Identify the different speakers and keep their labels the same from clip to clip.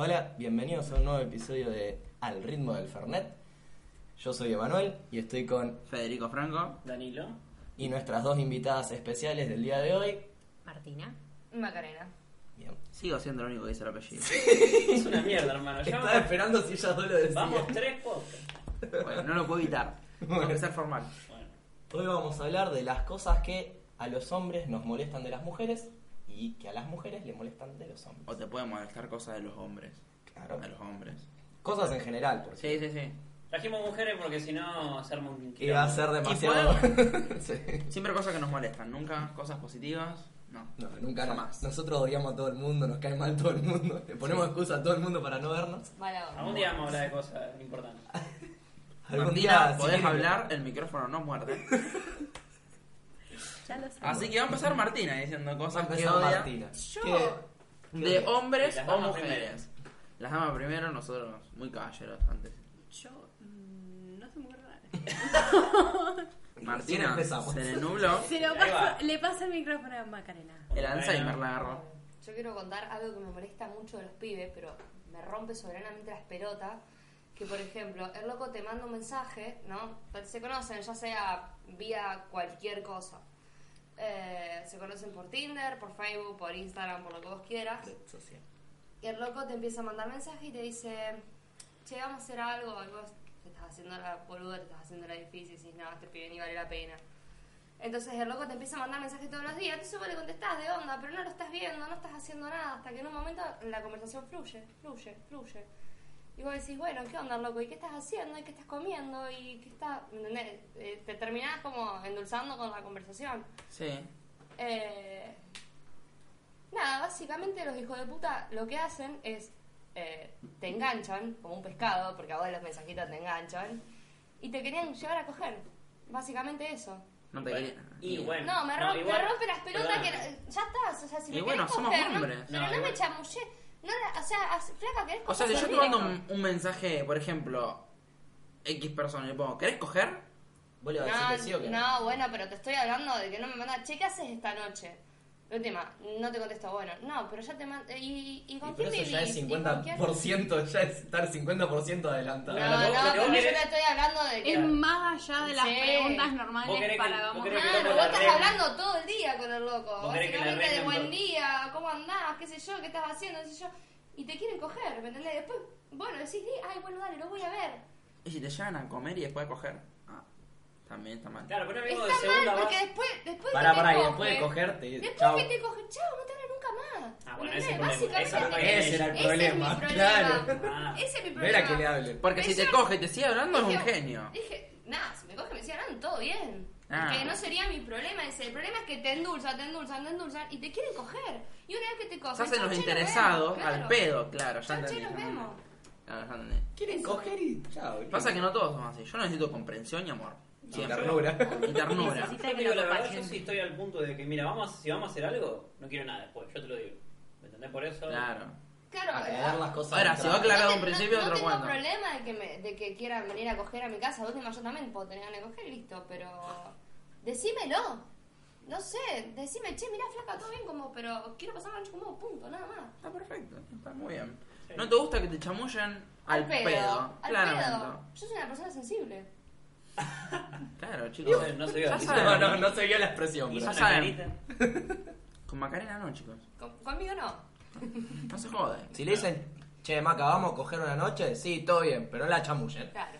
Speaker 1: Hola, bienvenidos a un nuevo episodio de Al ritmo del Fernet. Yo soy Emanuel y estoy con
Speaker 2: Federico Franco.
Speaker 3: Danilo.
Speaker 1: y nuestras dos invitadas especiales del día de hoy.
Speaker 4: Martina. Macarena.
Speaker 1: Bien.
Speaker 2: Sigo siendo el único que dice el apellido.
Speaker 3: Es una mierda, hermano. Ya
Speaker 1: Estaba
Speaker 3: vamos,
Speaker 1: esperando si ya lo decía.
Speaker 3: vamos tres podcasts.
Speaker 2: Bueno, no lo puedo evitar. Tengo que ser formal.
Speaker 3: Bueno,
Speaker 1: Hoy vamos a hablar de las cosas que a los hombres nos molestan de las mujeres y que a las mujeres les molestan de los hombres.
Speaker 2: O te pueden molestar cosas de los hombres.
Speaker 1: Claro.
Speaker 2: De los hombres.
Speaker 1: Cosas en general, por
Speaker 2: Sí, sí, sí.
Speaker 3: trajimos mujeres porque si no se arma un
Speaker 1: Que va a ser demasiado. Sí.
Speaker 2: Siempre cosas que nos molestan. Nunca cosas positivas. No.
Speaker 1: No, nunca
Speaker 2: Jamás.
Speaker 1: más. Nosotros odiamos a todo el mundo, nos cae mal todo el mundo. Le ponemos excusa a todo el mundo para no vernos.
Speaker 4: Mala
Speaker 3: Algún día vamos a hablar de cosas importantes.
Speaker 1: Algún
Speaker 2: Martina,
Speaker 1: día, si
Speaker 2: podés
Speaker 1: quieren-
Speaker 2: hablar, el micrófono no muerde.
Speaker 4: Ya lo sé.
Speaker 2: Así que va a empezar Martina diciendo
Speaker 1: Va a
Speaker 2: cosas que
Speaker 1: empezar
Speaker 2: odia
Speaker 1: Martina.
Speaker 4: Yo-
Speaker 1: ¿Qué?
Speaker 2: de hombres
Speaker 3: Las
Speaker 2: o
Speaker 3: damas
Speaker 2: mujeres. Las damas primero, nosotros muy caballeros antes.
Speaker 4: Yo mm, no soy muy rara.
Speaker 2: Martina
Speaker 1: empezamos.
Speaker 2: se le nubló.
Speaker 4: Se lo
Speaker 3: Ahí
Speaker 4: paso-
Speaker 3: va.
Speaker 4: le paso el micrófono a Macarena.
Speaker 2: El Alzheimer
Speaker 3: Bueno.
Speaker 2: la agarró.
Speaker 5: Yo quiero contar algo que me molesta mucho de los pibes, pero me rompe soberanamente las pelotas. Que, por ejemplo, el loco te manda un mensaje, ¿no? Se conocen, ya sea vía cualquier cosa. Eh, se conocen por Tinder, por Facebook, por Instagram, por lo que vos quieras.
Speaker 1: Social.
Speaker 5: Y el loco te empieza a mandar mensajes y te dice, che, vamos a hacer algo, y vos te estás haciendo la boluda, te estás haciendo la difícil, y decís, no, este pibe ni vale la pena. Entonces el loco te empieza a mandar mensajes todos los días, entonces vos le contestás de onda, pero no lo estás viendo, no estás haciendo nada, hasta que en un momento la conversación fluye, fluye, fluye. Y vos decís, bueno, ¿qué onda, loco? ¿Y qué estás haciendo? ¿Y qué estás comiendo? ¿Y qué estás...? ¿entendés? Eh, te terminás como endulzando con la conversación.
Speaker 2: Sí.
Speaker 5: Eh, nada, básicamente los hijos de puta lo que hacen es eh, te enganchan como un pescado, porque ahora los mensajitos te enganchan, y te querían llevar a coger. Básicamente eso.
Speaker 2: No te
Speaker 3: Bueno,
Speaker 2: quería.
Speaker 3: y bueno.
Speaker 5: No, me,
Speaker 3: No,
Speaker 5: rom-
Speaker 3: igual,
Speaker 5: me rompe las pelotas
Speaker 3: perdóname.
Speaker 5: que ya estás, o sea, si
Speaker 2: Y
Speaker 5: me
Speaker 2: bueno,
Speaker 5: querés
Speaker 2: somos
Speaker 5: coger, no-
Speaker 2: hombres.
Speaker 5: pero
Speaker 3: No,
Speaker 5: no,
Speaker 3: igual.
Speaker 5: me chamullé. No, la- o sea, as- flaca, querés
Speaker 2: O sea, si
Speaker 5: coger,
Speaker 2: yo te
Speaker 5: sorprendeme.
Speaker 2: mando un, un mensaje, por ejemplo, X persona, y le pongo, ¿querés coger?
Speaker 1: ¿Vos le vas a decir que sí o
Speaker 5: No,
Speaker 1: que
Speaker 5: no, bueno, pero te estoy hablando de que no me mandas, che, ¿qué haces esta noche? Última, no te contesto, bueno, no, pero ya te mando, ¿y, y con
Speaker 1: Y por
Speaker 5: quién
Speaker 1: eso
Speaker 5: vivís?
Speaker 1: ya es
Speaker 5: ¿Y con quién?
Speaker 1: 50%, ya es estar 50%
Speaker 5: No,
Speaker 1: adelantado.
Speaker 5: no,
Speaker 3: Vos-
Speaker 5: pero
Speaker 3: vos
Speaker 5: yo
Speaker 3: querés-
Speaker 5: te estoy hablando de que...
Speaker 4: Es más allá de las
Speaker 5: Sí.
Speaker 4: preguntas
Speaker 3: Vos querés
Speaker 4: normales
Speaker 3: que-
Speaker 4: para
Speaker 3: vos
Speaker 4: vamos
Speaker 3: querés que
Speaker 5: Claro,
Speaker 3: lo
Speaker 5: vos
Speaker 3: arreglen.
Speaker 5: estás hablando todo el día con el loco.
Speaker 3: Vos querés que le
Speaker 5: Básicamente de
Speaker 3: arreglen
Speaker 5: buen
Speaker 3: todo.
Speaker 5: día, cómo andás, qué sé yo, qué estás haciendo, qué sé yo. Y te quieren coger, ¿me entendés? Después, bueno, decís, ay, bueno, dale, lo voy a ver.
Speaker 2: Y si te llegan a comer y después a coger. Ah, también está mal.
Speaker 3: Claro, pero no vengo de
Speaker 5: Está
Speaker 3: segunda
Speaker 5: mal, porque
Speaker 3: base.
Speaker 5: después, después
Speaker 1: Pará,
Speaker 5: que te
Speaker 1: pará, y
Speaker 5: coge-
Speaker 1: después de cogerte.
Speaker 5: Después
Speaker 1: chao.
Speaker 5: que te coge, chao, no te habla nunca más.
Speaker 3: Ah, bueno,
Speaker 5: ¿Me
Speaker 3: ese es el
Speaker 5: entendés?
Speaker 3: problema. Esa es la
Speaker 5: Básicamente,
Speaker 1: Ese era el
Speaker 5: ese es mi
Speaker 1: problema,
Speaker 5: problema.
Speaker 1: claro.
Speaker 3: Ah.
Speaker 5: Ese es mi
Speaker 1: No
Speaker 5: problema.
Speaker 1: era que le hable.
Speaker 2: Porque si te
Speaker 5: Ella-
Speaker 2: coge y te sigue hablando, es un
Speaker 5: Dije-
Speaker 2: genio.
Speaker 5: Dije, nada, si me coge me decían, todo bien.
Speaker 2: Ah.
Speaker 5: Que no sería mi problema ese. El problema es que te endulzan, te endulzan, te endulzan y te quieren coger. Y una vez que te cogen,
Speaker 2: Se hacen
Speaker 5: chau,
Speaker 2: los
Speaker 5: che, nos
Speaker 2: interesados
Speaker 5: vemos,
Speaker 2: al
Speaker 5: claro.
Speaker 2: pedo, claro, ya
Speaker 5: Chau, che,
Speaker 2: entendí.
Speaker 5: nos
Speaker 2: ya entendí.
Speaker 5: vemos.
Speaker 2: Claro, ya entendí.
Speaker 1: Quieren coger y chao.
Speaker 2: Pasa que no todos somos así. Yo necesito comprensión y amor.
Speaker 1: Y
Speaker 2: Siempre.
Speaker 1: ternura.
Speaker 2: Y ternura.
Speaker 3: Yo te digo la verdad, yo sí estoy al punto de que, mira, vamos, si vamos a hacer algo, no quiero nada después, yo te lo digo. ¿Me entendés por eso?
Speaker 2: Claro.
Speaker 5: Claro,
Speaker 1: Aclarar las cosas.
Speaker 2: Ahora,
Speaker 1: en
Speaker 2: si
Speaker 1: trabajo.
Speaker 2: vos aclarás- Claro,
Speaker 5: te-
Speaker 2: un principio,
Speaker 5: no
Speaker 2: otro
Speaker 5: tengo
Speaker 2: cuento.
Speaker 5: problema de que, me- de que quieran venir a coger a mi casa. De última, yo también puedo tener ganas de coger, listo. Pero decímelo. No sé, decime, che, mirá, flaca, todo bien, como, pero quiero pasar la noche con vos, punto, nada más.
Speaker 2: Está perfecto. Está muy bien.
Speaker 3: Sí.
Speaker 2: No te gusta que te chamullen al pedo.
Speaker 5: Al
Speaker 2: Claramente.
Speaker 5: pedo. Yo soy una persona sensible.
Speaker 2: Claro, chicos.
Speaker 3: No, no soy
Speaker 2: Ya
Speaker 3: yo.
Speaker 2: saben.
Speaker 1: No, no, no se vio la expresión,
Speaker 3: Hizo
Speaker 1: pero.
Speaker 3: una
Speaker 2: Ya saben.
Speaker 3: carita.
Speaker 2: Con Macarena no, chicos.
Speaker 5: Con- conmigo no.
Speaker 2: No se jode.
Speaker 1: Si le dicen, che, Maca, vamos a coger una noche, sí, todo bien, pero no la chamullen.
Speaker 5: Claro.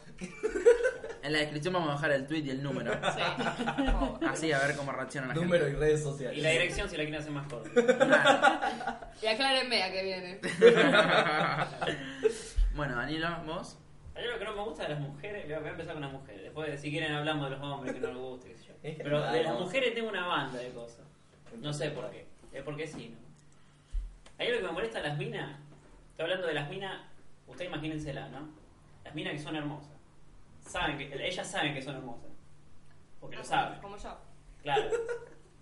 Speaker 2: En la descripción vamos a dejar el tweet y el número. Así a ver cómo reaccionan la
Speaker 1: Número y
Speaker 2: gente.
Speaker 1: redes sociales.
Speaker 3: Y la dirección si la quieren hacer más corta.
Speaker 2: Claro.
Speaker 5: Y aclárenme a qué viene.
Speaker 2: bueno, Danilo, vos.
Speaker 3: A mí lo que no me gusta de las mujeres, voy a voy a empezar con las mujeres, después si quieren hablamos de los hombres que no les gusta, qué sé yo.
Speaker 1: Es que
Speaker 3: Pero
Speaker 1: no,
Speaker 3: de las
Speaker 1: no.
Speaker 3: mujeres tengo una banda de cosas. No sé por qué. Es porque sí, ¿no? A mí lo que me molesta de las minas Estoy hablando de las minas, ustedes imagínensela, ¿no? Las minas que son hermosas. Saben que, ellas saben que son hermosas. Porque
Speaker 5: Ah,
Speaker 3: lo saben.
Speaker 5: Como yo.
Speaker 3: Claro.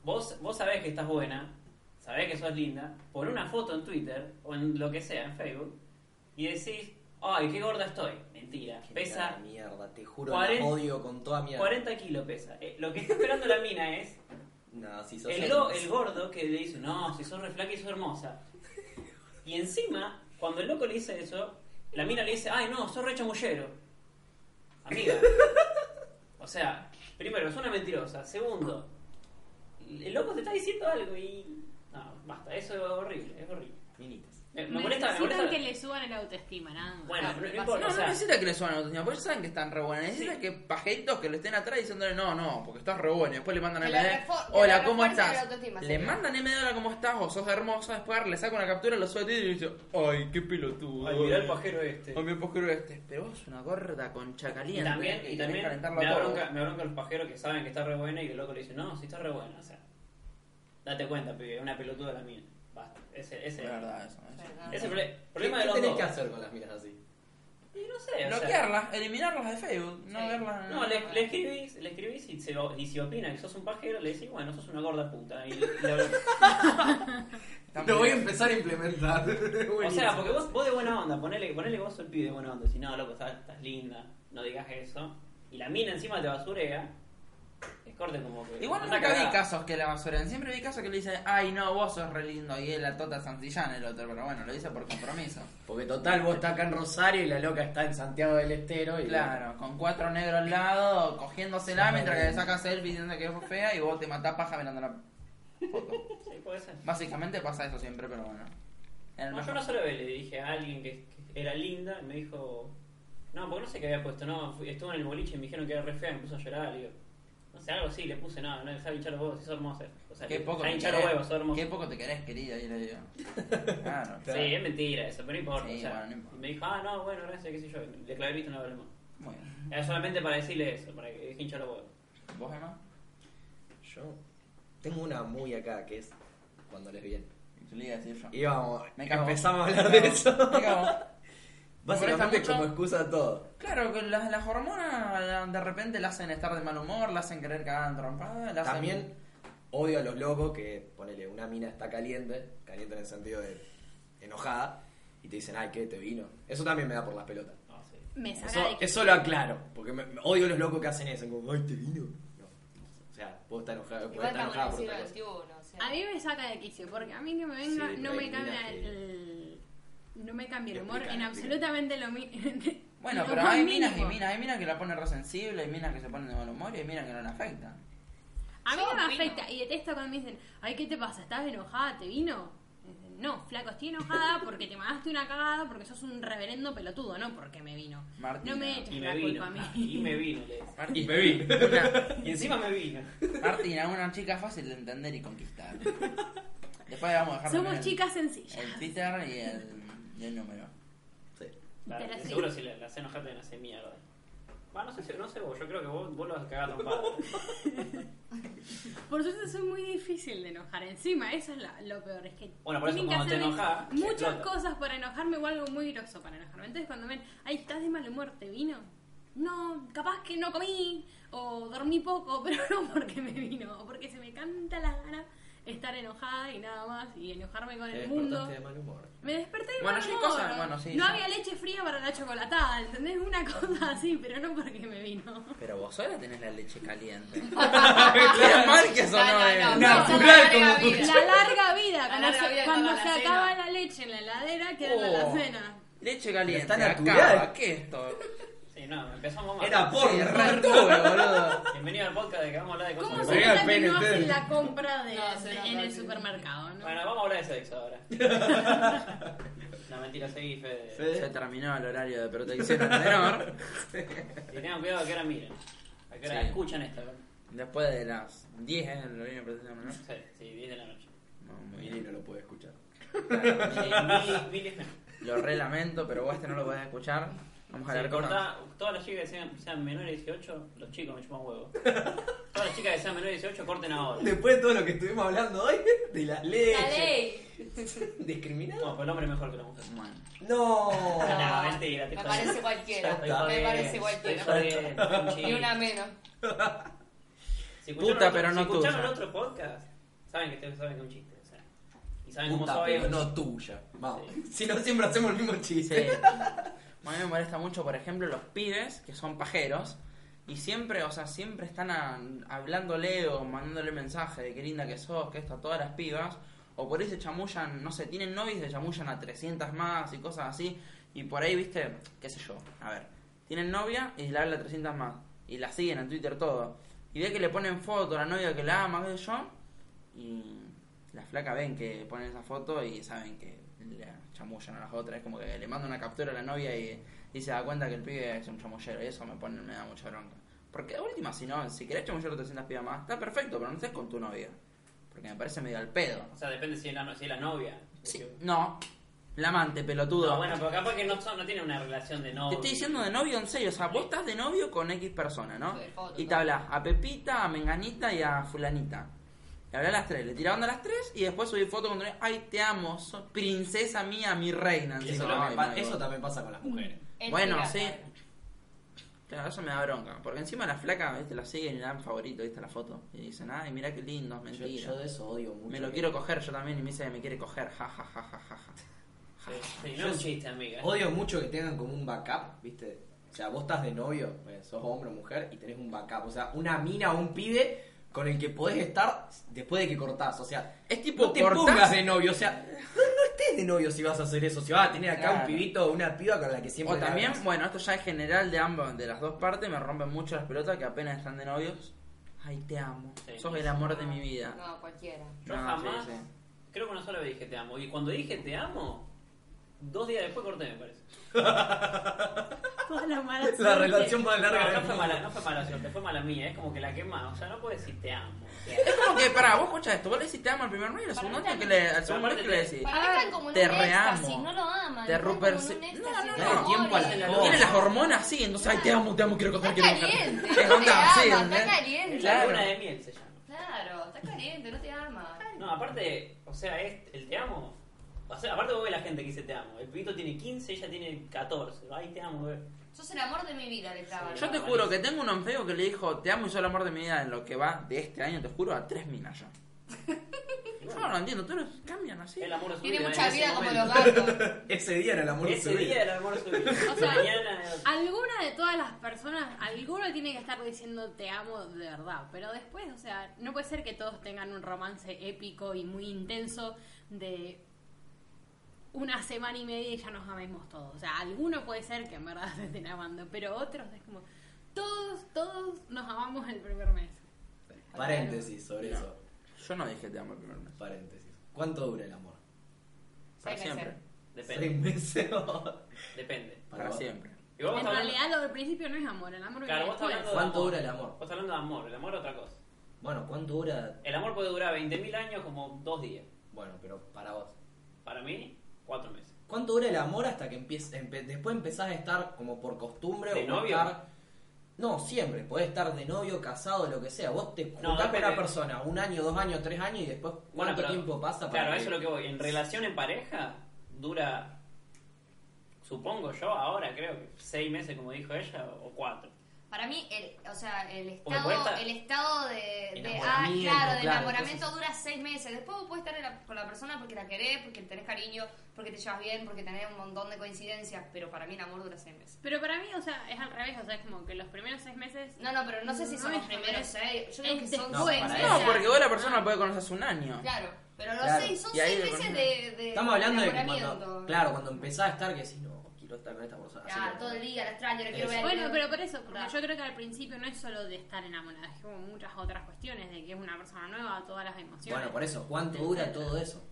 Speaker 3: Vos, vos sabés que estás buena, sabés que sos linda, pon una foto en Twitter o en lo que sea, en Facebook, y decís, ay, qué gorda estoy. Mentira.
Speaker 1: Que
Speaker 3: Pesa
Speaker 1: cara de mierda, te juro,
Speaker 3: cuaren-
Speaker 1: la odio con toda mi alma.
Speaker 3: 40 kilos pesa. Eh, lo que está esperando la mina es
Speaker 1: No, si sos
Speaker 3: el, lo-
Speaker 1: hermoso.
Speaker 3: el gordo que le dice, no, si sos re flaca y sos hermosa. Y encima, cuando el loco le dice eso, la mina le dice, ay no, sos re chamullero. Amiga. O sea, primero, es una mentirosa. Segundo, el loco te está diciendo algo y... No, basta, eso es horrible, es horrible. Eh,
Speaker 1: Minitas.
Speaker 3: Me, me molesta, me
Speaker 6: Necesitan
Speaker 3: molesta.
Speaker 6: que le suban el autoestima, nada más.
Speaker 3: Bueno, no
Speaker 6: Claro, que
Speaker 3: importa.
Speaker 6: pase.
Speaker 3: o
Speaker 2: No, no
Speaker 3: sea-
Speaker 2: necesita que le suban la autoestima, porque ellos saben que están re buenas. Necesita
Speaker 3: Sí.
Speaker 2: que pajeitos que lo estén atrás diciéndole no, no, porque estás re buena. Y después le mandan a
Speaker 5: Que
Speaker 2: la
Speaker 5: le
Speaker 2: de,
Speaker 5: refor- que
Speaker 2: hola,
Speaker 5: le
Speaker 2: ¿cómo
Speaker 5: refuerce la
Speaker 2: estás?
Speaker 5: autoestima,
Speaker 2: Le
Speaker 5: sí.
Speaker 2: mandan en medio, hola, ¿cómo estás? O sos hermosa. Después le saca una captura, lo sube a Twitter y dice, ay, qué pelotudo.
Speaker 3: Ay, mirá el pajero este.
Speaker 2: Ay, mirá el pajero este. Pero vos sos una gorda concha
Speaker 3: Y
Speaker 2: caliente. que
Speaker 3: también, y
Speaker 2: querés
Speaker 3: también
Speaker 2: calentarlo
Speaker 3: me,
Speaker 2: a
Speaker 3: da
Speaker 2: todos.
Speaker 3: bronca, me da bronca los pajeros que saben que está re buena y el loco le dice, no, si está re buena, o sea, date cuenta, pibe, es una pelotuda la mía. Basta, ese, ese,
Speaker 2: Es verdad eso. ¿eh?
Speaker 3: ese es el proble-
Speaker 1: ¿Qué,
Speaker 3: problema de
Speaker 1: qué
Speaker 3: los
Speaker 1: tenés
Speaker 3: dos.
Speaker 1: que hacer con las minas así?
Speaker 3: Y no sé, o sea,
Speaker 2: Bloquearlas, eliminarlas de Facebook. No
Speaker 5: Sí.
Speaker 2: verlas.
Speaker 3: no, le, le escribís, le escribís y, se- y si opina que sos un pajero, le decís, bueno, sos una gorda puta. Y, y la-
Speaker 2: Están
Speaker 1: Lo voy a
Speaker 2: peleando.
Speaker 1: empezar a implementar.
Speaker 3: o sea, porque vos, vos de buena onda, ponele, ponele que vos sos el pibe de buena onda, si no, loco, estás, estás linda, no digas eso, y la mina encima te basurega, es corte como que...
Speaker 2: Igual
Speaker 3: una
Speaker 2: nunca vi
Speaker 3: cagada.
Speaker 2: casos que la basuran, siempre vi casos que le dicen, ay no, vos sos re lindo, y es la Tota Santillán el otro, pero bueno, lo dice por compromiso.
Speaker 7: Porque total, vos estás acá en Rosario y la loca está en Santiago del Estero. Y
Speaker 2: Claro, con cuatro negros al lado, cogiéndosela
Speaker 7: Sí,
Speaker 2: mientras que
Speaker 7: sí.
Speaker 2: le sacas selfie diciendo que es fea y vos te matás paja mirando la foto.
Speaker 3: Sí, puede ser.
Speaker 2: Básicamente pasa eso siempre, pero bueno. En el
Speaker 3: No, yo
Speaker 2: mejor-
Speaker 3: una sola vez le dije a alguien que, que era linda y me dijo, no, porque no sé qué había puesto, no, fui- estuve en el boliche y me dijeron que era re fea, me puso a llorar, digo, no sé, algo así, le puse, no, no, dejá de hinchar los huevos, sos hermosa. O sea,
Speaker 2: Qué poco,
Speaker 3: dejá de
Speaker 2: te
Speaker 3: hinchar los
Speaker 2: querés-
Speaker 3: huevos, sos hermosa.
Speaker 2: qué poco te querés, querida, yo le digo. Claro.
Speaker 3: Sí, es mentira eso, pero no importa.
Speaker 2: Sí,
Speaker 3: o sea,
Speaker 2: bueno, no importa.
Speaker 3: Y me dijo, ah, no, bueno, gracias, qué sé yo, y le clavé el visto y no hablé más.
Speaker 2: Muy bien.
Speaker 3: Era solamente para decirle eso, para que deje hinchar los huevos.
Speaker 2: ¿Vos, Emma?
Speaker 1: Yo tengo una muy acá que es cuando les viene.
Speaker 2: Te lo iba a decir yo.
Speaker 1: Y vamos,
Speaker 2: Me cago.
Speaker 1: empezamos a hablar
Speaker 2: Me
Speaker 1: de
Speaker 2: cago.
Speaker 1: eso.
Speaker 2: Me cago.
Speaker 1: Básicamente
Speaker 2: molesta mucho.
Speaker 1: como excusa a todo.
Speaker 2: Claro, que las, las hormonas la- de repente la hacen estar de mal humor, la hacen querer cagar en trompada, la hacen-
Speaker 1: También odio a los locos que, ponele, una mina está caliente, caliente en el sentido de enojada, y te dicen, ay, ¿qué? ¿Te vino? Eso también me da por las pelotas.
Speaker 3: No, sí.
Speaker 6: Me
Speaker 1: Eso,
Speaker 6: saca de
Speaker 1: eso lo aclaro, porque me, me odio a los locos que hacen eso, como, ay, ¿te vino? No. O sea, puedo estar enojado, puedo
Speaker 5: Igual
Speaker 1: estar
Speaker 5: estamos en
Speaker 1: enojada
Speaker 5: el
Speaker 1: por
Speaker 5: siglo
Speaker 1: otra cosa.
Speaker 5: XXI, o sea.
Speaker 6: A mí me saca de quicio, porque a mí que me venga,
Speaker 1: Sí, pero
Speaker 6: no
Speaker 1: hay
Speaker 6: me
Speaker 1: minas
Speaker 6: cambia
Speaker 1: que-
Speaker 6: el. No me cambia el humor
Speaker 1: Explica,
Speaker 6: en
Speaker 1: explica.
Speaker 6: absolutamente lo mismo.
Speaker 2: Bueno, pero hay minas y minas, hay minas que la ponen resensible, hay minas que se ponen de mal humor y hay minas que no la afectan.
Speaker 6: A mí
Speaker 5: Yo
Speaker 6: no me
Speaker 5: opino.
Speaker 6: afecta y detesto cuando me dicen, ay, ¿qué te pasa? ¿Estás enojada? ¿Te vino? No, flaco, estoy enojada porque te mandaste una cagada porque sos un reverendo pelotudo, no porque me vino.
Speaker 2: Martina.
Speaker 6: No me eches
Speaker 3: Y
Speaker 6: la
Speaker 3: me vino, Ah,
Speaker 6: culpa a mí.
Speaker 3: y me vino, le decía.
Speaker 2: Martina,
Speaker 1: Y me vi.
Speaker 2: Una,
Speaker 3: Y encima me vino.
Speaker 2: Martina, una chica fácil de entender y conquistar. Después vamos a dejar
Speaker 6: Somos
Speaker 2: también el-
Speaker 6: chicas sencillas.
Speaker 2: El Twitter y el, y el número.
Speaker 3: Claro,
Speaker 6: Pero sí.
Speaker 3: seguro si la, la hacen enojar te la hacen mierda. Va, no sé, si- no sé vos, yo creo que vos, vos lo vas a cagar trompada.
Speaker 6: Por suerte son muy difícil de enojar. Encima, eso es la- lo peor. Es que
Speaker 3: Bueno, por eso
Speaker 6: tienen que
Speaker 3: cuando te
Speaker 6: hacerme
Speaker 3: enojas,
Speaker 6: muchas
Speaker 3: explota.
Speaker 6: cosas para enojarme o algo muy groso para enojarme. Entonces cuando ven, ay, estás de mal humor, ¿te vino? No, capaz que no comí o dormí poco, pero no porque me vino. O porque se me canta las ganas estar enojada y nada más y enojarme con
Speaker 1: Te
Speaker 6: el mundo.
Speaker 1: despertaste de mal humor.
Speaker 6: Me desperté de
Speaker 2: Bueno,
Speaker 6: mal
Speaker 2: sí,
Speaker 6: humor.
Speaker 2: cosas- bueno, sí,
Speaker 6: no
Speaker 2: sí.
Speaker 6: había leche fría para la chocolatada, ¿entendés? Una cosa así, pero no porque me vino.
Speaker 2: Pero vos sola tenés la leche caliente. Qué mal que sonó
Speaker 5: No, no,
Speaker 2: eso.
Speaker 5: no,
Speaker 1: Natural
Speaker 5: no, no,
Speaker 1: como
Speaker 5: vida.
Speaker 6: La larga vida,
Speaker 5: La
Speaker 6: cuando
Speaker 5: larga
Speaker 6: se,
Speaker 5: vida
Speaker 6: cuando
Speaker 5: toda la
Speaker 6: se
Speaker 5: cena.
Speaker 6: acaba la leche en la heladera, queda en la
Speaker 2: Oh.
Speaker 6: cena.
Speaker 2: Leche caliente.
Speaker 1: Está
Speaker 2: acá,
Speaker 1: natural.
Speaker 2: ¿Qué es esto?
Speaker 3: Sí, no, empezamos mal.
Speaker 1: Era
Speaker 2: Sí,
Speaker 1: porno.
Speaker 2: re turbio, boludo.
Speaker 3: Bienvenido al podcast de que vamos a hablar de
Speaker 6: ¿Cómo
Speaker 3: cosas.
Speaker 6: se
Speaker 1: me pega el
Speaker 6: nota que
Speaker 1: pene,
Speaker 6: no hacen
Speaker 1: ustedes.
Speaker 6: la compra de,
Speaker 5: No, se
Speaker 6: de-
Speaker 5: nota
Speaker 6: en el
Speaker 5: que-
Speaker 6: supermercado? ¿no?
Speaker 3: Bueno, vamos a hablar de sexo ahora. no, mentira, seguí, Fede.
Speaker 2: Se terminó el horario de protección al menor.
Speaker 3: Y tengan cuidado a qué hora miran. A qué hora
Speaker 2: Sí.
Speaker 3: escuchan esto. ¿verdad?
Speaker 2: Después de las 10 en el horario de protección al menor.
Speaker 3: Sí, sí, 10 de la noche.
Speaker 2: No, muy
Speaker 1: Mili
Speaker 2: bien.
Speaker 1: no lo puede escuchar.
Speaker 3: Mili- Mili- Mili-
Speaker 2: Lo re lamento, pero vos este no lo podés escuchar. Vamos a
Speaker 3: Se
Speaker 2: hablar con más.
Speaker 3: corta, todas las chicas que sean, sean menores de 18, los chicos me chupan huevo. todas las chicas que sean menores de 18, corten ahora.
Speaker 1: Después de todo lo que estuvimos hablando hoy, de la ley.
Speaker 5: La ley.
Speaker 1: ¿Discriminado?
Speaker 3: No, pues el hombre es mejor que la mujer.
Speaker 1: No.
Speaker 3: No, mentira, te
Speaker 5: me
Speaker 3: estoy-
Speaker 5: parece
Speaker 3: Ya
Speaker 5: cualquiera.
Speaker 3: estoy
Speaker 5: Me
Speaker 3: jodiendo,
Speaker 5: parece
Speaker 3: estoy
Speaker 5: cualquiera.
Speaker 3: jodiendo, es un chiste.
Speaker 5: Y una menos.
Speaker 3: Si escucharon
Speaker 2: Puta,
Speaker 3: otro-
Speaker 2: pero no
Speaker 3: si escucharon
Speaker 2: tuya.
Speaker 3: otro podcast, saben que, te- saben que es un chiste. o sea, y saben cómo
Speaker 1: Puta,
Speaker 3: soy.
Speaker 1: pero no tuya. Vamos. Si no, siempre hacemos el mismo
Speaker 2: Sí.
Speaker 1: chiste.
Speaker 2: A mí me molesta mucho, por ejemplo, los pibes que son pajeros y siempre, o sea, siempre están a- hablándole o mandándole mensaje de qué linda que sos, que esto a todas las pibas. O por ahí se chamullan, no sé, tienen novios y se chamullan a 300 más y cosas así. Y por ahí, viste, qué sé yo, a ver, tienen novia y le habla a 300 más. Y la siguen en Twitter todo. Y ve que le ponen foto a la novia que la ama, qué sé yo. Y las flacas ven que ponen esa foto y saben que le chamullan a las otras. Es como que le manda una captura a la novia y, y se da cuenta que el pibe es un chamullero. Y eso me pone, me da mucha bronca. Porque de última, si no, si querés chamullar a 300 pibas más, está perfecto, pero no estés con tu novia. Porque me parece medio al pedo.
Speaker 3: O sea, depende si es la, si es la novia.
Speaker 2: Sí, no. La amante, pelotudo.
Speaker 3: No, bueno, pero capaz que no, son, no tienen una relación de novio.
Speaker 2: Te estoy diciendo de novio en serio, o sea, vos estás de novio con X persona, ¿no?
Speaker 5: Sí, foto,
Speaker 2: Y te
Speaker 5: ¿no?
Speaker 2: hablas a Pepita, a Menganita y a Fulanita. Le hablas a las tres, le tiraban a las tres y después subí foto con ay, te amo, sos princesa mía, mi reina.
Speaker 1: Y
Speaker 2: así
Speaker 1: eso,
Speaker 2: como,
Speaker 1: también
Speaker 2: "Ay,
Speaker 1: pa-
Speaker 2: my
Speaker 1: eso
Speaker 2: God".
Speaker 1: también pasa con las mujeres.
Speaker 5: Es
Speaker 2: Bueno,
Speaker 5: legal.
Speaker 2: sí. Claro, eso me da bronca, porque encima las flacas, viste, la siguen y le dan favorito, viste, la foto. Y dicen, ay, mira qué lindo, es
Speaker 1: Yo,
Speaker 2: mentira.
Speaker 1: yo de eso odio mucho.
Speaker 2: me lo quiero coger yo también y me dice que me quiere coger, ja, ja, ja, ja, ja, ja.
Speaker 3: Sí, sí, no es un chiste, amiga.
Speaker 1: Odio mucho que tengan como un backup, ¿viste? O sea, vos estás de novio, eh, sos hombre o mujer y tenés un backup. O sea, una mina o un pibe con el que podés estar después de que cortás. O sea,
Speaker 2: Es tipo
Speaker 1: no te
Speaker 2: cortás-
Speaker 1: pongas de novio. O sea, no, no estés de novio si vas a hacer eso. Si vas a tener acá un
Speaker 2: Claro.
Speaker 1: pibito o una piba con la que siempre.
Speaker 2: O
Speaker 1: la
Speaker 2: también,
Speaker 1: hablas.
Speaker 2: bueno, esto ya es general de ambas, de las dos partes, me rompen mucho las pelotas que apenas están de novios. Ay, te amo.
Speaker 3: Sí.
Speaker 2: Sos el amor de mi vida.
Speaker 5: No, cualquiera.
Speaker 3: Yo
Speaker 2: No,
Speaker 3: jamás,
Speaker 2: sí, sí.
Speaker 3: creo que una sola vez dije te amo. Y cuando dije te amo, dos días después corté, me parece.
Speaker 6: Toda la mala
Speaker 1: La
Speaker 6: suerte.
Speaker 1: relación más
Speaker 3: No,
Speaker 1: larga
Speaker 3: no
Speaker 1: del
Speaker 3: fue
Speaker 1: mundo.
Speaker 3: mala, no fue mala suerte, fue mala mía. Es como que la quema. O sea, no puedes decir te amo. o sea.
Speaker 2: Es como que, pará, vos escuchás esto, vos le decís te amo al primer novio y al
Speaker 6: Para
Speaker 2: segundo
Speaker 6: mí
Speaker 2: que le, al segundo
Speaker 3: aparte
Speaker 2: que le
Speaker 3: te-
Speaker 2: decís.
Speaker 5: Para mí están como en
Speaker 2: Eh, Te
Speaker 5: un
Speaker 2: reamo.
Speaker 5: éxtasis, no lo aman.
Speaker 2: Te
Speaker 5: están
Speaker 2: Rupert-
Speaker 5: como en un
Speaker 2: No,
Speaker 5: éxtasis
Speaker 2: no,
Speaker 5: de
Speaker 2: no.
Speaker 5: amor
Speaker 1: Tiempo al
Speaker 5: y de
Speaker 1: reloj.
Speaker 5: amor.
Speaker 2: Tiene las hormonas así, entonces, ay, te amo, te amo, quiero coger, quiero
Speaker 5: Está
Speaker 2: coger.
Speaker 5: caliente,
Speaker 2: Es
Speaker 5: no
Speaker 2: onda,
Speaker 5: te
Speaker 2: sí,
Speaker 5: ama,
Speaker 2: ¿entendés?
Speaker 5: está caliente.
Speaker 3: La
Speaker 2: Claro.
Speaker 3: luna de miel se llama.
Speaker 5: Claro, está caliente, no te ama.
Speaker 3: No, aparte, o sea, es el te amo. O sea, aparte vos ves la gente que dice te amo. El pibito tiene 15, ella tiene 14. Ay, te amo, bebé.
Speaker 5: Sos el amor de mi vida, le estaba.
Speaker 2: Yo te juro que tengo un onfeo que le dijo te amo y soy el amor de mi vida en lo que va de este año, te juro, a tres minas ya. Yo no lo entiendo, todos cambian así.
Speaker 3: El amor es
Speaker 5: Tiene
Speaker 3: vida
Speaker 5: mucha
Speaker 3: en ese
Speaker 5: vida como los
Speaker 3: momento.
Speaker 5: gatos.
Speaker 1: Ese día era el amor de su
Speaker 3: Ese
Speaker 1: vida.
Speaker 3: día el amor es vida.
Speaker 6: O sea,
Speaker 3: Mañana.
Speaker 6: Alguna de todas las personas, alguno tiene que estar diciendo te amo de verdad, pero después, o sea, no puede ser que todos tengan un romance épico y muy intenso de una semana y media y ya nos amemos todos. O sea, alguno puede ser que en verdad se estén amando, pero otros es como, todos, todos nos amamos el primer mes.
Speaker 1: Paréntesis sobre
Speaker 2: No.
Speaker 1: eso.
Speaker 2: Yo no dije te amo el primer mes.
Speaker 1: Paréntesis. ¿Cuánto dura el amor?
Speaker 2: Para
Speaker 5: Seis
Speaker 2: siempre.
Speaker 5: meses.
Speaker 1: Seis
Speaker 3: Depende.
Speaker 1: meses.
Speaker 3: Depende.
Speaker 2: Para siempre.
Speaker 3: Y vos
Speaker 6: en
Speaker 3: estás hablando-
Speaker 6: realidad lo del principio no es amor, el amor
Speaker 3: Claro,
Speaker 6: viene
Speaker 3: vos estás hablando
Speaker 6: después.
Speaker 3: de
Speaker 1: ¿Cuánto
Speaker 3: amor.
Speaker 1: dura el amor?
Speaker 3: Vos estás hablando de amor, el amor es otra cosa.
Speaker 1: Bueno, ¿cuánto dura?
Speaker 3: El amor puede durar 20.000 años como dos días.
Speaker 1: Bueno, pero para vos.
Speaker 3: Para mí, cuatro meses.
Speaker 1: ¿Cuánto dura el amor hasta que empieza, después empezás a estar como por costumbre
Speaker 3: ¿De
Speaker 1: o
Speaker 3: novio?
Speaker 1: estar- No, siempre. Podés estar de novio, casado, lo que sea. Vos te juntás con
Speaker 3: depende.
Speaker 1: una persona un año, dos años, tres años y después cuánto
Speaker 3: Bueno, pero-
Speaker 1: tiempo pasa para
Speaker 3: Claro, eso es lo que voy. En relación en pareja, dura, supongo yo, ahora creo que seis meses, como dijo ella, o cuatro.
Speaker 5: Para mí, el, o sea, el
Speaker 3: Porque puede
Speaker 5: estado,
Speaker 3: estar-
Speaker 5: el estado de, de ah,
Speaker 1: Enamoramiento,
Speaker 5: claro, de
Speaker 1: claro,
Speaker 5: enamoramiento
Speaker 1: entonces-
Speaker 5: dura seis meses. Después vos podés estar en la- con la persona porque la querés, porque le tenés cariño, porque te llevas bien, porque tenés un montón de coincidencias, pero para mí el amor dura seis meses.
Speaker 6: Pero para mí, o sea, es al revés, o sea, es como que los primeros seis meses...
Speaker 5: No, no, pero no sé si
Speaker 6: No
Speaker 5: son los
Speaker 6: es
Speaker 5: primeros
Speaker 6: verdad.
Speaker 5: seis. Yo creo
Speaker 6: Es
Speaker 5: que son
Speaker 6: después.
Speaker 5: seis
Speaker 1: No, para
Speaker 5: meses.
Speaker 2: No,
Speaker 1: Esa.
Speaker 2: porque vos la persona la puede conocer hace un año.
Speaker 5: Claro, pero no
Speaker 1: Claro,
Speaker 5: sé, son
Speaker 2: y ahí
Speaker 5: seis
Speaker 2: lo
Speaker 5: meses
Speaker 2: conoces.
Speaker 5: de, de.
Speaker 1: Estamos hablando de que cuando,
Speaker 5: Eh, enamoramiento.
Speaker 1: claro, cuando empezás a estar que decís, no, quiero estar con esta persona. así
Speaker 5: Claro,
Speaker 1: que-
Speaker 5: todo el día, la extraño, la quiero
Speaker 1: Eso.
Speaker 5: ver.
Speaker 6: Bueno,
Speaker 5: quiero-
Speaker 6: pero por eso, porque
Speaker 5: Claro.
Speaker 6: yo creo que al principio no es solo de estar enamorada, es como muchas otras cuestiones, de que es una persona nueva, todas las emociones.
Speaker 1: Bueno, por eso, ¿cuánto dura todo eso?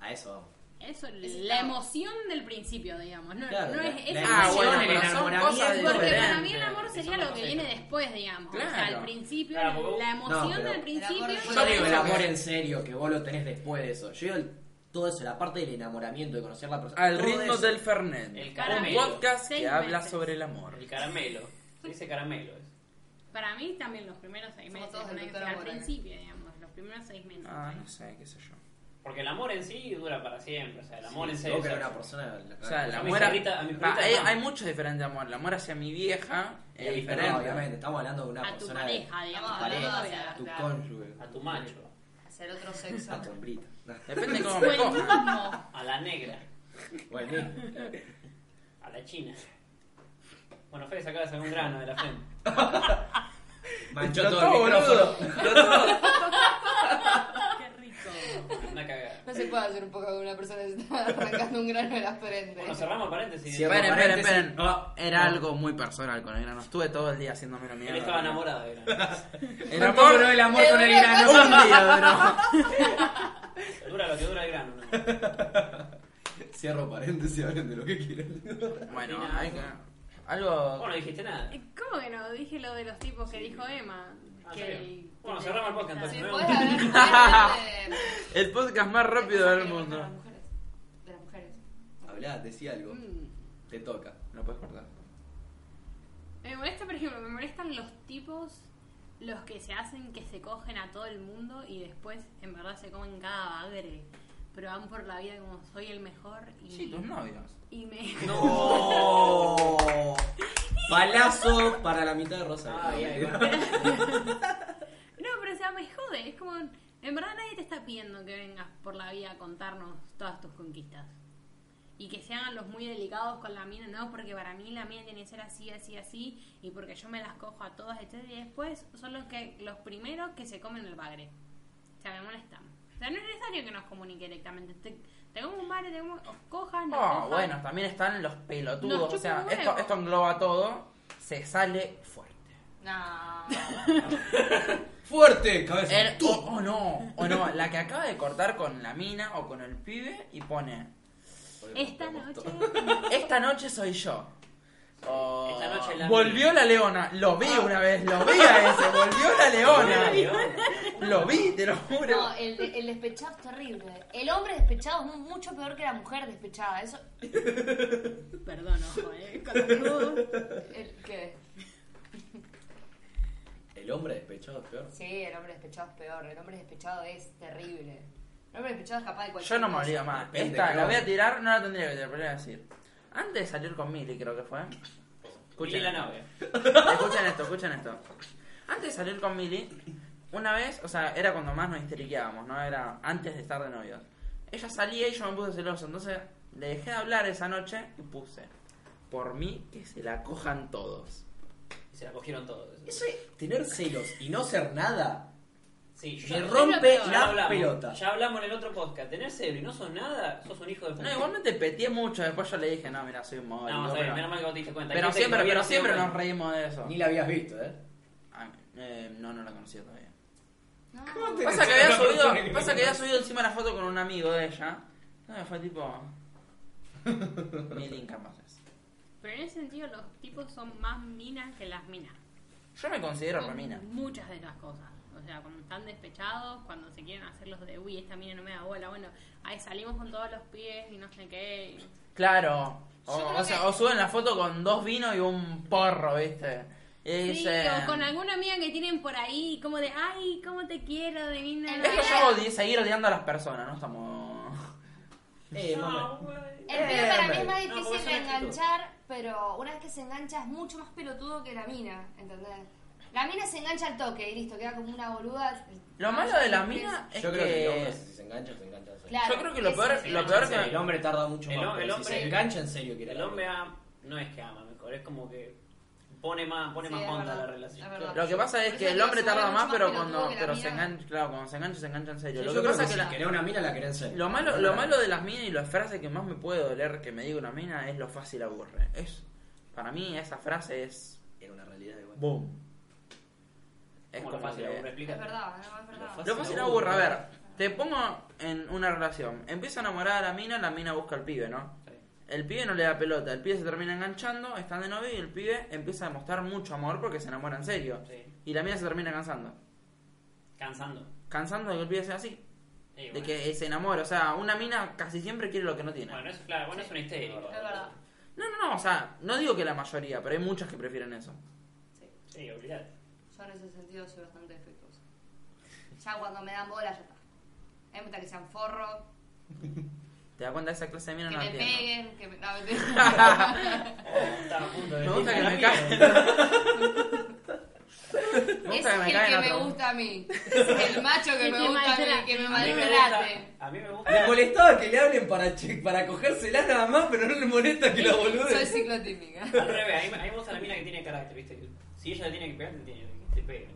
Speaker 1: A eso vamos.
Speaker 6: Eso,
Speaker 5: Ese
Speaker 6: la
Speaker 5: estado.
Speaker 6: emoción del principio, digamos, no,
Speaker 1: Claro,
Speaker 6: no
Speaker 1: la-
Speaker 6: es
Speaker 1: la
Speaker 6: es-
Speaker 2: Ah,
Speaker 1: emoción,
Speaker 2: bueno,
Speaker 1: el
Speaker 2: pero son
Speaker 1: enamoramiento
Speaker 2: cosas
Speaker 1: es
Speaker 6: Porque para mí
Speaker 2: diferentes.
Speaker 6: el amor sería
Speaker 3: Son
Speaker 6: lo que
Speaker 3: cosas
Speaker 6: viene
Speaker 3: diferentes.
Speaker 6: después, digamos. O sea,
Speaker 2: Claro.
Speaker 6: al principio,
Speaker 3: Claro, porque vos-
Speaker 6: la emoción
Speaker 1: No, pero-
Speaker 6: del principio.
Speaker 5: El amor-
Speaker 1: Yo no digo el
Speaker 2: creo que-
Speaker 1: amor en serio, que vos lo tenés después de eso. Yo digo el todo eso, la parte del enamoramiento, de conocer la persona.
Speaker 2: Al
Speaker 1: todo
Speaker 2: ritmo
Speaker 1: eso.
Speaker 2: del Fernet.
Speaker 3: El
Speaker 2: Un
Speaker 3: caramelo.
Speaker 2: podcast que
Speaker 6: Seis
Speaker 2: habla
Speaker 6: meses.
Speaker 2: sobre el amor.
Speaker 3: El caramelo. Se dice caramelo. eso.
Speaker 6: Para mí también los primeros seis
Speaker 5: Somos
Speaker 6: meses,
Speaker 5: todos
Speaker 6: no
Speaker 5: del
Speaker 6: es
Speaker 5: doctor
Speaker 6: al
Speaker 5: Amor acá.
Speaker 6: principio, digamos, los primeros seis meses.
Speaker 2: Ah, no sé, qué sé yo.
Speaker 3: Porque el amor en sí dura para siempre. O sea, el amor en
Speaker 1: Yo
Speaker 3: sí.
Speaker 1: creo
Speaker 3: es
Speaker 1: que era
Speaker 3: sexo.
Speaker 1: una persona. la-
Speaker 2: O sea, el
Speaker 3: mi
Speaker 2: amor. a-
Speaker 3: perrita- a mi
Speaker 2: Va,
Speaker 3: perrita
Speaker 2: hay,
Speaker 3: no.
Speaker 2: hay muchos diferentes amor. El amor hacia mi vieja
Speaker 3: Y a
Speaker 2: es
Speaker 3: mi
Speaker 1: No,
Speaker 3: perro,
Speaker 2: diferente.
Speaker 1: obviamente, estamos hablando de una
Speaker 6: A tu
Speaker 1: persona.
Speaker 6: pareja,
Speaker 1: de,
Speaker 6: digamos,
Speaker 1: tu
Speaker 5: a tu
Speaker 1: pareja,
Speaker 5: novia,
Speaker 1: tu
Speaker 5: claro.
Speaker 1: cónyuge.
Speaker 3: A tu macho.
Speaker 5: Hacer otro
Speaker 1: A
Speaker 5: sexo.
Speaker 1: tu hombrita.
Speaker 2: Depende de cómo
Speaker 6: O
Speaker 2: me
Speaker 6: el
Speaker 2: cojan.
Speaker 6: mismo.
Speaker 3: A la negra.
Speaker 1: Bueno,
Speaker 3: A la china. Bueno, Fede se acaba de sacar un grano de la frente.
Speaker 1: manchó
Speaker 2: Explotó,
Speaker 1: todo el micrófono.
Speaker 2: boludo. Explotó.
Speaker 6: Qué rico.
Speaker 3: Una cagada.
Speaker 5: No se puede hacer un poco con una persona que se está arrancando un grano de la frente.
Speaker 3: Bueno, cerramos paréntesis.
Speaker 1: Cierra-
Speaker 2: Esperen, esperen,
Speaker 1: Paréntesis.
Speaker 2: esperen. Oh, era algo muy personal con el grano. Estuve todo el día haciéndome la
Speaker 3: Él
Speaker 2: mierda.
Speaker 3: estaba enamorado de grano.
Speaker 2: El amor
Speaker 7: duró el amor con el
Speaker 5: Eh,
Speaker 7: grano?
Speaker 2: Un día, bro.
Speaker 3: Dura lo que dura el grano. ¿no?
Speaker 1: Cierro paréntesis, hablen de lo que quieran.
Speaker 2: Bueno, hay que... Algo...
Speaker 3: Vos no dijiste nada.
Speaker 6: Eh, ¿Cómo que no? Dije lo de los tipos que dijo Emma.
Speaker 3: Ah,
Speaker 6: que
Speaker 3: ¿en
Speaker 6: el-
Speaker 3: serio? Bueno, cerramos el podcast
Speaker 5: Si
Speaker 3: entonces.
Speaker 5: puedes hablar, puedes hablar de-
Speaker 2: El podcast más rápido del
Speaker 5: De las
Speaker 2: mundo.
Speaker 5: mujeres. De las mujeres.
Speaker 1: Hablá, decí algo.
Speaker 6: Mm.
Speaker 1: Te toca.
Speaker 2: No puedes cortar.
Speaker 6: Me molesta, por ejemplo, me molestan los tipos, los que se hacen que se cogen a todo el mundo y después en verdad se comen cada bagre. Pero van por la vida como soy el mejor y,
Speaker 2: Sí, tus novios.
Speaker 6: y me...
Speaker 2: Oh.
Speaker 1: ¡No! Palazo para la mitad de Rosario.
Speaker 3: Ay, ay,
Speaker 1: No,
Speaker 3: bueno.
Speaker 6: No, pero o sea, me jode. Es como, en verdad nadie te está pidiendo que vengas por la vida a contarnos todas tus conquistas. Y que se hagan los muy delicados con la mina, no, porque para mí la mina tiene que ser así, así, así, y porque yo me las cojo a todas, etc. Y después son los que los primeros que se comen el bagre. O sea, me molestan. O sea, no es necesario que nos comunique directamente. Te, te como un bagre, te como, os cojas, no.
Speaker 2: Oh, bueno, también están los
Speaker 6: Nos
Speaker 2: pelotudos.
Speaker 6: chupa
Speaker 2: O sea,
Speaker 6: un huevo.
Speaker 2: esto, esto engloba todo. Se sale fuerte.
Speaker 5: No.
Speaker 1: ¡Fuerte! ¡Cabeza!
Speaker 2: El- o, o no, o no. La que acaba de cortar con la mina o con el pibe y pone:
Speaker 6: Esta noche.
Speaker 2: Esta noche soy yo. O,
Speaker 3: Esta noche la
Speaker 2: volvió la leona. Lo vi una vez, lo vi a ese. Volvió la leona. Lo vi, te lo juro.
Speaker 5: No, el, de- el despechado es terrible. El hombre despechado es mucho peor que la mujer despechada. Eso.
Speaker 6: Perdón, ojo, eh. con los nudos.
Speaker 5: el- ¿Qué?
Speaker 1: El hombre despechado es peor.
Speaker 5: Sí, el hombre despechado es peor. El hombre despechado es terrible. El hombre despechado es capaz de cualquier
Speaker 2: Yo no me
Speaker 5: cosa.
Speaker 2: olvido más.
Speaker 1: Depende,
Speaker 2: Esta la
Speaker 1: claro.
Speaker 2: voy a tirar, no la tendría que tirar, pero la voy a decir. Antes de salir con Mili, creo que fue.
Speaker 3: Y
Speaker 2: Escuchen,
Speaker 3: la novia.
Speaker 2: escuchen esto, escuchen esto. Antes de salir con Mili, una vez, o sea, era cuando más nos histeriqueábamos, ¿no? Era antes de estar de novios. Ella salía y yo me puse celoso, entonces le dejé de hablar esa noche y puse. Por mí, que se la cojan todos.
Speaker 3: Y se la cogieron todos.
Speaker 1: Eso es tener celos y no ser nada.
Speaker 3: Sí,
Speaker 1: Me
Speaker 3: yo
Speaker 1: rompe
Speaker 3: ya
Speaker 1: la
Speaker 3: hablamos,
Speaker 1: pelota.
Speaker 3: Ya hablamos en el otro podcast. Tener cero y no sos nada, sos un hijo de puta.
Speaker 2: No, igualmente peteé mucho, después yo le dije, no, mira, soy un
Speaker 3: No,
Speaker 2: móvil.
Speaker 3: está bien,
Speaker 2: pero,
Speaker 3: menos mal que vos te diste cuenta.
Speaker 2: pero
Speaker 3: Dijiste que
Speaker 2: siempre,
Speaker 3: no había
Speaker 2: pero
Speaker 3: sido
Speaker 2: siempre
Speaker 3: bueno.
Speaker 2: nos reímos de eso.
Speaker 1: Ni la habías visto, ¿eh?
Speaker 2: Ah, eh, no, no la conocía todavía.
Speaker 5: No.
Speaker 2: Pasa que había subido, pasa que había subido encima la foto con un amigo de ella. No, me fue tipo. Mil incapaces.
Speaker 6: Pero en ese sentido, los tipos son más minas que las minas.
Speaker 2: Yo me considero
Speaker 6: Con
Speaker 2: Romina.
Speaker 6: Muchas de las cosas. O sea, cuando están despechados, cuando se quieren hacer los de uy, esta mina no me da bola. Bueno, ahí salimos con todos los pies y no sé qué.
Speaker 2: Claro. O,
Speaker 5: Yo creo
Speaker 2: o sea,
Speaker 5: que-
Speaker 2: o suben la foto con dos vinos y un porro, ¿viste? Y
Speaker 6: Sí,
Speaker 2: dicen.
Speaker 6: o con alguna amiga que tienen por ahí, como de ay, cómo te quiero, de mina.
Speaker 5: El
Speaker 2: Es que yo odi- seguir odiando a las personas, no estamos.
Speaker 1: Eh,
Speaker 3: No,
Speaker 1: mamá.
Speaker 3: güey.
Speaker 5: El pibe para mí
Speaker 3: No,
Speaker 5: es más
Speaker 3: porque es
Speaker 5: difícil de
Speaker 3: una actitud.
Speaker 5: enganchar, pero una vez que se engancha es mucho más pelotudo que la mina, ¿entendés? La mina se engancha al toque y listo, queda como una boluda.
Speaker 2: Lo malo de la mina es
Speaker 1: Yo
Speaker 2: que.
Speaker 1: creo que el hombre, si se engancha, se engancha en serio.
Speaker 5: Claro,
Speaker 2: yo creo que lo
Speaker 5: ese
Speaker 2: peor,
Speaker 5: es el
Speaker 2: lo peor
Speaker 1: Sí, El
Speaker 2: que.
Speaker 1: hombre tarda mucho
Speaker 3: El
Speaker 1: más.
Speaker 3: hom-
Speaker 1: pero
Speaker 3: el
Speaker 1: si
Speaker 3: hombre-
Speaker 1: se engancha en serio, quiere
Speaker 3: El
Speaker 1: la-
Speaker 3: hombre ama- no es que ama mejor, es como que pone más, pone
Speaker 5: Sí,
Speaker 3: más
Speaker 5: es
Speaker 3: onda a la
Speaker 5: verdad,
Speaker 3: relación.
Speaker 5: es verdad.
Speaker 2: Lo que pasa es
Speaker 5: Por
Speaker 2: que
Speaker 5: eso
Speaker 2: el hombre
Speaker 5: digo, se
Speaker 2: tarda
Speaker 5: vuelve
Speaker 2: más,
Speaker 5: mucho
Speaker 2: pero
Speaker 5: más
Speaker 2: cuando,
Speaker 5: pelotudo que la
Speaker 2: pero se
Speaker 5: mina.
Speaker 2: engancha, claro, cuando se engancha, se engancha en
Speaker 1: Sí,
Speaker 2: serio.
Speaker 1: yo
Speaker 2: Lo que
Speaker 1: creo
Speaker 2: pasa es
Speaker 1: que
Speaker 2: que
Speaker 1: si
Speaker 2: la,
Speaker 1: querés una mina, la querés en serio.
Speaker 2: Lo malo,
Speaker 1: No,
Speaker 2: lo
Speaker 1: no,
Speaker 2: malo de las minas y las frases que más me puede doler que me diga una mina es lo fácil aburre. Es, para mí esa frase es
Speaker 1: Era una realidad igual.
Speaker 2: boom. Es
Speaker 3: Como
Speaker 2: como
Speaker 3: lo fácil,
Speaker 2: que-
Speaker 3: aburre,
Speaker 5: Es
Speaker 3: explícate.
Speaker 5: verdad, no, es verdad.
Speaker 1: Lo
Speaker 2: Lo fácil aburre, a ver, te pongo en una relación. Empieza a enamorar a la mina, la mina busca al pibe, ¿no?
Speaker 3: Sí.
Speaker 2: El pibe no le da pelota, el pibe se termina enganchando, están de novio y el pibe empieza a demostrar mucho amor porque se enamora en serio.
Speaker 3: Sí.
Speaker 2: Y la mina se termina cansando.
Speaker 3: Cansando.
Speaker 2: Cansando de que el pibe sea así.
Speaker 3: Sí,
Speaker 2: de
Speaker 3: bueno.
Speaker 2: que se enamora. O sea, una mina casi siempre quiere lo que no tiene.
Speaker 3: Bueno, eso, claro, bueno, es una histeria.
Speaker 5: Es verdad.
Speaker 2: No, no, no, o sea, no digo que la mayoría, pero hay muchas que prefieren eso.
Speaker 3: Sí, olvidate.
Speaker 5: Yo en ese sentido soy bastante defectuosa. Ya cuando me dan bola, ya está. Hay muchas que sean forro,
Speaker 2: ¿Te das cuenta de esa clase de mina?
Speaker 5: que
Speaker 2: No la
Speaker 5: me
Speaker 2: entiendo.
Speaker 5: peguen, que me. No, mentira.
Speaker 3: Estaba a punto de
Speaker 2: Me gusta que
Speaker 3: decir,
Speaker 2: me caen. Me gusta que
Speaker 5: Ese es
Speaker 2: me
Speaker 5: el que
Speaker 2: caen
Speaker 5: me
Speaker 2: otro.
Speaker 5: gusta a mí. El macho que
Speaker 6: Que
Speaker 5: me
Speaker 6: te
Speaker 5: gusta a mí,
Speaker 6: maltrate.
Speaker 5: que me
Speaker 3: A mí me gusta.
Speaker 5: maltrate.
Speaker 3: A mí me
Speaker 7: Le
Speaker 3: gusta.
Speaker 7: molestaba que le hablen para, che- para cogérsela nada más, pero no le molesta que la
Speaker 5: Soy
Speaker 7: bolude.
Speaker 5: ciclotímica.
Speaker 3: Al revés, a mí, a mí me gusta la mina que tiene carácter, ¿viste? Si ella te tiene que pegar, te tiene que te pegue.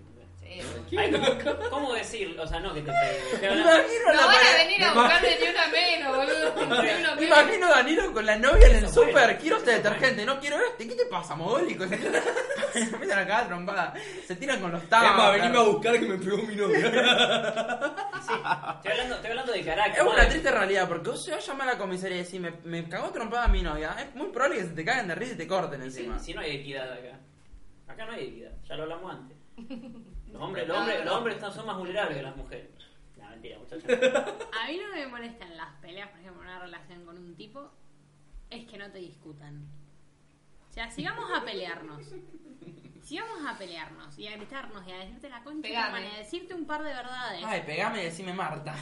Speaker 3: ¿entendés?
Speaker 5: Sí.
Speaker 3: Ay, ¿cómo, ¿Cómo decir? O sea, no que te pegue. Te
Speaker 2: Me
Speaker 3: hablan-
Speaker 2: imagino,
Speaker 5: No
Speaker 2: la
Speaker 5: van a
Speaker 2: pared-
Speaker 5: venir a buscarme ni una menos, boludo. Ni uno
Speaker 2: me
Speaker 5: menos.
Speaker 2: imagino a Danilo con la novia en el
Speaker 3: Eso,
Speaker 2: súper.
Speaker 3: bueno.
Speaker 2: Quiero este detergente, no quiero este. ¿Qué te pasa, mogólico? Se meten acá a trompada. Se tiran con los tablas.
Speaker 7: Emma, venime a buscar que me pegó mi novia.
Speaker 3: Estoy hablando, estoy hablando de carácter.
Speaker 2: Es
Speaker 3: ¿no?
Speaker 2: una triste realidad, porque vos se vas a llamar a la comisaría y decís, me, me cagó trompada mi novia. Es muy probable que se te caguen de risa y te corten
Speaker 3: Si,
Speaker 2: encima.
Speaker 3: si no hay equidad acá. Acá no hay equidad, ya lo hablamos antes. Los hombres, los hombres, los hombres están- son más vulnerables que las mujeres. No, mentira, muchachos.
Speaker 6: A mí no me molestan las peleas, por ejemplo, en una relación con un tipo, es que no te discutan. O sea, si vamos a pelearnos, si vamos a pelearnos y a gritarnos y a decirte la concha, de tu
Speaker 5: Pegame.
Speaker 6: hermana y a decirte un par de verdades,
Speaker 2: Ay, pegame y decime Marta.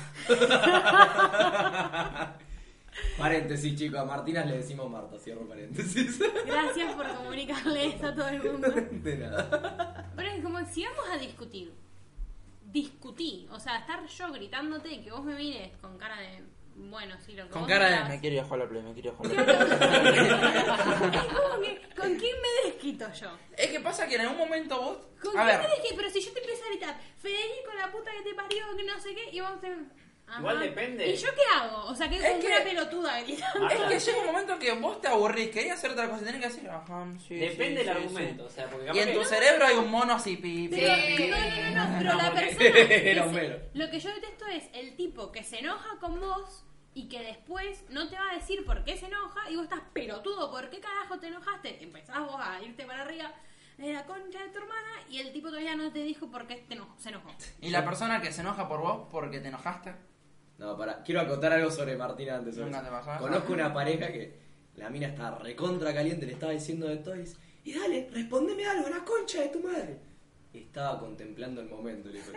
Speaker 7: Paréntesis, chicos, a Martínez le decimos Marta, cierro paréntesis.
Speaker 6: gracias por comunicarle eso a todo el mundo.
Speaker 7: De nada.
Speaker 6: Pero es como, si vamos a discutir, discutí, o sea, estar yo gritándote y que vos me mires con cara de, bueno, sí, lo que
Speaker 2: Con
Speaker 6: vos
Speaker 2: cara de
Speaker 6: digas.
Speaker 2: me quiero ir a jugar a la play, me quiero ir a jugar a la play.
Speaker 6: es como que, ¿con quién me desquito yo?
Speaker 2: Es que pasa que en algún momento vos.
Speaker 6: ¿Con
Speaker 2: A
Speaker 6: quién
Speaker 2: ver,
Speaker 6: te dejé? Pero si yo te empiezo a gritar, Federico, la puta que te parió, que no sé qué, y vamos a tener. Ajá.
Speaker 3: Igual depende.
Speaker 6: ¿Y yo qué hago? O sea, que
Speaker 2: Es
Speaker 6: como
Speaker 2: que-
Speaker 6: una pelotuda gritando.
Speaker 3: Ah,
Speaker 2: es que llega un momento que vos te aburrís, querías hacer otra cosa y tenés que decir, ajá, sí.
Speaker 3: Depende
Speaker 2: sí,
Speaker 3: del
Speaker 2: sí,
Speaker 3: argumento, o sea,
Speaker 2: sí.
Speaker 3: porque
Speaker 2: Y
Speaker 3: capaz
Speaker 2: en
Speaker 3: que-
Speaker 2: tu cerebro hay un mono así, pi, pi,
Speaker 6: Pero,
Speaker 2: pi.
Speaker 6: no, no, no, no, pero la
Speaker 3: porque-
Speaker 6: persona. que
Speaker 7: Ah, Era
Speaker 6: se-
Speaker 7: Homero.
Speaker 6: lo que yo detesto es el tipo que se enoja con vos y que después no te va a decir por qué se enoja y vos estás pelotudo, ¿por qué carajo te enojaste? Empezás vos a irte para arriba de la concha de tu hermana y el tipo todavía no te dijo por qué te enojó- se enojó.
Speaker 2: Y la persona que se enoja por vos porque te enojaste.
Speaker 7: No, para, quiero acotar algo sobre Martina antes. sobre
Speaker 2: Nunca
Speaker 7: eso.
Speaker 2: te pasó.
Speaker 7: Conozco una pareja que la mina estaba recontra caliente, le estaba diciendo de todo y dice, y dale, respondeme algo, la concha de tu madre. Y estaba contemplando el momento, le dijo.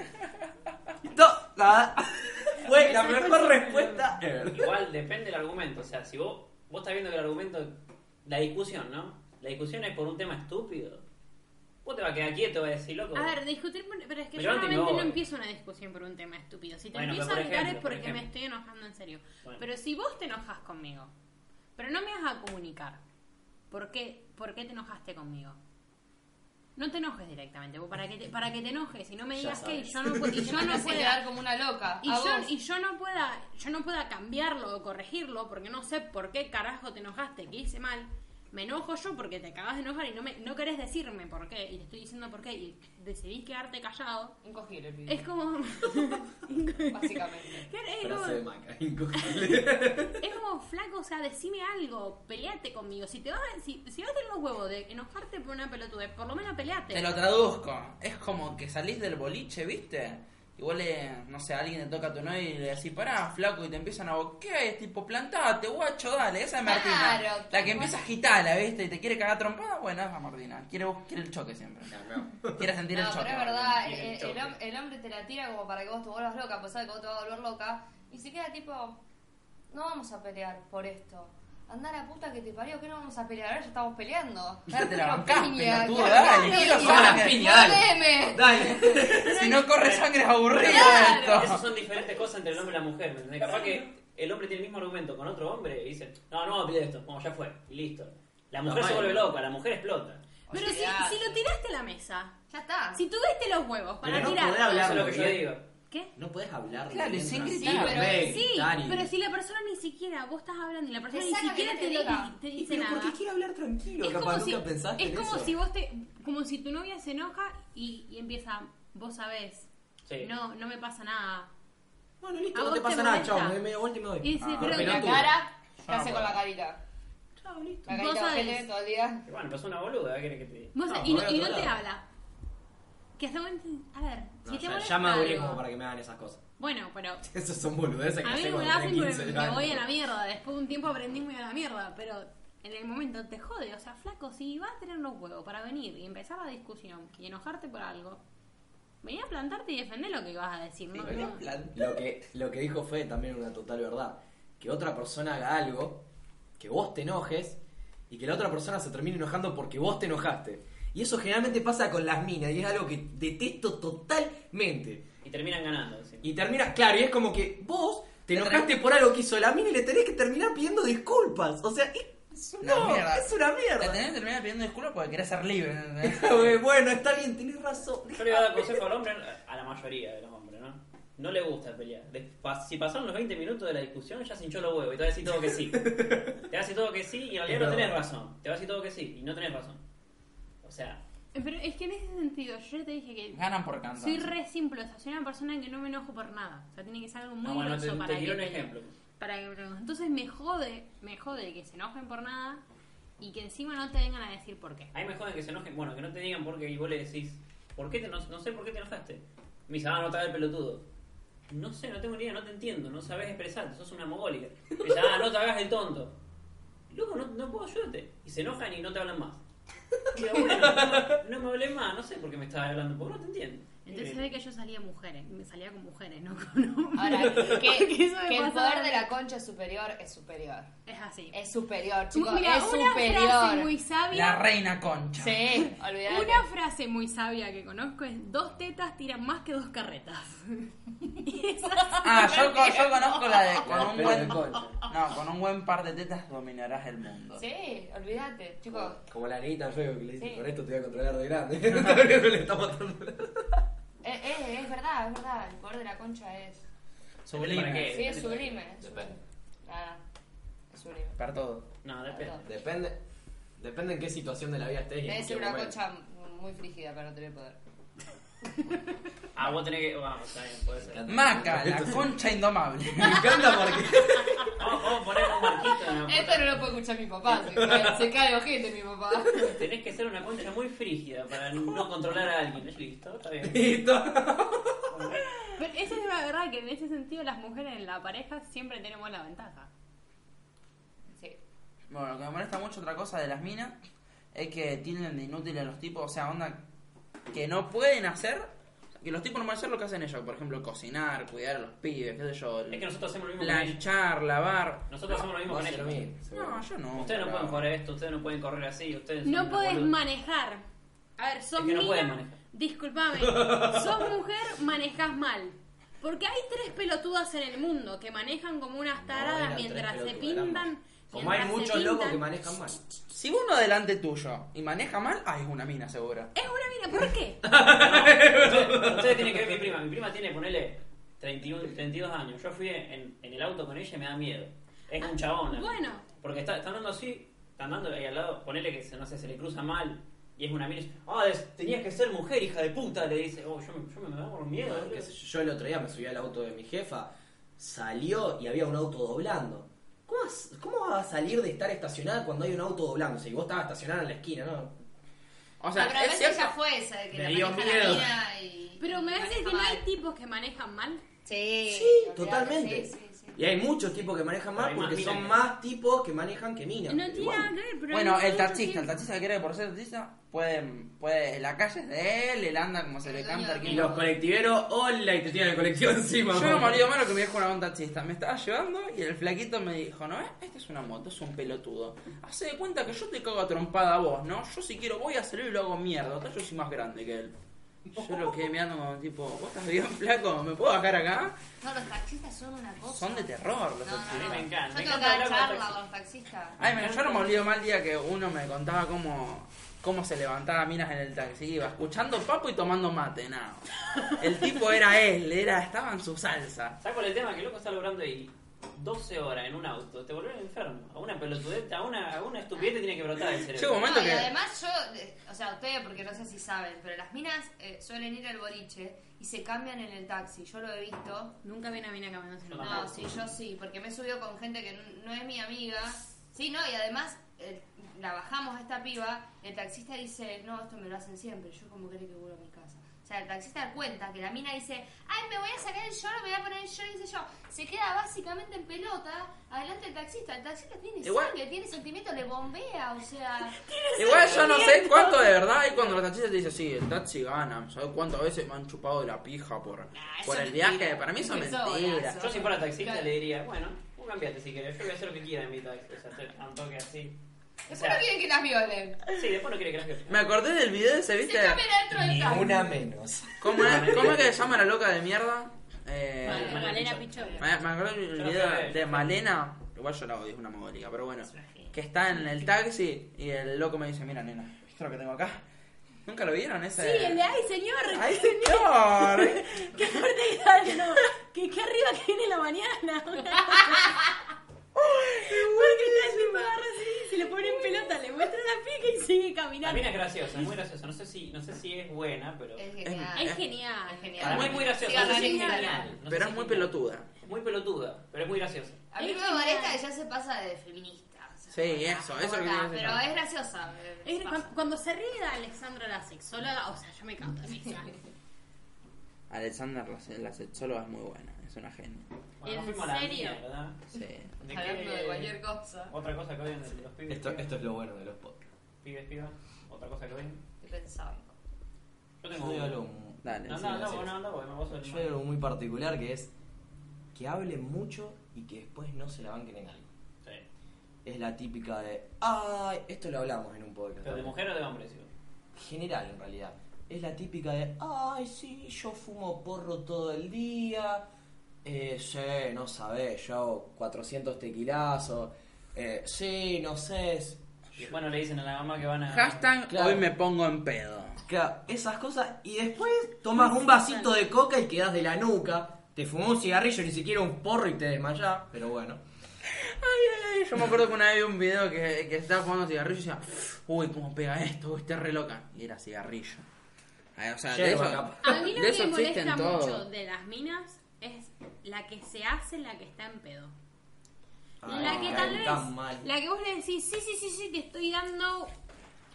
Speaker 7: Fue la mejor respuesta ever.
Speaker 3: Igual depende del argumento, o sea, si vos, vos estás viendo que el argumento, la discusión, ¿no? La discusión es por un tema estúpido. Vos te vas a quedar quieto, vas a decir, loco.
Speaker 6: A ver, discutir, por- pero es que
Speaker 3: Pero
Speaker 6: yo
Speaker 3: no te
Speaker 6: normalmente no
Speaker 3: enojes.
Speaker 6: empiezo una discusión por un tema estúpido. Si te
Speaker 3: Bueno, pero
Speaker 6: empiezo a
Speaker 3: por
Speaker 6: gritar
Speaker 3: ejemplo,
Speaker 6: es
Speaker 3: por
Speaker 6: porque me
Speaker 3: ejemplo.
Speaker 6: estoy enojando en serio.
Speaker 3: Bueno.
Speaker 6: Pero si vos te enojas conmigo, pero no me vas a comunicar, ¿por qué, por qué te enojaste conmigo? No te enojes directamente, vos para que te, para que te enojes y no me
Speaker 7: Ya
Speaker 6: digas que y
Speaker 7: sabes.
Speaker 6: yo no, pu- y yo
Speaker 5: Yo
Speaker 6: no
Speaker 5: no sé
Speaker 6: pueda
Speaker 5: quedar como una loca.
Speaker 6: y
Speaker 5: A
Speaker 6: yo,
Speaker 5: vos.
Speaker 6: y yo no pueda yo no pueda cambiarlo o corregirlo porque no sé por qué carajo te enojaste que hice mal me enojo yo porque te acabas de enojar y no me no querés decirme por qué y te estoy diciendo por qué y decidís quedarte callado
Speaker 5: Un cojín, el pibe,
Speaker 6: es como
Speaker 5: Básicamente.
Speaker 6: es
Speaker 7: Frase de
Speaker 6: como,
Speaker 7: maca, incogible.
Speaker 6: es como, flaco o sea decime algo peleate conmigo si te vas a- si, si vas a tener los huevos de enojarte por una pelotudez por lo menos peleate
Speaker 2: Te lo traduzco. Es como que salís del boliche, ¿viste? Y vos le, no sé, a alguien le toca a tu novia y le decís, pará, flaco, y te empiezan a boquear, y es tipo, plantate, guacho, dale, esa es Martina.
Speaker 5: Claro,
Speaker 2: la que empieza a agitarla, ¿viste? Y te quiere cagar trompada, bueno, esa es Martina. Quiere, bus- quiere el choque siempre. Quiere sentir el
Speaker 5: No,
Speaker 2: choque.
Speaker 5: pero es
Speaker 2: Martina.
Speaker 5: verdad,
Speaker 3: tiene
Speaker 5: eh,
Speaker 3: el
Speaker 5: el,
Speaker 3: choque.
Speaker 5: hom- el hombre te la tira como para que vos te vuelvas loca, pues sabe que vos te vas a volver loca. Y se queda tipo, no vamos a pelear por esto. Anda la puta que te parió, que no vamos a pelear, ahora ya estamos peleando.
Speaker 2: Claro, te la
Speaker 5: Pero
Speaker 2: bancás,
Speaker 5: piña,
Speaker 2: pelotudo,
Speaker 5: claro,
Speaker 2: dale,
Speaker 5: piña,
Speaker 2: quiero
Speaker 5: piña,
Speaker 2: sangre.
Speaker 7: Piña, dale.
Speaker 5: jodeme.
Speaker 7: Dale.
Speaker 2: Si no corre sangre es aburrido
Speaker 3: Esas
Speaker 2: esto.
Speaker 3: son diferentes cosas entre el hombre y la mujer, ¿me entendés? Capaz que el hombre tiene el mismo argumento con otro hombre y dice, no, no vamos a pelear esto, bueno, ya fue, y listo. La mujer
Speaker 7: Ajá,
Speaker 3: se vuelve
Speaker 7: ¿no?
Speaker 3: loca, la mujer explota.
Speaker 6: pero si,
Speaker 5: Olvidate.
Speaker 6: si lo tiraste a la mesa
Speaker 5: Ya está.
Speaker 6: si tuviste los huevos para
Speaker 7: Pero no
Speaker 6: tirar
Speaker 7: podés
Speaker 3: Eso es
Speaker 7: hablarlo
Speaker 3: lo que yo
Speaker 7: bien.
Speaker 3: digo.
Speaker 6: ¿Qué?
Speaker 7: No podés hablarlo
Speaker 2: Claro,
Speaker 7: bien,
Speaker 2: y sin
Speaker 7: Martina.
Speaker 2: gritar.
Speaker 7: No podés
Speaker 6: Sí,
Speaker 7: gritar y-
Speaker 6: pero si la persona ni siquiera, vos estás hablando y la persona ni
Speaker 5: Exacto,
Speaker 6: siquiera
Speaker 5: que
Speaker 6: te,
Speaker 5: no te
Speaker 6: lo
Speaker 5: diga.
Speaker 6: di- te
Speaker 7: Y
Speaker 6: dice
Speaker 7: pero
Speaker 6: nada.
Speaker 7: porque quiere hablar tranquilo,
Speaker 6: Es
Speaker 7: capaz nunca
Speaker 6: como, si,
Speaker 7: pensaste
Speaker 6: es
Speaker 7: en
Speaker 6: como
Speaker 7: eso.
Speaker 6: si vos te, como si tu novia se enoja y, y empieza, vos sabés,
Speaker 3: Sí.
Speaker 6: no, no me pasa nada.
Speaker 7: Bueno,
Speaker 6: a
Speaker 7: listo, no
Speaker 6: vos
Speaker 7: te
Speaker 6: te
Speaker 7: pasa nada,
Speaker 6: molesta.
Speaker 7: chao, me doy media vuelta y me voy.
Speaker 6: Y
Speaker 2: Ah,
Speaker 6: dice, pero
Speaker 5: Con la
Speaker 7: pelotudo.
Speaker 5: cara, ¿qué
Speaker 2: Ah,
Speaker 5: hace con
Speaker 2: bueno.
Speaker 5: la carita?
Speaker 7: Chao, listo.
Speaker 5: La
Speaker 6: Vos
Speaker 5: carita de
Speaker 6: sabés.
Speaker 5: ojete todo el día.
Speaker 3: Y bueno, pasó una boluda, ¿qué querés que te diga?
Speaker 6: vos-
Speaker 7: No,
Speaker 6: y,
Speaker 7: voy
Speaker 6: no,
Speaker 7: a
Speaker 6: y
Speaker 7: otro
Speaker 6: no te
Speaker 7: lado.
Speaker 6: habla. Que hacemos. A ver,
Speaker 1: No,
Speaker 6: si te
Speaker 1: ya,
Speaker 6: molesta
Speaker 1: ya maduré
Speaker 6: algo-
Speaker 1: como para que me hagan esas cosas.
Speaker 6: Bueno, pero.
Speaker 1: Esas son boludeces que
Speaker 6: A mí
Speaker 1: hacemos
Speaker 6: me
Speaker 1: cuando
Speaker 6: da
Speaker 1: tenés
Speaker 6: fin porque
Speaker 1: 15
Speaker 6: me
Speaker 1: años.
Speaker 6: voy a la mierda. Después de un tiempo aprendí muy a la mierda. Pero en el momento te jode. O sea, flaco, si vas a tener los huevos para venir y empezar la discusión y enojarte por algo, vení a plantarte y defender lo que vas a decir. ¿no?
Speaker 1: Bueno,
Speaker 6: No.
Speaker 1: Lo que, lo que dijo Fede también es una total verdad. Que otra persona haga algo, que vos te enojes, y que la otra persona se termine enojando porque vos te enojaste. Y eso generalmente pasa con las minas, y es algo que detesto totalmente.
Speaker 3: Y terminan ganando. sí.
Speaker 1: Y terminas, claro, y es como que vos te
Speaker 2: Te
Speaker 1: enojaste por algo que hizo la mina y le tenés que terminar pidiendo disculpas. O sea, es,
Speaker 2: Una
Speaker 1: no,
Speaker 2: mierda.
Speaker 1: es una
Speaker 2: Te
Speaker 1: mierda.
Speaker 2: tenés que terminar pidiendo disculpas porque querés ser libre, ¿entendés?
Speaker 1: bueno, está bien, tenés razón.
Speaker 3: Yo le voy a dar consejo al hombre, a la mayoría de los hombres, ¿no? No le gusta pelear. De- pa- si pasaron los 20 minutos de la discusión, ya se hinchó los huevos y te va a decir todo que sí. Te va a decir todo que sí y en realidad no
Speaker 1: verdad.
Speaker 3: tenés razón. Te va a decir todo que sí y no tenés razón. O sea,
Speaker 6: Pero es que en ese sentido, yo ya te dije que.
Speaker 2: Ganan por cansancio.
Speaker 6: Soy re simple, o sea, soy una persona que no me enojo por nada. O sea, tiene que ser algo muy
Speaker 3: ah, bueno, te,
Speaker 6: grosso
Speaker 3: te
Speaker 6: para que.
Speaker 3: quiero un ejemplo.
Speaker 6: para que- Entonces me jode, me jode que se enojen por nada y que encima no te vengan a decir por qué.
Speaker 3: Hay me joden que se enojen, bueno, que no te digan por qué y vos le decís, ¿por qué te no, no sé por qué te enojaste? Me dice, ah, no te hagas el pelotudo. No sé, no tengo ni idea, no te entiendo, no sabes expresarte, sos una mogólica. Me dice, ah, no te hagas el tonto. Loco, no, no puedo ayudarte. Y se enojan y no te hablan más. Y digo, bueno, no, no me hablé más, no sé por qué me estabas hablando, porque no te entiendo. Eh,
Speaker 6: Entonces se ve que yo salía mujeres, me salía con mujeres, no con hombres.
Speaker 5: Ahora, que,
Speaker 6: Porque eso me
Speaker 5: que el
Speaker 6: pasaba.
Speaker 5: poder de la concha superior es superior.
Speaker 6: Es así.
Speaker 5: Es superior, chicos.
Speaker 6: Mira,
Speaker 5: es
Speaker 6: una frase
Speaker 5: superior.
Speaker 6: muy
Speaker 2: La
Speaker 6: sabia.
Speaker 2: reina concha.
Speaker 5: Sí, olvidate.
Speaker 6: Una frase muy sabia que conozco es dos tetas tiran más que dos carretas. Y esa-
Speaker 2: Ah, yo, co- yo conozco la de con
Speaker 1: La
Speaker 2: un
Speaker 1: pera de
Speaker 2: buen
Speaker 1: concha.
Speaker 2: No, con un buen par de tetas dominarás el mundo.
Speaker 5: Sí, olvídate, chicos.
Speaker 1: Como la negrita feo que le dice,
Speaker 5: Sí.
Speaker 1: con esto te voy a controlar de grande. le está matando.
Speaker 5: Es, Eh, es- es verdad, es verdad. El poder de la concha es.
Speaker 2: Sublime.
Speaker 3: ¿Para qué?
Speaker 5: Sí, es
Speaker 3: Eh, Depende.
Speaker 5: sublime. es
Speaker 1: Depende.
Speaker 5: sublime. Nada, es sublime.
Speaker 2: Para todo.
Speaker 3: No, depende.
Speaker 1: Depende, depende en qué situación de la vida estés. y en
Speaker 5: Debe
Speaker 1: qué
Speaker 5: ser una
Speaker 1: momento.
Speaker 5: concha muy frígida para no tener poder.
Speaker 3: Ah, vos tenés que. Vamos, está bien, puede ser.
Speaker 2: Maca, la concha indomable.
Speaker 1: Me encanta porque.
Speaker 3: Vamos, vamos a poner un marquito en la
Speaker 5: Esto no lo puede escuchar mi papá. Se, cae- se cae ojete mi papá.
Speaker 3: Tenés que ser una concha muy frígida para no controlar a alguien. Listo, está bien.
Speaker 1: Listo.
Speaker 6: Pero esa es la verdad que en ese sentido las mujeres en la pareja siempre tenemos la ventaja.
Speaker 5: Sí.
Speaker 2: Bueno, lo que me molesta mucho otra cosa de las minas es que tienen de inútiles a los tipos, o sea, onda que no pueden hacer, que los tipos no pueden hacer lo que hacen ellos, por ejemplo, cocinar, cuidar a los pibes, qué sé yo,
Speaker 3: Es que nosotros hacemos lo mismo con ellos.
Speaker 2: planchar, lavar.
Speaker 3: Nosotros hacemos lo mismo
Speaker 1: Vos
Speaker 3: con
Speaker 1: haces lo
Speaker 3: ellos.
Speaker 1: mismo, seguro.
Speaker 2: No, yo no.
Speaker 3: Ustedes no
Speaker 2: pero-
Speaker 3: pueden jugar a esto, ustedes no pueden correr así, ustedes son
Speaker 6: No
Speaker 3: una
Speaker 6: podés
Speaker 3: boluda.
Speaker 6: manejar. A ver, sos
Speaker 3: Es que no puedes
Speaker 6: mina.
Speaker 3: manejar.
Speaker 6: Disculpame. sos mujer, manejás mal. Porque hay tres pelotudas en el mundo que manejan como unas taradas
Speaker 1: eran tres
Speaker 6: mientras se
Speaker 1: pelotudas,
Speaker 6: pintan.
Speaker 1: éramos. Como hay
Speaker 6: mientras se
Speaker 1: muchos locos
Speaker 6: pintan.
Speaker 1: que manejan mal.
Speaker 2: Si uno delante tuyo y maneja mal, ah, es una mina segura.
Speaker 6: Es una mina, ¿por qué?
Speaker 3: Ustedes- Ustedes tienen que ver mi prima. Mi prima tiene, ponele, 31, 32 años. Yo fui en, en el auto con ella y me da miedo. Es un chabón. la
Speaker 6: bueno.
Speaker 3: mina. Porque está, está andando así, está andando ahí al lado, ponele que, se- no sé, se le cruza mal. Y es una mina y dice, ah, des- tenías que ser mujer, hija de puta. Le dice, oh, yo me, yo me, me da por miedo.
Speaker 1: Bueno, qué sé yo. Yo el otro día me subí al auto de mi jefa, salió y había un auto doblando. ¿Cómo vas, cómo vas a salir de estar estacionada cuando hay un auto doblando? Si vos estabas estacionada en la esquina, ¿no?
Speaker 2: O sea,
Speaker 5: Pero a
Speaker 2: es
Speaker 5: veces
Speaker 2: cierto.
Speaker 5: ya fue esa de que
Speaker 1: Me
Speaker 5: la
Speaker 1: dio
Speaker 5: maneja
Speaker 1: miedo.
Speaker 5: la mina y.
Speaker 6: Pero me
Speaker 5: y
Speaker 6: parece
Speaker 5: maneja
Speaker 6: que no hay
Speaker 5: mal.
Speaker 6: tipos que manejan mal.
Speaker 5: Sí, olvidate,
Speaker 1: Totalmente.
Speaker 5: sí, sí, sí.
Speaker 1: Y hay muchos tipos que manejan mal
Speaker 3: Pero hay más
Speaker 1: porque son
Speaker 3: minas.
Speaker 1: más tipos que manejan que minas.
Speaker 6: No tiene
Speaker 1: Igual.
Speaker 6: nada que ver, pero.
Speaker 2: Bueno,
Speaker 6: hay
Speaker 2: el
Speaker 6: muchos
Speaker 2: taxista, el
Speaker 6: que-
Speaker 2: taxista que cree por ser taxista, puede, puede, la calle es de él, él anda como se le
Speaker 5: El dueño
Speaker 2: canta.
Speaker 5: del
Speaker 2: que-
Speaker 1: Y los colectiveros, hola, y te tiran el colectivo encima.
Speaker 2: Yo no me
Speaker 1: mamá.
Speaker 2: olvido malo que me dijo una un taxista. Me estaba llevando y el flaquito me dijo, no, eh, esta es una moto, es un pelotudo. Hace de cuenta que yo te cago a trompada a vos, ¿no? Yo si quiero voy a salir y lo hago mierda. Total, yo soy más grande que él. Yo lo quedé mirando como tipo, vos estás bien flaco, ¿me puedo bajar acá?
Speaker 5: No, los taxistas son una cosa.
Speaker 2: Son de terror los
Speaker 5: No, no,
Speaker 2: taxistas.
Speaker 5: no.
Speaker 3: me encanta, me
Speaker 5: Yo tengo que
Speaker 3: encanta hablar
Speaker 5: dar
Speaker 3: con
Speaker 5: charla con los taxistas.
Speaker 2: Ay, me, yo no me olvido mal día que uno me contaba cómo, cómo se levantaba minas en el taxi. Iba escuchando papo y tomando mate, nada. El tipo era él, era, estaba en su salsa.
Speaker 3: ¿Sabes cuál es el tema? Que el loco está logrando ahí 12 horas en un auto. Te volvés enfermo. A una pelotudeta, a una, a una estupidez te tiene que brotar el cerebro.
Speaker 2: Llega un momento
Speaker 5: No, y
Speaker 2: que...
Speaker 5: además yo, eh, o sea, ustedes porque no sé si saben, pero las minas eh, suelen ir al boliche y se cambian en el taxi. Yo lo he visto.
Speaker 6: Nunca vi una mina caminando sin
Speaker 3: Yo
Speaker 6: un
Speaker 3: tampoco.
Speaker 5: No, sí, yo sí, porque me he subido con gente que n- no es mi amiga. Sí, no, y además eh, la bajamos a esta piba, el taxista dice, no, esto me lo hacen siempre, yo como quería que vuelva a mi casa. O sea, el taxista da cuenta que la mina dice, ay, me voy a sacar el short, me voy a poner el short, y sé yo. Se queda básicamente en pelota, adelante el taxista. El taxista tiene
Speaker 2: Igual-
Speaker 5: sangre, tiene sentimiento, le bombea, o sea...
Speaker 2: Igual yo no sé cuánto de verdad hay cuando los taxistas te dicen, sí, el taxi gana. ¿Sabes cuántas veces me han chupado de la pija por,
Speaker 5: Nah, eso
Speaker 2: por el
Speaker 5: es
Speaker 2: viaje?
Speaker 5: mentira.
Speaker 2: Para mí son
Speaker 5: Eso,
Speaker 2: mentiras.
Speaker 5: eso.
Speaker 3: Yo si fuera taxista
Speaker 5: Claro.
Speaker 3: le diría, bueno, vos cambiate si querés, yo voy a hacer lo que quiera en mi taxi. O sea, hacer un toque así. O
Speaker 5: Después
Speaker 3: sea,
Speaker 5: no quieren que las violen.
Speaker 3: sí, después no quiere que las violen.
Speaker 2: Me acordé del video ese,
Speaker 5: Se
Speaker 2: ¿viste?
Speaker 5: cambian adentro del
Speaker 8: Ni
Speaker 5: taxi.
Speaker 8: una menos.
Speaker 2: ¿Cómo es, cómo es que se llama la loca de mierda? Eh,
Speaker 3: Vale, vale.
Speaker 6: Malena Pichón.
Speaker 2: Me, me acuerdo el
Speaker 3: Yo no
Speaker 2: video
Speaker 3: creo que-
Speaker 2: de Malena, igual yo la odio, es una mogólica, pero bueno.
Speaker 3: una genia.
Speaker 2: Que está en el taxi y el loco me dice, mira nena, ¿viste lo que tengo acá? ¿Nunca lo vieron ese?
Speaker 6: Sí, el de ay señor,
Speaker 2: ¡Ay, señor!
Speaker 6: qué fuerte que está, que no, que, que arriba que viene la mañana. Porque está el tipo agarra así, se lo pone en pelota, le muestra la pica y sigue
Speaker 3: La mina
Speaker 6: caminando.
Speaker 3: es graciosa, es muy graciosa. No sé si, no sé si es buena, pero.
Speaker 5: Es genial.
Speaker 6: Es genial.
Speaker 5: Es genial.
Speaker 3: Para mí es muy graciosa.
Speaker 5: Sí,
Speaker 3: No sé si es
Speaker 5: genial.
Speaker 3: genial. no sé
Speaker 2: pero
Speaker 3: si
Speaker 2: es muy
Speaker 3: genial.
Speaker 2: pelotuda.
Speaker 3: Muy pelotuda, pero es muy graciosa.
Speaker 5: A mí
Speaker 6: Es
Speaker 5: me
Speaker 6: genial.
Speaker 5: molesta que ya se pasa de feminista. o sea,
Speaker 2: Sí,
Speaker 5: ya,
Speaker 2: eso, eso es lo que quería
Speaker 5: corta,
Speaker 2: decir
Speaker 5: Pero
Speaker 2: yo.
Speaker 5: es graciosa.
Speaker 6: Es-
Speaker 5: eh,
Speaker 6: cu-
Speaker 5: pasa.
Speaker 6: cuando, se ríe de Alexandra la sexóloga, o sea, yo me canto de risa.
Speaker 2: Alexander, la, la sexóloga es muy buena, es una genia.
Speaker 3: Bueno,
Speaker 6: ¿En
Speaker 3: no fuimos a la
Speaker 6: serio?
Speaker 3: mía, ¿verdad?
Speaker 2: Sí.
Speaker 3: ¿De
Speaker 5: Hablando
Speaker 3: qué-
Speaker 5: de cualquier cosa.
Speaker 3: Otra cosa que odian de los pibes.
Speaker 1: Esto,
Speaker 3: pibas?
Speaker 1: esto es lo bueno de los podcasts.
Speaker 3: Pibes, pibas. Otra cosa que odian.
Speaker 5: Estoy pensando.
Speaker 3: Yo
Speaker 1: Yo
Speaker 3: tengo
Speaker 1: digo algo,
Speaker 3: uno.
Speaker 1: mu-
Speaker 2: Dale.
Speaker 3: No,
Speaker 1: sí,
Speaker 3: no, no,
Speaker 1: gracias.
Speaker 3: vos no, anda porque me vas a
Speaker 1: yo digo algo muy particular que es que hablen mucho y que después no se la banquen en algo.
Speaker 3: Sí.
Speaker 1: Es la típica de, ay, esto lo hablamos en un podcast.
Speaker 3: ¿Pero de mujer o de hombre? Digo?
Speaker 1: general en realidad. Es la típica de, ay, sí, yo fumo porro todo el día, eh, sí, no sabés, yo hago 400 tequilazos, eh, sí, no sé. es-
Speaker 3: Y después no le dicen a la mamá que van a.
Speaker 2: Hashtag
Speaker 1: Claro.
Speaker 2: hoy me pongo en pedo.
Speaker 1: Claro, esas cosas, y después tomas un vasito de coca y quedás de la nuca, te fumó un cigarrillo, ni siquiera un porro y te desmayás, pero bueno.
Speaker 2: Ay, ay, Yo me acuerdo que una vez vi un video que, que estaba fumando cigarrillo y decía, uy, cómo pega esto, uy, está re loca. Y era cigarrillo. Ay, o sea, de
Speaker 1: Yerba,
Speaker 2: eso-
Speaker 1: capaz.
Speaker 6: A mí
Speaker 2: de
Speaker 6: lo que
Speaker 2: eso
Speaker 6: me
Speaker 2: existe en
Speaker 6: molesta
Speaker 2: todo.
Speaker 6: mucho de las minas es la que se hace la que está en pedo. la
Speaker 1: Ay,
Speaker 6: que tal
Speaker 1: caen
Speaker 6: vez,
Speaker 1: tan mal.
Speaker 6: la que vos le decís, sí, sí, sí, sí, te estoy dando.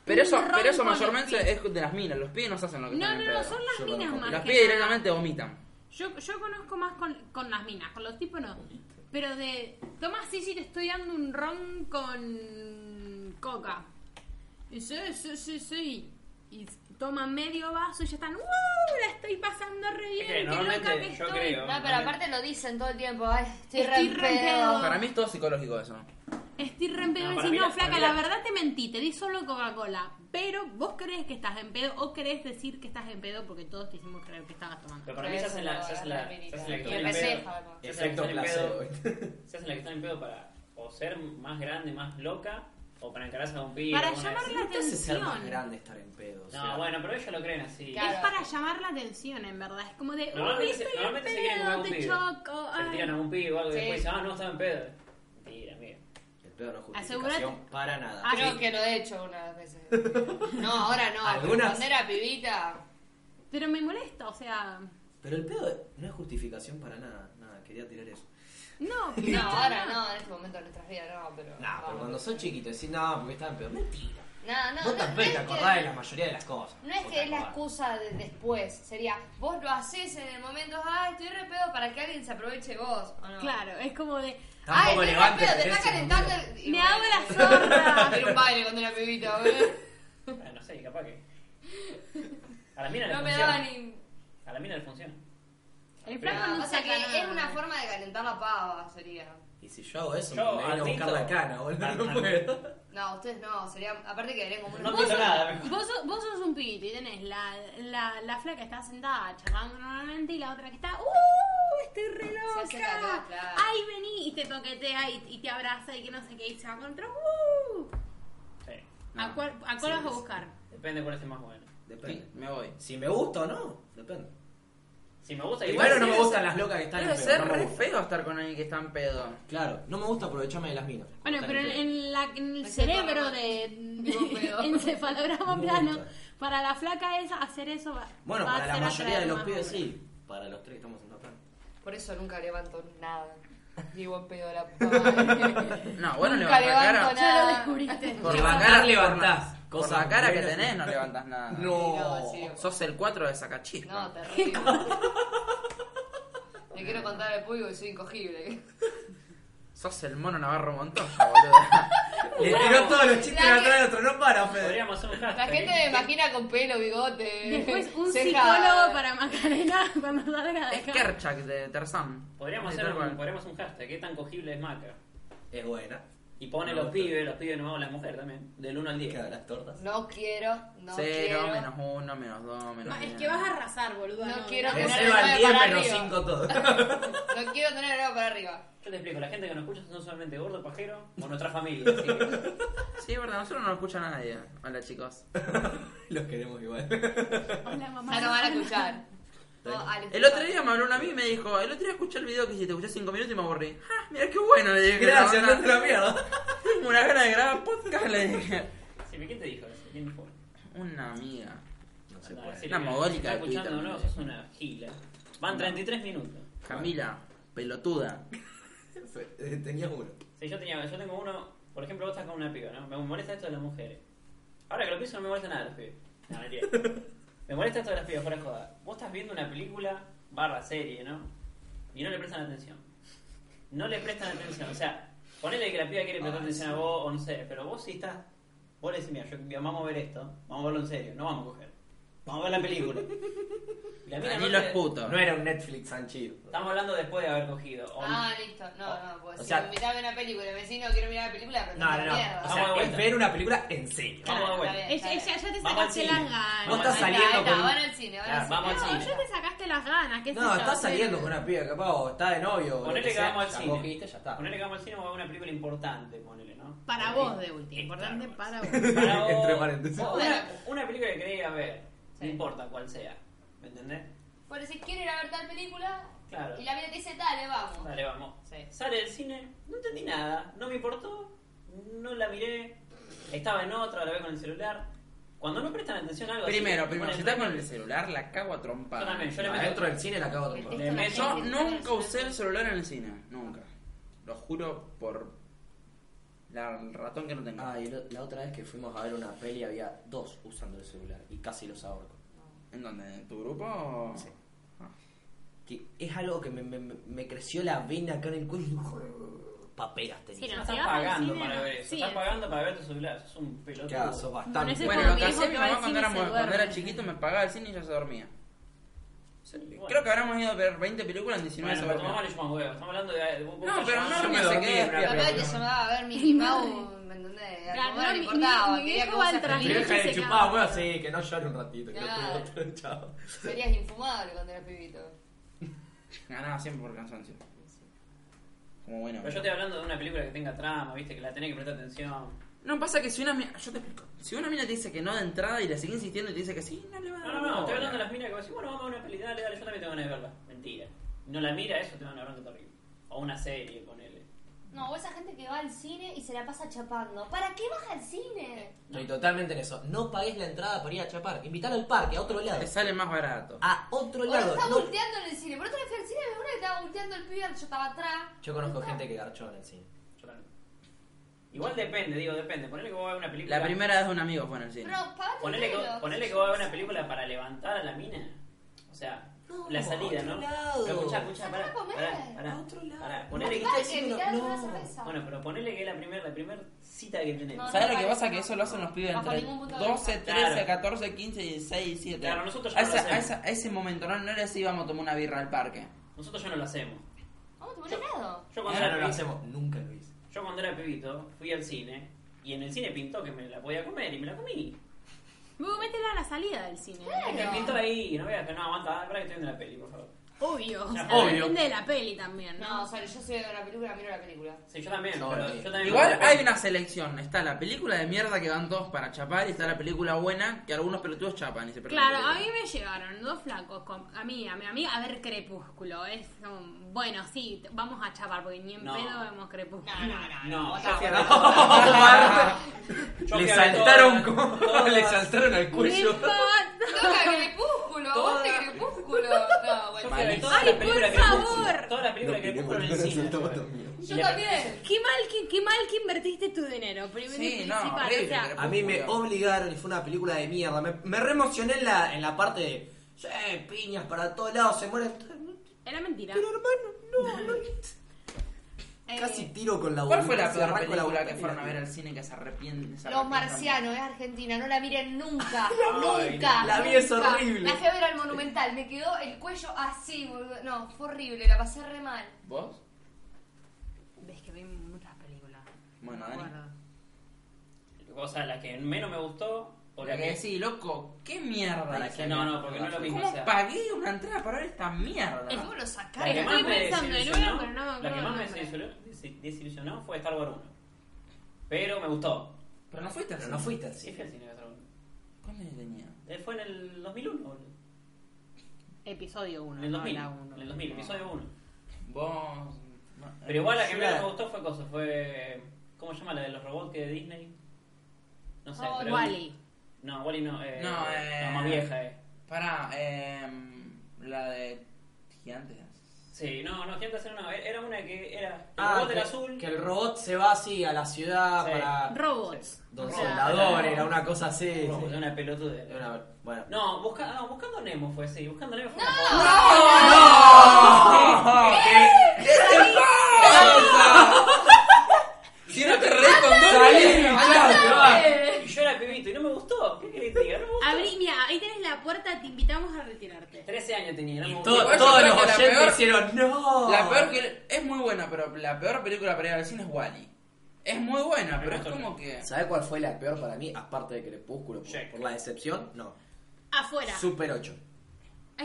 Speaker 2: Pero
Speaker 6: un
Speaker 2: eso,
Speaker 6: ron
Speaker 2: pero eso
Speaker 6: con los pies.
Speaker 2: mayormente es de las minas, los pies no se hacen lo que
Speaker 6: No,
Speaker 2: están
Speaker 6: no,
Speaker 2: en
Speaker 6: no,
Speaker 2: pedo.
Speaker 6: son las
Speaker 1: Yo
Speaker 6: minas
Speaker 1: conozco.
Speaker 6: más.
Speaker 2: Los
Speaker 6: que
Speaker 2: pies
Speaker 6: nada.
Speaker 2: directamente vomitan.
Speaker 6: Yo, yo conozco más con, con las minas, con los tipos no. Pero de, toma, sí, sí, te estoy dando un ron con coca. Y sí, sí, sí, sí. Y toman medio vaso y ya están, ¡wow! La estoy pasando re bien,
Speaker 3: que
Speaker 6: qué loca
Speaker 3: normalmente
Speaker 6: que
Speaker 3: yo
Speaker 6: estoy.
Speaker 3: creo-
Speaker 5: No, pero aparte lo dicen todo el tiempo. Ay, estoy,
Speaker 6: Estoy
Speaker 5: re,
Speaker 6: re en pedo.
Speaker 5: pedo.
Speaker 2: Para mí es todo psicológico eso.
Speaker 6: Estoy re en pedo.
Speaker 3: No,
Speaker 6: y
Speaker 3: para
Speaker 6: decís,
Speaker 3: mí
Speaker 6: no,
Speaker 3: la-
Speaker 6: flaca,
Speaker 3: para mí
Speaker 6: la
Speaker 3: la-
Speaker 6: verdad te mentí, te di solo Coca-Cola. Pero vos crees que estás en pedo o querés decir que estás en pedo porque todos te hicimos creer que estabas tomando.
Speaker 3: Pero para mí se hacen la. Se hacen la. Se hacen la que
Speaker 5: Me
Speaker 3: están en
Speaker 5: pendeja,
Speaker 3: pedo.
Speaker 5: ¿no?
Speaker 3: Se hacen
Speaker 1: Efecto
Speaker 3: la que están en pedo.
Speaker 1: placebo.
Speaker 3: Se hacen la que están en pedo para o ser más grande, más loca, o para encararse a un pibe.
Speaker 6: Para
Speaker 3: o una
Speaker 6: llamar
Speaker 3: vez.
Speaker 6: la
Speaker 1: No te hace ser más
Speaker 6: atención.
Speaker 1: grande estar en pedo. o sea,
Speaker 3: No, bueno, pero ellos lo creen así.
Speaker 5: Claro.
Speaker 6: Es para llamar la atención, en verdad. Es como de, uy,
Speaker 3: Normalmente, se-
Speaker 6: estoy en
Speaker 3: normalmente se quieren comer a un
Speaker 6: pedo, te
Speaker 3: pibe.
Speaker 6: choco.
Speaker 3: Se
Speaker 6: ay.
Speaker 3: tiran a un pibe o algo y
Speaker 5: Sí.
Speaker 3: después dicen, ah, no, estaba en pedo. Mentira, mira.
Speaker 1: El pedo no es
Speaker 6: Asegurate-
Speaker 1: justificación para nada.
Speaker 6: Ah,
Speaker 5: Creo
Speaker 6: sí.
Speaker 5: que lo he hecho unas veces. No, ahora no. pero
Speaker 1: Algunas-
Speaker 5: Cuando era pibita.
Speaker 6: Pero me molesta, o sea.
Speaker 1: Pero el pedo no es justificación para nada. Nada, quería tirar eso.
Speaker 6: No,
Speaker 5: No, ahora no. En este momento de nuestras vidas no, pero.
Speaker 1: Nah, pero
Speaker 5: vamos.
Speaker 1: cuando sos chiquito decís, no, porque estaba en pedo. Mentira.
Speaker 5: No, no,
Speaker 1: Vos
Speaker 5: no,
Speaker 1: tampoco
Speaker 5: no
Speaker 1: te
Speaker 5: es que-
Speaker 1: acordás de la mayoría de las cosas.
Speaker 5: No es
Speaker 1: Vos
Speaker 5: que
Speaker 1: te
Speaker 5: es la
Speaker 1: acordás.
Speaker 5: excusa de después, sería vos lo haces en el momento, ah, estoy re pedo para que alguien se aproveche vos, ¿o no?
Speaker 6: Claro, es como de.
Speaker 1: Tampoco
Speaker 5: Ay, estoy re
Speaker 1: levantes
Speaker 5: pedo,
Speaker 1: la
Speaker 5: te está
Speaker 1: cabeza,
Speaker 5: calentando. el-
Speaker 6: Me hago la
Speaker 5: Era un
Speaker 6: zorra.
Speaker 5: baile cuando era pibito, ¿eh?
Speaker 3: Ah, No sé, capaz que. A la mina le
Speaker 5: No me
Speaker 3: funciona.
Speaker 5: daba ni.
Speaker 3: A la mina le funciona.
Speaker 6: El flaco
Speaker 5: No,
Speaker 6: no
Speaker 5: o sea
Speaker 6: saca
Speaker 5: que
Speaker 6: nada.
Speaker 5: es una forma de calentar la pava, sería.
Speaker 1: Y si yo hago eso,
Speaker 3: Yo,
Speaker 1: me van a buscar
Speaker 3: admito.
Speaker 1: la cana, boludo. No puedo.
Speaker 5: No, ustedes no, sería. Aparte que como un.
Speaker 3: No
Speaker 6: Vos
Speaker 3: pienso
Speaker 6: sos-
Speaker 3: nada. mejor.
Speaker 6: Vos, sos- vos sos un pibito y tenés la, la, la flaca está sentada charlando normalmente y la otra que está ¡Uh! Estoy re loca.
Speaker 5: hace la loca, claro.
Speaker 6: Ay, vení y te toquetea y, y te abraza y que no sé qué y se va contra ¡Uh!
Speaker 3: Sí.
Speaker 6: ¿A cuál, a cuál vas a buscar?
Speaker 3: Depende de cuál es el más bueno.
Speaker 1: Depende.
Speaker 2: Me voy.
Speaker 1: Si me gusta o no, depende.
Speaker 3: Si me gusta
Speaker 1: Igual no me
Speaker 3: gusta.
Speaker 1: gustan las locas que están
Speaker 2: Debe
Speaker 1: en pedo.
Speaker 2: ser
Speaker 1: No me
Speaker 2: re
Speaker 1: gusta.
Speaker 2: feo estar con alguien que está en pedo.
Speaker 1: Claro, no me gusta aprovecharme de las minas.
Speaker 6: Bueno,
Speaker 1: Están
Speaker 6: pero
Speaker 1: en
Speaker 6: en,
Speaker 1: pedo.
Speaker 6: en la- en el
Speaker 5: Me siento
Speaker 6: cerebro
Speaker 5: mal.
Speaker 6: de
Speaker 5: Digo, pedo.
Speaker 6: encefalograma
Speaker 1: Me
Speaker 6: plano,
Speaker 1: gusta.
Speaker 6: para la flaca esa, hacer eso va,
Speaker 1: Bueno,
Speaker 6: va
Speaker 1: para
Speaker 6: a
Speaker 1: la mayoría
Speaker 6: ser
Speaker 1: de
Speaker 6: atraer
Speaker 1: los
Speaker 6: más
Speaker 1: pibes
Speaker 6: hombres.
Speaker 1: sí. Para los tres que estamos en la planta.
Speaker 5: Por eso nunca levanto nada. Ni buen pedo de la puta madre.
Speaker 2: No, bueno,
Speaker 5: Nunca
Speaker 2: levantar la cara.
Speaker 5: levanto
Speaker 6: Ya lo
Speaker 5: nada.
Speaker 6: descubriste.
Speaker 2: Por
Speaker 1: Levantar,
Speaker 2: bancar,
Speaker 1: levantás.
Speaker 2: Por
Speaker 1: Cosa
Speaker 2: la cara que
Speaker 1: buena.
Speaker 2: tenés no levantas nada.
Speaker 1: No.
Speaker 2: Sos el 4 de Sacachispa.
Speaker 5: No, terrible. Le quiero contar al público que soy incogible.
Speaker 2: Sos el mono Navarro Montoya, boludo.
Speaker 1: Le tiró todos los chistes
Speaker 5: La
Speaker 1: atrás de otro, no para, Fede.
Speaker 3: Podríamos hacer un
Speaker 5: La
Speaker 3: hashtag.
Speaker 5: gente me imagina con pelo, bigote.
Speaker 6: Después un
Speaker 5: ceja.
Speaker 6: psicólogo para Macarena cuando salga de
Speaker 2: es
Speaker 6: acá.
Speaker 2: Kerchak de Tarzán.
Speaker 3: Podríamos
Speaker 2: De
Speaker 3: hacer
Speaker 2: Tarzán.
Speaker 3: un, podríamos un hashtag. ¿Qué tan cogible es Maca?
Speaker 1: Es buena.
Speaker 3: Y pone
Speaker 1: Me
Speaker 3: los
Speaker 1: gusta.
Speaker 3: pibes, los pibes nuevos, las mujeres también. Del 1 al 10.
Speaker 1: Queda de las tortas.
Speaker 5: No quiero, no
Speaker 2: Cero,
Speaker 5: quiero.
Speaker 2: menos uno, menos dos, menos
Speaker 6: Ma, Es
Speaker 2: diez.
Speaker 6: que vas a arrasar, boludo.
Speaker 5: No quiero
Speaker 1: De
Speaker 5: Una
Speaker 1: 0 al
Speaker 5: nueve
Speaker 1: 10
Speaker 5: para
Speaker 1: menos
Speaker 5: arriba.
Speaker 1: 5 todo.
Speaker 5: No quiero tener algo para arriba.
Speaker 3: Yo te explico, la gente que nos escucha son solamente gordo, pajero o nuestra familia. así que-
Speaker 2: Sí, es verdad, nosotros no lo escucha nadie. Hola, chicos.
Speaker 1: Los queremos igual.
Speaker 6: Hola, mamá.
Speaker 5: Ya no van a escuchar. No, al
Speaker 2: El otro día me habló una a mí y me dijo: El otro día escuché el video que hiciste, escuché 5 minutos y me aburrí. ¡Ah, mirá qué bueno! Le dije:
Speaker 1: Gracias,
Speaker 2: "La
Speaker 1: no te
Speaker 2: verdad,
Speaker 1: la mierda.
Speaker 2: Tengo una gana de grabar podcast, le dije.
Speaker 3: Sí, ¿Quién te dijo eso? ¿Quién dijo?
Speaker 2: Una amiga.
Speaker 1: No se
Speaker 3: Anda,
Speaker 1: puede.
Speaker 3: decirle
Speaker 2: Una
Speaker 3: que
Speaker 2: mogólica
Speaker 3: está
Speaker 2: de Twitter,
Speaker 3: escuchándolo,
Speaker 2: ¿no?
Speaker 3: sos una gila. Van 33 minutos.
Speaker 2: Camila, pelotuda.
Speaker 1: Fe- eh, Tenías uno.
Speaker 3: Sí, yo, tenía, yo tengo uno, por ejemplo, vos estás con una piba, ¿no? Me molesta esto de las mujeres. Ahora que lo pienso, no me molesta nada de las pibes. No, mentira. me molesta esto de las pibas, fuera de joda. Vos estás viendo una película barra serie, ¿no? Y no le prestan atención. No le prestan atención, o sea, ponele que la piba quiere prestar
Speaker 1: Ah,
Speaker 3: atención
Speaker 1: sí.
Speaker 3: a vos, o no sé, pero vos sí estás. Vos le decís, mira, yo- vamos a ver esto, vamos a verlo en serio, no vamos a coger. Vamos a ver la película. Y la mina no
Speaker 2: Danilo
Speaker 3: te-
Speaker 2: es puto.
Speaker 1: No era un Netflix and chill.
Speaker 3: Estamos hablando después de haber cogido. o-
Speaker 5: Ah, listo. No, no, pues
Speaker 1: O
Speaker 5: si
Speaker 1: sea-
Speaker 5: me invitaba a ver una película, me decís no quiero mirar la película, pero
Speaker 1: No, no, no. O
Speaker 5: mierda.
Speaker 3: Vamos de
Speaker 1: sea, es
Speaker 3: vuelta.
Speaker 1: ver una película en serio.
Speaker 3: Vamos de vuelta.
Speaker 5: Está bien,
Speaker 6: Es-
Speaker 5: está
Speaker 6: es- ya,
Speaker 5: bien.
Speaker 6: ya te
Speaker 3: Vamos al
Speaker 6: sacaste
Speaker 3: cine.
Speaker 6: las ganas.
Speaker 1: Vos estás
Speaker 5: Ahí está, ahí
Speaker 1: saliendo
Speaker 5: está,
Speaker 1: con- Ah,
Speaker 5: Van al cine, van
Speaker 1: Claro,
Speaker 5: al cine.
Speaker 3: vamos al
Speaker 6: No,
Speaker 3: cine.
Speaker 6: ya te sacaste las ganas. ¿qué sé
Speaker 1: No,
Speaker 6: yo?
Speaker 1: estás saliendo con una piba capaz o está de novio. o lo
Speaker 3: Ponele que
Speaker 1: sea,
Speaker 3: vamos al
Speaker 1: ya
Speaker 3: cine.
Speaker 1: cogiste, ya está.
Speaker 3: Ponele que vamos al cine o a ver una película importante, ponele, ¿no?
Speaker 6: Para
Speaker 3: Sí.
Speaker 6: vos, de última.
Speaker 3: Star
Speaker 6: Importante
Speaker 3: Wars.
Speaker 6: para vos.
Speaker 3: Para vos.
Speaker 1: Entre paréntesis.
Speaker 3: O Una, una película que querés ir a ver,
Speaker 5: Sí.
Speaker 3: no importa cuál sea, ¿me entendés?
Speaker 5: Por decir, quiero ir a ver tal película,
Speaker 3: Claro.
Speaker 5: y la mina te dice, dale, vamos.
Speaker 3: Dale, vamos.
Speaker 5: Sí.
Speaker 3: Sale del cine, no entendí nada, no me importó, no la miré, estaba en otra, la veo con el celular. Cuando no prestan atención a algo así,
Speaker 2: Primero,
Speaker 3: te
Speaker 2: primero,
Speaker 3: ponen-
Speaker 2: si estás con el celular, la cago a trompada.
Speaker 3: Yo también, yo le
Speaker 1: No,
Speaker 3: meto-
Speaker 1: Ah, Adentro del cine la acabo de
Speaker 5: Esto
Speaker 1: romper.
Speaker 3: Le
Speaker 5: la
Speaker 3: meto-
Speaker 5: gente
Speaker 2: Yo
Speaker 5: está
Speaker 2: nunca
Speaker 5: relacionando.
Speaker 2: usé el celular en el cine, nunca. Lo juro por la- el ratón que no tengo.
Speaker 1: Ah, y lo- la otra vez que fuimos a ver una peli había dos usando el celular y casi los ahorco.
Speaker 2: ¿En dónde? ¿En tu grupo?
Speaker 1: Sí. Que es algo que me, me- me creció la vena acá en el cuello. Paperas tenía.
Speaker 6: Sí,
Speaker 3: No
Speaker 6: no.
Speaker 3: estás
Speaker 6: Si vas al
Speaker 3: pagando
Speaker 6: cine,
Speaker 3: para
Speaker 6: no.
Speaker 3: ver eso,
Speaker 6: Sí,
Speaker 3: estás
Speaker 6: es-
Speaker 3: pagando para ver tu celular, sos un pelotudo.
Speaker 1: Claro, sos
Speaker 6: Con
Speaker 1: bastante.
Speaker 6: ese
Speaker 2: Bueno,
Speaker 6: como
Speaker 2: lo que
Speaker 6: viejo
Speaker 2: hacía mi
Speaker 6: que va al
Speaker 2: mamá cuando,
Speaker 6: cine
Speaker 2: éramos-
Speaker 6: se
Speaker 2: cuando era
Speaker 6: duerme.
Speaker 2: chiquito me pagaba el cine y ya se dormía.
Speaker 3: Bueno.
Speaker 2: Creo que habríamos ido a ver 20 películas en 19
Speaker 3: Bueno,
Speaker 2: se
Speaker 3: pero tu
Speaker 2: dormía.
Speaker 3: mamá le chupa un huevo, estamos hablando de... de- vos-
Speaker 2: No,
Speaker 3: vos
Speaker 2: pero
Speaker 3: llamás-
Speaker 2: no
Speaker 3: yo
Speaker 2: me
Speaker 3: me
Speaker 2: se
Speaker 3: dormí,
Speaker 2: quede
Speaker 3: pero-
Speaker 1: despierto.
Speaker 5: Papá te
Speaker 1: Claro.
Speaker 5: llamaba a ver Mickey Mouse, ¿me entendés? A tu
Speaker 6: Claro,
Speaker 5: mamá no
Speaker 6: mi-
Speaker 5: le
Speaker 6: mi-
Speaker 5: importaba,
Speaker 6: mi
Speaker 5: quería que
Speaker 6: viejo
Speaker 5: vos
Speaker 6: va al
Speaker 5: seas
Speaker 6: tranvía.
Speaker 5: feliz.
Speaker 6: Vieja de chupaba
Speaker 1: chupaba
Speaker 6: huevo,
Speaker 1: sí, que no llore un ratito.
Speaker 5: que no Claro. estoy
Speaker 1: Chao.
Speaker 5: Serías infumable cuando eras pibito.
Speaker 2: Ganaba siempre por cansancio. Como bueno.
Speaker 3: Pero yo estoy hablando de una película que tenga trama, viste, que la tenés que prestar atención.
Speaker 2: No, pasa que si una mina. Yo te explico. Si una mina te dice que no de entrada y le sigue insistiendo y te dice que sí, no le va a
Speaker 3: No,
Speaker 2: dar.
Speaker 3: no, no, estoy
Speaker 2: bola.
Speaker 3: hablando de las minas que vos decís, bueno, vamos a ver una película, dale, dale, yo también tengo ganas de verla. Mentira. No la mira, eso te van a hablar terrible. O una serie, ponele.
Speaker 5: No, o esa gente que va al cine y se la pasa chapando. ¿Para qué vas al cine?
Speaker 1: Estoy totalmente en eso. No pagues la entrada para ir a chapar. Invítalo al parque, a otro lado.
Speaker 2: Te sale más barato.
Speaker 3: Ah,
Speaker 1: A otro
Speaker 5: Ahora
Speaker 1: lado.
Speaker 5: está
Speaker 1: no-
Speaker 5: volteando en el cine. Por otra vez fui al cine, me juro que estaba volteando el pibe, yo estaba atrás.
Speaker 1: Yo conozco gente que garchó en el cine.
Speaker 3: Yo la- Igual depende, digo, depende. Ponele que vos vas a ver una película.
Speaker 2: La primera vez de un amigo fue en el cine.
Speaker 5: Pero pagate
Speaker 3: Ponele que,
Speaker 5: entero.
Speaker 3: ponele que vos vas a ver una película para levantar a la mina. O sea,
Speaker 1: No,
Speaker 3: la salida, ¿no?
Speaker 1: otro lado.
Speaker 3: Pero escuchá, escuchá,
Speaker 5: Sacala
Speaker 3: pará,
Speaker 5: a comer.
Speaker 3: pará, pará.
Speaker 1: A otro lado.
Speaker 3: Pará, ponele que.
Speaker 1: está
Speaker 5: Parque,
Speaker 1: diciendo,
Speaker 5: mirá,
Speaker 1: no.
Speaker 5: una cerveza.
Speaker 3: Bueno, pero ponele que es la primera la primer cita que tenés.
Speaker 5: No,
Speaker 2: ¿Sabes lo que
Speaker 5: parece,
Speaker 2: pasa?
Speaker 5: no.
Speaker 2: Que eso lo hacen los pibes
Speaker 5: Bajo
Speaker 2: entre
Speaker 5: ningún punto de
Speaker 2: 12,
Speaker 5: vista.
Speaker 2: 13,
Speaker 3: Claro.
Speaker 2: 14, 15, 16, 17.
Speaker 3: Claro, nosotros ya
Speaker 2: a,
Speaker 3: no lo
Speaker 2: esa- a,
Speaker 3: hacemos.
Speaker 2: esa- a ese momento, no, no era así, vamos a tomar una birra al parque.
Speaker 3: Nosotros ya no lo hacemos.
Speaker 5: Vamos a tomar un helado.
Speaker 3: Yo cuando,
Speaker 1: Ahora
Speaker 3: era
Speaker 1: no lo
Speaker 3: pibi-
Speaker 1: hacemos. Nunca lo hice.
Speaker 3: yo cuando era pibito fui al cine y en el cine pintó que me la podía comer y me la comí.
Speaker 6: Vos métela a la salida del cine.
Speaker 5: Claro.
Speaker 3: Me pintó ahí, no veas que no aguanta, para que estoy viendo la peli, por favor.
Speaker 6: Obvio. O sea,
Speaker 3: Obvio.
Speaker 6: Depende de la peli también,
Speaker 5: No,
Speaker 6: ¿no?
Speaker 5: o sea, yo soy de ver la película, miro la película.
Speaker 3: Sí, yo también,
Speaker 1: No,
Speaker 3: pero
Speaker 1: no.
Speaker 3: yo también
Speaker 2: Igual
Speaker 3: me-
Speaker 2: hay una selección. Está la película de mierda que van todos para chapar y está la película buena que algunos pelotudos chapan y se pierden
Speaker 6: Claro,
Speaker 2: la
Speaker 6: a mí
Speaker 2: película.
Speaker 6: me llevaron dos flacos, con- a mí, a mi amiga, a ver Crepúsculo. Es como, bueno, sí, t- vamos a chapar porque ni en
Speaker 3: No.
Speaker 6: pedo vemos Crepúsculo.
Speaker 3: No,
Speaker 5: no,
Speaker 3: yo fui a ver- yo
Speaker 1: Le
Speaker 3: fui a ver
Speaker 1: saltaron
Speaker 3: todas-
Speaker 1: como.
Speaker 3: todas-
Speaker 1: Le saltaron al
Speaker 6: Me
Speaker 1: cuello.
Speaker 6: mata.
Speaker 5: Toca crepúsculo, vos te crepúsculo. No,
Speaker 3: Yo
Speaker 5: bueno.
Speaker 3: fui a ver
Speaker 2: Malísimo.
Speaker 3: todas las
Speaker 6: Ay,
Speaker 3: películas
Speaker 6: por
Speaker 3: que-
Speaker 6: favor.
Speaker 3: Todas las películas que pusieron en el cine.
Speaker 5: Yo
Speaker 3: Y la-
Speaker 5: también.
Speaker 6: Qué mal que, qué mal que invertiste tu dinero, primero
Speaker 2: Sí,
Speaker 6: y
Speaker 2: no,
Speaker 6: principal.
Speaker 2: horrible,
Speaker 6: o sea,
Speaker 2: pero-
Speaker 1: A mí me
Speaker 2: Bueno.
Speaker 1: obligaron y fue una película de mierda. Me, me reemocioné en la, en la parte de. Sí, piñas para todos lados, se mueren.
Speaker 6: era mentira.
Speaker 1: Pero hermano, no, no.
Speaker 5: Eh,
Speaker 1: Casi tiro con la
Speaker 2: ¿Cuál fue la
Speaker 1: se
Speaker 2: peor
Speaker 1: arranco la
Speaker 2: película
Speaker 1: boca
Speaker 2: que
Speaker 1: y
Speaker 2: fueron
Speaker 1: la-
Speaker 2: a ver al cine que se arrepienten? se
Speaker 5: Los
Speaker 2: arrepientan?
Speaker 5: marcianos, es Argentina, no la miren nunca,
Speaker 1: Ay,
Speaker 5: nunca.
Speaker 1: la vi, es
Speaker 5: nunca.
Speaker 1: horrible.
Speaker 5: La fui a ver al Monumental, me quedó el cuello así, boludo. No, fue horrible, la pasé re mal.
Speaker 2: ¿Vos?
Speaker 9: Ves que vi muchas películas.
Speaker 2: Bueno,
Speaker 9: No me
Speaker 2: Dani.
Speaker 9: acuerdo.
Speaker 3: O sea, la que menos me gustó. O
Speaker 2: La que decís, loco, ¿qué mierda?
Speaker 3: Para
Speaker 2: hice
Speaker 3: que-
Speaker 2: acá?
Speaker 3: no, no, porque no es lo mismo,
Speaker 2: ¿Cómo
Speaker 3: o sea.
Speaker 2: pagué una entrada para ver esta mierda?
Speaker 5: ¿Cómo lo
Speaker 3: La que
Speaker 5: sacaron?
Speaker 6: Estoy
Speaker 3: más me
Speaker 6: pensando en una,
Speaker 3: desilusionó,
Speaker 6: pero no me
Speaker 3: la
Speaker 6: acuerdo
Speaker 3: que
Speaker 6: el
Speaker 3: más me
Speaker 6: nombre.
Speaker 3: desilusionó, desi- desilusionó fue Star Wars 1. Pero me gustó.
Speaker 2: Pero no fuiste al
Speaker 1: Pero
Speaker 2: cine.
Speaker 1: no fuiste al
Speaker 3: Sí,
Speaker 1: cine.
Speaker 3: fui al cine de Star Wars
Speaker 2: ¿Cuándo yo tenía?
Speaker 3: 1. Eh, Fue en el 2001, boludo.
Speaker 9: Episodio 1.
Speaker 3: En el 2000.
Speaker 9: No, la uno.
Speaker 3: En el 2000, episodio 1.
Speaker 2: Vos... no,
Speaker 3: Pero igual la que
Speaker 1: Yo
Speaker 3: menos
Speaker 1: la-
Speaker 3: me gustó fue cosa, fue. ¿Cómo se llama la de los robots que de Disney? No sé,
Speaker 5: Oh,
Speaker 3: pero.
Speaker 9: Wally.
Speaker 3: No, Wally no, eh.
Speaker 2: No, eh,
Speaker 3: La más vieja, eh.
Speaker 2: Pará, eh, la de Gigantes.
Speaker 3: Sí, no, no, gente hacer una. Era una que era. El
Speaker 1: Ah,
Speaker 3: robot del
Speaker 1: que-
Speaker 3: azul.
Speaker 1: Que el robot se va así a la ciudad
Speaker 3: Sí.
Speaker 1: para.
Speaker 6: Robots.
Speaker 1: Don
Speaker 6: O sea,
Speaker 1: Soldador, era una cosa así. sí.
Speaker 3: Robot, era una pelotuda.
Speaker 1: Era una- Bueno.
Speaker 3: No, busca, no, buscando Nemo fue, sí, buscando Nemo fue.
Speaker 2: Si no te reís con
Speaker 1: Salí, chao, te vas.
Speaker 3: Y yo era pibito y no me gustó. ¿Qué querés que te diga? No me gustó.
Speaker 6: Abrí, mira, ahí tenés la puerta, te invitamos a retirarte.
Speaker 3: 13 años tenía, no me
Speaker 1: Y
Speaker 3: gustó.
Speaker 1: todo-
Speaker 2: Igual yo
Speaker 1: todos
Speaker 2: creo
Speaker 1: los
Speaker 2: que la
Speaker 1: oyentes
Speaker 2: peor-
Speaker 1: hicieron no.
Speaker 2: La peor que... Es muy buena, pero la peor película para ir al cine es Wally. Es muy buena, pero es como que...
Speaker 1: ¿Sabés cuál fue la peor para mí? Aparte de Crepúsculo, por,
Speaker 3: Jack.
Speaker 1: por la decepción, no.
Speaker 6: Afuera.
Speaker 1: Super 8.
Speaker 6: es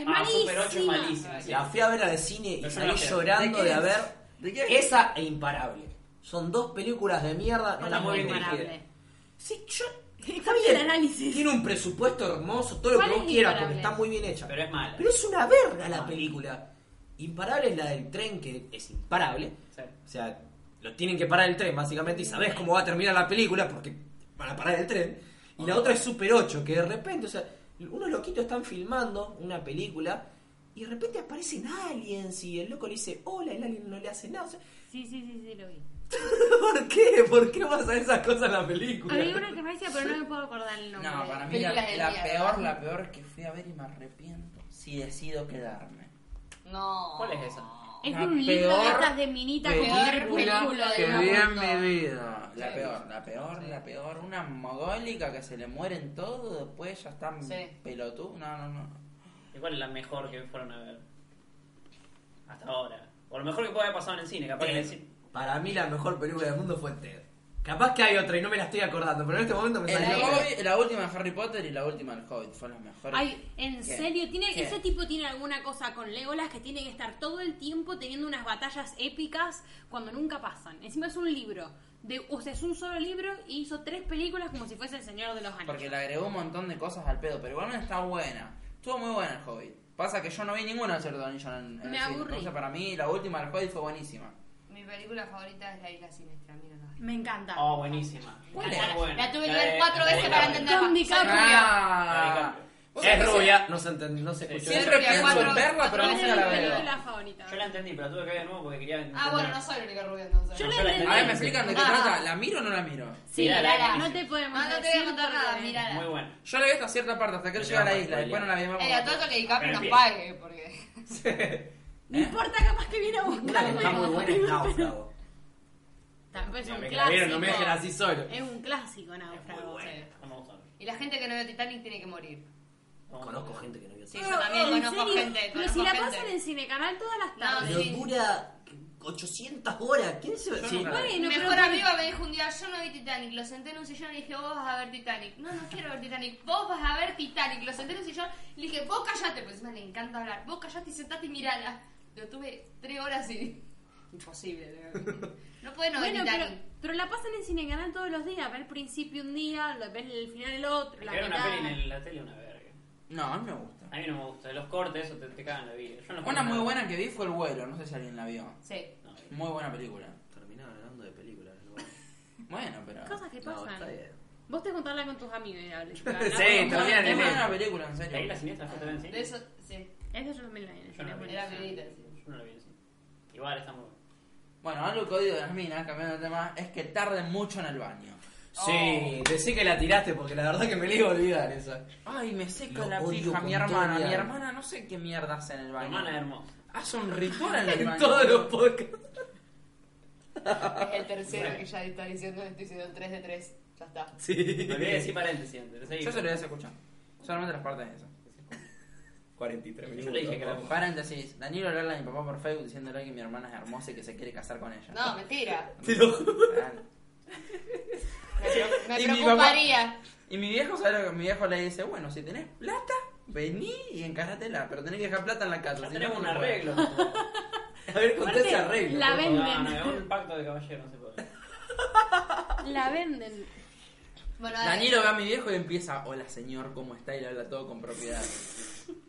Speaker 3: Ah, Super
Speaker 6: malísima.
Speaker 3: 8 es malísima. sí.
Speaker 1: La fui a ver al cine y
Speaker 3: Pero yo
Speaker 1: salí
Speaker 3: no la fui a ver.
Speaker 1: llorando
Speaker 2: ¿De
Speaker 1: de,
Speaker 2: qué es?
Speaker 1: haber.
Speaker 2: ¿De qué es?
Speaker 1: Esa e Imparable. Son dos películas de mierda. No,
Speaker 3: No
Speaker 1: las
Speaker 3: está muy bien
Speaker 1: puedo
Speaker 3: dirigida.
Speaker 1: elegir. Sí, yo.
Speaker 6: Está bien el análisis.
Speaker 1: Tiene un presupuesto hermoso, todo lo
Speaker 6: ¿Cuál
Speaker 1: que vos
Speaker 6: es
Speaker 1: quieras,
Speaker 6: Imparable?
Speaker 1: porque está muy bien hecha.
Speaker 3: Pero es mala.
Speaker 1: Pero es una verga la película. Imparable es la del tren que es imparable.
Speaker 3: Sí.
Speaker 1: O sea, lo tienen que parar el tren, básicamente, y sabés cómo va a terminar la película porque van a parar el tren. Y la otra es Super 8, que de repente, o sea, unos loquitos están filmando una película y de repente aparecen aliens y el loco le dice hola, el alien no le hace nada. O sea,
Speaker 9: Sí, sí, sí, sí, lo vi.
Speaker 1: ¿Por qué? ¿Por qué pasan esas cosas en la película?
Speaker 6: Había una que me decía, pero no me puedo acordar el nombre.
Speaker 2: No, para mí la,
Speaker 5: Películas de
Speaker 2: la
Speaker 5: mierda.
Speaker 2: peor, la peor que fui a ver y me arrepiento. Si decido quedarme.
Speaker 5: No.
Speaker 3: ¿Cuál es esa?
Speaker 6: Es
Speaker 2: La
Speaker 6: de un libro de
Speaker 2: peor
Speaker 6: estas de minitas con
Speaker 5: película
Speaker 6: crepúsculo de
Speaker 5: que
Speaker 6: una
Speaker 5: vi en
Speaker 6: punta.
Speaker 5: mi
Speaker 2: vida. La peor, la peor, la peor. Una mogólica que se le mueren todo, después ya están
Speaker 5: Sí.
Speaker 2: pelotú. No, no, no.
Speaker 3: ¿Y cuál es la mejor que fueron a ver? Hasta ahora. O lo mejor que puede haber pasado en el cine, capaz que en el cine.
Speaker 1: Para mí la mejor película del mundo fue Ted. Capaz que hay otra y no me la estoy acordando, pero en este momento me
Speaker 2: El
Speaker 1: salió.
Speaker 2: Hobbit- la última de Harry Potter y la última del Hobbit fueron las mejores.
Speaker 6: Ay, en
Speaker 2: ¿Qué?
Speaker 6: serio, ¿Tiene,
Speaker 2: ¿Qué?
Speaker 6: ese tipo tiene alguna cosa con Legolas que tiene que estar todo el tiempo teniendo unas batallas épicas cuando nunca pasan. Encima es un libro. De, o sea, es un solo libro y hizo tres películas como si fuese El Señor de los Anillos.
Speaker 2: Porque le agregó un montón de cosas al pedo, pero igualmente está buena. Estuvo muy buena el Hobbit. Pasa que yo no vi ninguna del Señor de los Anillos en, en
Speaker 6: Me
Speaker 2: el cine.
Speaker 6: aburrí.
Speaker 2: Entonces para mí la última del Hobbit fue buenísima.
Speaker 5: Mi película favorita es La Isla Siniestra, mírenla.
Speaker 6: Me encanta.
Speaker 3: Oh, buenísima.
Speaker 2: ¿Cuál
Speaker 3: Está
Speaker 2: es?
Speaker 3: buena.
Speaker 5: Eh. La tuve que
Speaker 3: de-
Speaker 5: ver cuatro
Speaker 3: la de
Speaker 5: veces para
Speaker 3: Capri.
Speaker 5: entenderla.
Speaker 6: Con DiCaprio.
Speaker 5: Soy
Speaker 2: Ah. Vos
Speaker 1: Es
Speaker 2: sabés que
Speaker 1: rubia, no se, enten- no se escuchó.
Speaker 2: Siempre
Speaker 5: rubia,
Speaker 2: pienso
Speaker 5: cuatro-
Speaker 2: en verla, pero
Speaker 5: cuatro
Speaker 2: no
Speaker 6: es
Speaker 2: se la
Speaker 6: mi
Speaker 2: veo.
Speaker 6: película favorita.
Speaker 3: Yo la entendí, pero la tuve que ver de nuevo porque quería.
Speaker 5: Ah, bueno, no
Speaker 3: entenderla.
Speaker 5: soy la única rubia entonces.
Speaker 6: Yo la
Speaker 3: Yo la
Speaker 6: entendí.
Speaker 2: A ver, me explican de qué
Speaker 5: Ah.
Speaker 2: trata. ¿La miro o no la miro?
Speaker 6: Sí,
Speaker 3: Mirala,
Speaker 6: mirala,
Speaker 3: es
Speaker 6: no
Speaker 3: difícil.
Speaker 6: te podemos
Speaker 5: No, no te voy
Speaker 6: decir
Speaker 5: a contar
Speaker 6: porque-
Speaker 5: nada, mirala.
Speaker 3: Muy buena.
Speaker 2: Yo la vi hasta cierta parte, hasta que él llega a la
Speaker 1: vamos a
Speaker 2: isla. Después
Speaker 1: spoilear.
Speaker 2: no la vi más.
Speaker 5: Eh, a todo esto que DiCaprio nos
Speaker 3: Bien.
Speaker 5: pague, porque...
Speaker 6: No importa, capaz que viene a
Speaker 1: Una que
Speaker 6: buscarme.
Speaker 1: está muy buena es Náufrago.
Speaker 6: Tampoco es un
Speaker 1: Me la
Speaker 6: clásico.
Speaker 1: vieron, no me dejen así solo.
Speaker 6: Es un clásico, Náufrago.
Speaker 3: No me gustó.
Speaker 5: Y la gente que no vio Titanic tiene que morir.
Speaker 3: No,
Speaker 1: Conozco gente que no vio
Speaker 5: Sí,
Speaker 1: Ted.
Speaker 5: yo también
Speaker 6: ¿en
Speaker 5: conozco
Speaker 6: serio?
Speaker 5: gente.
Speaker 6: Pero
Speaker 5: conozco
Speaker 6: si la
Speaker 5: gente.
Speaker 6: pasan en Cinecanal todas las tardes.
Speaker 1: Pero
Speaker 5: sí.
Speaker 1: dura 800 horas. ¿Quién se va
Speaker 2: Yo
Speaker 1: sí,
Speaker 2: nunca la vi.
Speaker 6: Bueno,
Speaker 5: Mi
Speaker 6: pero
Speaker 5: mejor
Speaker 6: que-
Speaker 5: amiga me dijo un día, yo no vi Titanic, lo senté en un sillón y le dije, vos vas a ver Titanic. No, no quiero ver Titanic, vos vas a ver Titanic. Lo senté en un sillón y le dije, vos callate, porque encima le encanta hablar. Vos callate y sentate y mirala. Lo tuve tres horas y... Imposible. ¿no? No puede no ver
Speaker 6: Bueno, pero,
Speaker 5: Titanic.
Speaker 6: pero la pasan en Cinecanal todos los días. Ver el principio un día, lo- ver el final el otro, la
Speaker 3: Ver una
Speaker 6: mitad.
Speaker 3: peli en la tele una verga.
Speaker 2: No, a mí me gusta.
Speaker 3: A mí no me gusta. Los cortes, eso te, te cagan la vida. Yo no puedo
Speaker 2: Una muy
Speaker 3: nada.
Speaker 2: buena que vi fue El vuelo, no sé si alguien la vio.
Speaker 5: Sí.
Speaker 3: No, no.
Speaker 2: Muy buena película.
Speaker 1: Terminaba hablando de películas. ¿no?
Speaker 2: Bueno, pero.
Speaker 6: Cosas que
Speaker 1: No,
Speaker 6: pasan.
Speaker 1: está bien.
Speaker 6: Vos te contarla con tus amigos. y hablé.
Speaker 1: Sí,
Speaker 2: Muy
Speaker 1: también,
Speaker 2: buena- muy
Speaker 1: nene.
Speaker 2: buena película, en
Speaker 3: ¿La isla
Speaker 2: serio.
Speaker 3: siniestra fue también
Speaker 5: De
Speaker 3: en cine?
Speaker 5: eso, sí.
Speaker 6: Es de 2009.
Speaker 3: Yo no la vi.
Speaker 5: Era
Speaker 3: en
Speaker 5: mi
Speaker 3: cine.
Speaker 5: vida, sí.
Speaker 3: Yo no la vi en cine. Igual está muy buena.
Speaker 2: Bueno, algo que odio de las minas, cambiando de tema, es que tarden mucho en el baño.
Speaker 1: Sí, decí que la tiraste porque la verdad que me la iba a olvidar esa.
Speaker 2: Ay, me seca
Speaker 7: Lo
Speaker 2: la
Speaker 7: odio
Speaker 2: pija,
Speaker 7: con
Speaker 2: mi
Speaker 7: todo
Speaker 2: hermana.
Speaker 7: mi
Speaker 2: Mi
Speaker 7: alma.
Speaker 2: hermana no sé qué mierda hace en el
Speaker 3: Mi
Speaker 2: baño.
Speaker 3: hermana es hermosa.
Speaker 2: Hace un ritual en el
Speaker 1: En
Speaker 2: baño.
Speaker 1: todos los podcasts.
Speaker 5: Es el tercero que ya está diciendo, estoy diciendo 3 de 3. Ya está.
Speaker 1: Sí.
Speaker 3: Me olvidé de decir paréntesis antes. pero seguí.
Speaker 2: Yo se lo voy a escuchar. Solamente las partes de eso.
Speaker 1: 43
Speaker 3: Yo le dije que
Speaker 1: minutos.
Speaker 3: la-
Speaker 2: Paréntesis. Danilo le habla a mi papá por Facebook diciéndole que mi hermana es hermosa y que se quiere casar con ella.
Speaker 5: No, mentira.
Speaker 1: Te lo juro.
Speaker 2: Dale.
Speaker 5: Me, pre- me
Speaker 2: Y mi
Speaker 5: preocuparía.
Speaker 2: Y mi viejo sabe lo que mi viejo le dice, bueno, si tenés plata, vení y encaratela, pero tenés que dejar plata en la casa.
Speaker 3: Ya
Speaker 2: si no,
Speaker 3: tenemos
Speaker 2: no
Speaker 3: un
Speaker 2: se puede".
Speaker 3: arreglo.
Speaker 1: A ver, contá
Speaker 6: Aparte,
Speaker 1: ese arreglo.
Speaker 6: la
Speaker 1: por favor.
Speaker 6: Venden.
Speaker 3: No, no, es un pacto de caballero, no se puede.
Speaker 6: La venden.
Speaker 5: Bueno, dale.
Speaker 2: Danilo ve a mi viejo y empieza, hola señor, ¿cómo está? Y le habla todo con propiedad.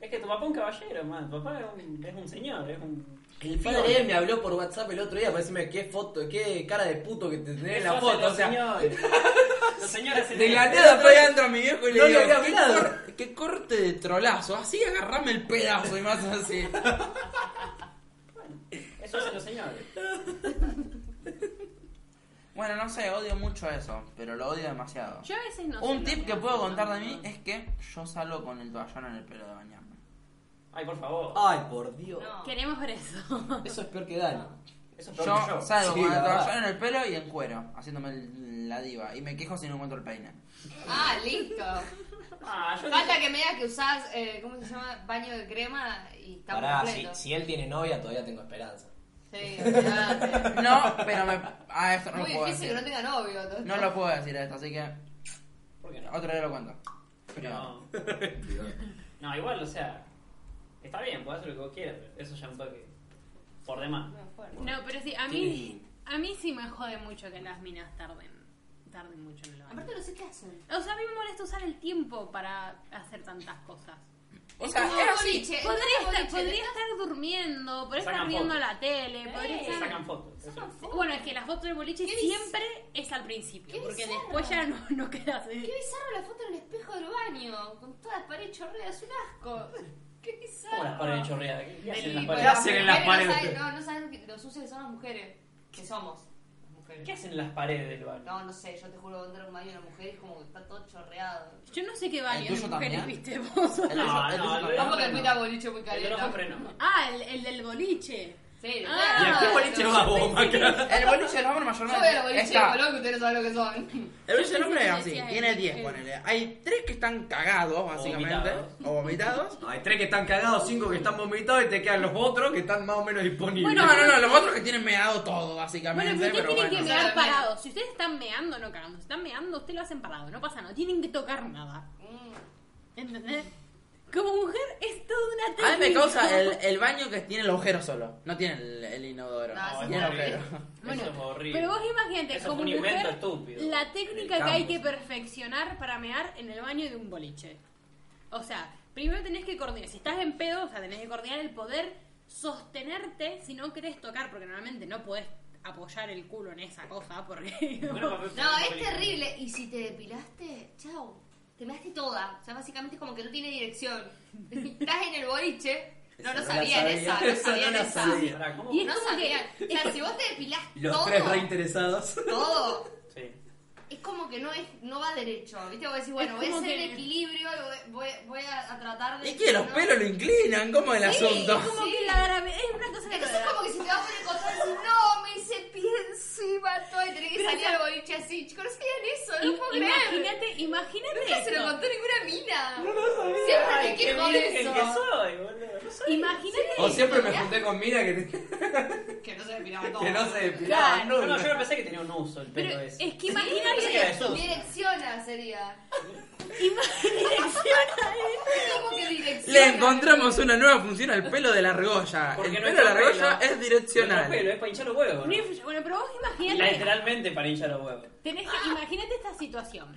Speaker 3: Es que tu papá es un caballero, man. Tu papá es un, es un señor, es un.
Speaker 1: El padre él me habló por WhatsApp el otro día para decirme qué foto, qué cara de puto que te tenés en la
Speaker 3: Eso hacen
Speaker 1: foto. O sea,
Speaker 3: Los señores. Los señores hacen
Speaker 2: De
Speaker 3: eso.
Speaker 2: la nada estoy adentro a mi viejo y le
Speaker 1: No le
Speaker 2: digo,
Speaker 1: había
Speaker 2: ¿Qué,
Speaker 1: hablado".
Speaker 2: cor- qué corte de trolazo, así agarrame el pedazo y más así.
Speaker 3: Eso hacen los señores.
Speaker 2: Bueno, no sé, odio mucho eso, pero lo odio demasiado.
Speaker 6: Yo a veces no sé
Speaker 2: Un
Speaker 6: lo
Speaker 2: tip que puedo
Speaker 6: hago,
Speaker 2: contar de
Speaker 6: no,
Speaker 2: mí
Speaker 6: no.
Speaker 2: es que yo salgo con el toallón en el pelo de bañarme.
Speaker 3: Ay, por favor.
Speaker 1: ay, por Dios.
Speaker 5: No.
Speaker 6: Queremos ver eso.
Speaker 1: Eso es peor que Dani.
Speaker 3: Eso es peor que
Speaker 2: Yo salgo
Speaker 1: Sí,
Speaker 2: con
Speaker 1: la
Speaker 2: el
Speaker 1: verdad.
Speaker 2: toallón en el pelo y en cuero, haciéndome el- la diva. Y me quejo si no encuentro el peine.
Speaker 5: Ah, listo.
Speaker 3: Ah, yo dije-
Speaker 5: Falta que me digas que usás, eh, ¿cómo se llama? Baño de crema y está
Speaker 1: Pará, si,
Speaker 5: completo.
Speaker 1: si él tiene novia todavía tengo esperanza.
Speaker 5: Sí, olvidate.
Speaker 2: No, pero me. Ah, esto no
Speaker 5: Muy
Speaker 2: lo puedo
Speaker 5: difícil que no
Speaker 2: decir.
Speaker 5: tenga novio. entonces.
Speaker 2: No lo puedo decir esto, así que
Speaker 3: ¿Por qué no?
Speaker 2: otro día lo cuento. Privado.
Speaker 3: No. No, igual, o sea. Está bien, puedes hacer lo que vos quieras, pero eso ya un toque. Por demás.
Speaker 5: No, fuerte.
Speaker 6: No, pero sí, a mí, a mí sí me jode mucho que las minas tarden, tarden mucho en el baño.
Speaker 5: Aparte no sé qué hacen.
Speaker 6: O sea, a mí me molesta usar el tiempo para hacer tantas cosas.
Speaker 2: O sea,
Speaker 5: como
Speaker 2: era
Speaker 5: un
Speaker 2: así.
Speaker 5: boliche.
Speaker 6: Podría
Speaker 5: no, no,
Speaker 6: estar,
Speaker 5: boliche,
Speaker 6: podría estar durmiendo, podría
Speaker 3: Sacan
Speaker 6: estar viendo
Speaker 3: fotos.
Speaker 6: la tele, podría
Speaker 3: Te
Speaker 6: estar...
Speaker 3: sacan fotos. eso
Speaker 5: Sacan
Speaker 3: sí.
Speaker 5: fotos.
Speaker 6: Bueno, es que la foto del boliche
Speaker 5: ¿Qué dices?
Speaker 6: siempre es al principio,
Speaker 5: ¿Qué
Speaker 6: porque
Speaker 5: bizarro?
Speaker 6: después ya no, no quedas...
Speaker 5: Qué bizarro la foto en el espejo del baño, con todas las paredes chorreadas, es un asco. Qué bizarro.
Speaker 3: ¿Cómo las paredes chorreadas? ¿Qué- ¿Qué hacen en las
Speaker 5: Sí,
Speaker 3: paredes?
Speaker 5: pero
Speaker 1: hacen en las
Speaker 5: mujeres no
Speaker 1: paredes?
Speaker 5: saben- No, no saben que lo sucios que son las mujeres. Que somos las mujeres.
Speaker 3: ¿Qué hacen en las paredes del baño?
Speaker 5: No, no sé, yo te juro, entrar a un baño de una mujer y es como que está todo chorreado.
Speaker 6: Yo no sé qué baño
Speaker 2: tuyo
Speaker 6: de mujeres
Speaker 2: también?
Speaker 6: viste vos.
Speaker 2: El tuyo- el
Speaker 3: no,
Speaker 2: tuyo
Speaker 3: el
Speaker 2: también.
Speaker 3: no,
Speaker 5: Tampoco
Speaker 3: no.
Speaker 5: el a boliche muy
Speaker 3: El de los
Speaker 5: caliente.
Speaker 3: hombres no.
Speaker 6: Ah, el, el del boliche.
Speaker 5: Sí,
Speaker 6: Ah.
Speaker 1: ¿Y a qué
Speaker 6: Ah,
Speaker 1: boliche
Speaker 5: no
Speaker 1: vas vos, Maca?
Speaker 2: El boliche del hombre
Speaker 5: Yo voy a los
Speaker 2: mayormente.
Speaker 5: boliches de
Speaker 2: está-
Speaker 5: Colón que ustedes no saben lo que son.
Speaker 2: El boliche del hombre es
Speaker 6: Sí,
Speaker 2: así.
Speaker 6: sí, sí,
Speaker 2: Tiene
Speaker 6: sí.
Speaker 2: 10, ponele. Hay 3 que están cagados, básicamente.
Speaker 3: vomitados.
Speaker 2: O vomitados.
Speaker 1: Hay tres que están cagados, cinco que están vomitados y te quedan los otros que están más o menos disponibles.
Speaker 2: No, no, no, los otros que tienen meado todo,
Speaker 6: Bueno,
Speaker 2: básicamente.
Speaker 6: pero ustedes
Speaker 2: pero
Speaker 6: tienen que
Speaker 2: bueno.
Speaker 6: mear
Speaker 5: Claro,
Speaker 6: parados. Si ustedes están meando, no cagando. Si están meando, ustedes lo hacen parado. No pasa nada. Tienen que tocar nada.
Speaker 5: Mm.
Speaker 6: ¿Entendés? Como mujer es toda una técnica.
Speaker 2: A mí me causa el, el baño que tiene el agujero solo. No tiene el, el inodoro.
Speaker 5: No,
Speaker 2: No,
Speaker 5: Ah, sí,
Speaker 2: tiene el
Speaker 5: sí.
Speaker 2: agujero.
Speaker 6: Bueno,
Speaker 3: eso es horrible.
Speaker 6: Pero vos imagínate,
Speaker 3: Eso
Speaker 6: como
Speaker 3: fue un invento
Speaker 6: mujer,
Speaker 3: estúpido.
Speaker 6: la
Speaker 1: En
Speaker 6: técnica
Speaker 1: el
Speaker 6: que hay
Speaker 1: campo.
Speaker 6: que perfeccionar para mear en el baño de un boliche. O sea, primero tenés que coordinar. Si estás en pedo, o sea, tenés que coordinar el poder sostenerte si no querés tocar, porque normalmente no podés apoyar el culo en esa cosa, porque...
Speaker 3: Bueno, papel-
Speaker 5: No, es
Speaker 3: papel-
Speaker 5: terrible. Y si te depilaste, chao. Te measte toda. O sea, básicamente es como que no tiene dirección. Estás en el boliche. No, no
Speaker 1: Esa no la
Speaker 5: sabían
Speaker 1: sabía,
Speaker 5: esa. No
Speaker 1: esa no
Speaker 5: sabían
Speaker 1: la
Speaker 5: esa.
Speaker 1: sabía.
Speaker 3: Pará, ¿cómo?
Speaker 6: Y es
Speaker 5: No
Speaker 6: como que-
Speaker 5: sabían. O sea, si vos te depilás
Speaker 1: Los
Speaker 5: todo,
Speaker 1: tres reinteresados.
Speaker 5: todo,
Speaker 3: Sí.
Speaker 5: es como que no es, no va derecho. ¿Viste? Vos decís, bueno,
Speaker 6: Es
Speaker 5: voy a
Speaker 6: como
Speaker 5: hacer
Speaker 6: que-
Speaker 5: el equilibrio, lo voy, voy- voy a, a tratar de.
Speaker 2: Es que los
Speaker 5: no.
Speaker 2: pelos lo inclinan, ¿cómo el
Speaker 5: Sí,
Speaker 2: asunto?
Speaker 6: Es como
Speaker 5: Sí.
Speaker 6: que la gravedad es una cosa de
Speaker 5: Entonces es como que si te vas por el control y decís, no, me hice pie encima todo y tenés que
Speaker 6: Pero
Speaker 5: salir
Speaker 6: esa-
Speaker 5: al boliche así. Chicos, no sabían eso, no
Speaker 6: Im-
Speaker 5: puedo creer.
Speaker 6: Imagínate, imagínate
Speaker 5: Nunca se lo
Speaker 6: esto.
Speaker 5: contó ninguna mina.
Speaker 3: Ay,
Speaker 5: Siempre me
Speaker 3: qué
Speaker 5: quiero con
Speaker 3: virgen que
Speaker 5: eso.
Speaker 3: soy, boludo. No soy-
Speaker 6: Imagínate
Speaker 1: O siempre me junté con Mina que,
Speaker 5: Que no se depilaba todo.
Speaker 1: que no se depilaban
Speaker 3: No, no,
Speaker 1: nunca.
Speaker 3: yo no pensé que tenía un uso el pelo
Speaker 6: Pero
Speaker 3: ese.
Speaker 6: es que
Speaker 3: Pensé que era
Speaker 6: imagínate,
Speaker 3: de sos.
Speaker 5: Direcciona sería. ¿Cómo que direcciona?
Speaker 2: Le encontramos una nueva función al pelo de la argolla.
Speaker 3: Porque
Speaker 2: el pelo
Speaker 3: no es
Speaker 2: de la
Speaker 3: pelo.
Speaker 2: argolla es
Speaker 3: No es pelo,
Speaker 2: direccional.
Speaker 3: es para hinchar los huevos.
Speaker 6: no
Speaker 3: ¿no?
Speaker 6: influye. Bueno, pero vos imagínate,
Speaker 3: Literalmente para hinchar los huevos.
Speaker 6: tenés que, imagínate esta situación.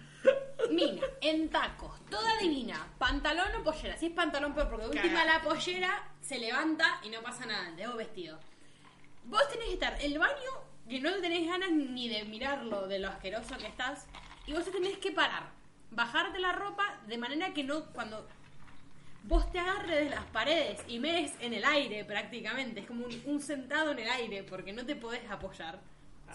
Speaker 6: Mina, en tacos, toda divina, pantalón o pollera. Si es pantalón, pero porque de última la pollera se levanta y no pasa nada, debo vestido. Vos tenés que estar el baño, que no tenés ganas ni de mirarlo, de lo asqueroso que estás, y vos te tenés que parar, bajarte la ropa de manera que no, cuando vos te agarres de las paredes y mees en el aire prácticamente. Es como un, un sentado en el aire porque no te podés apoyar.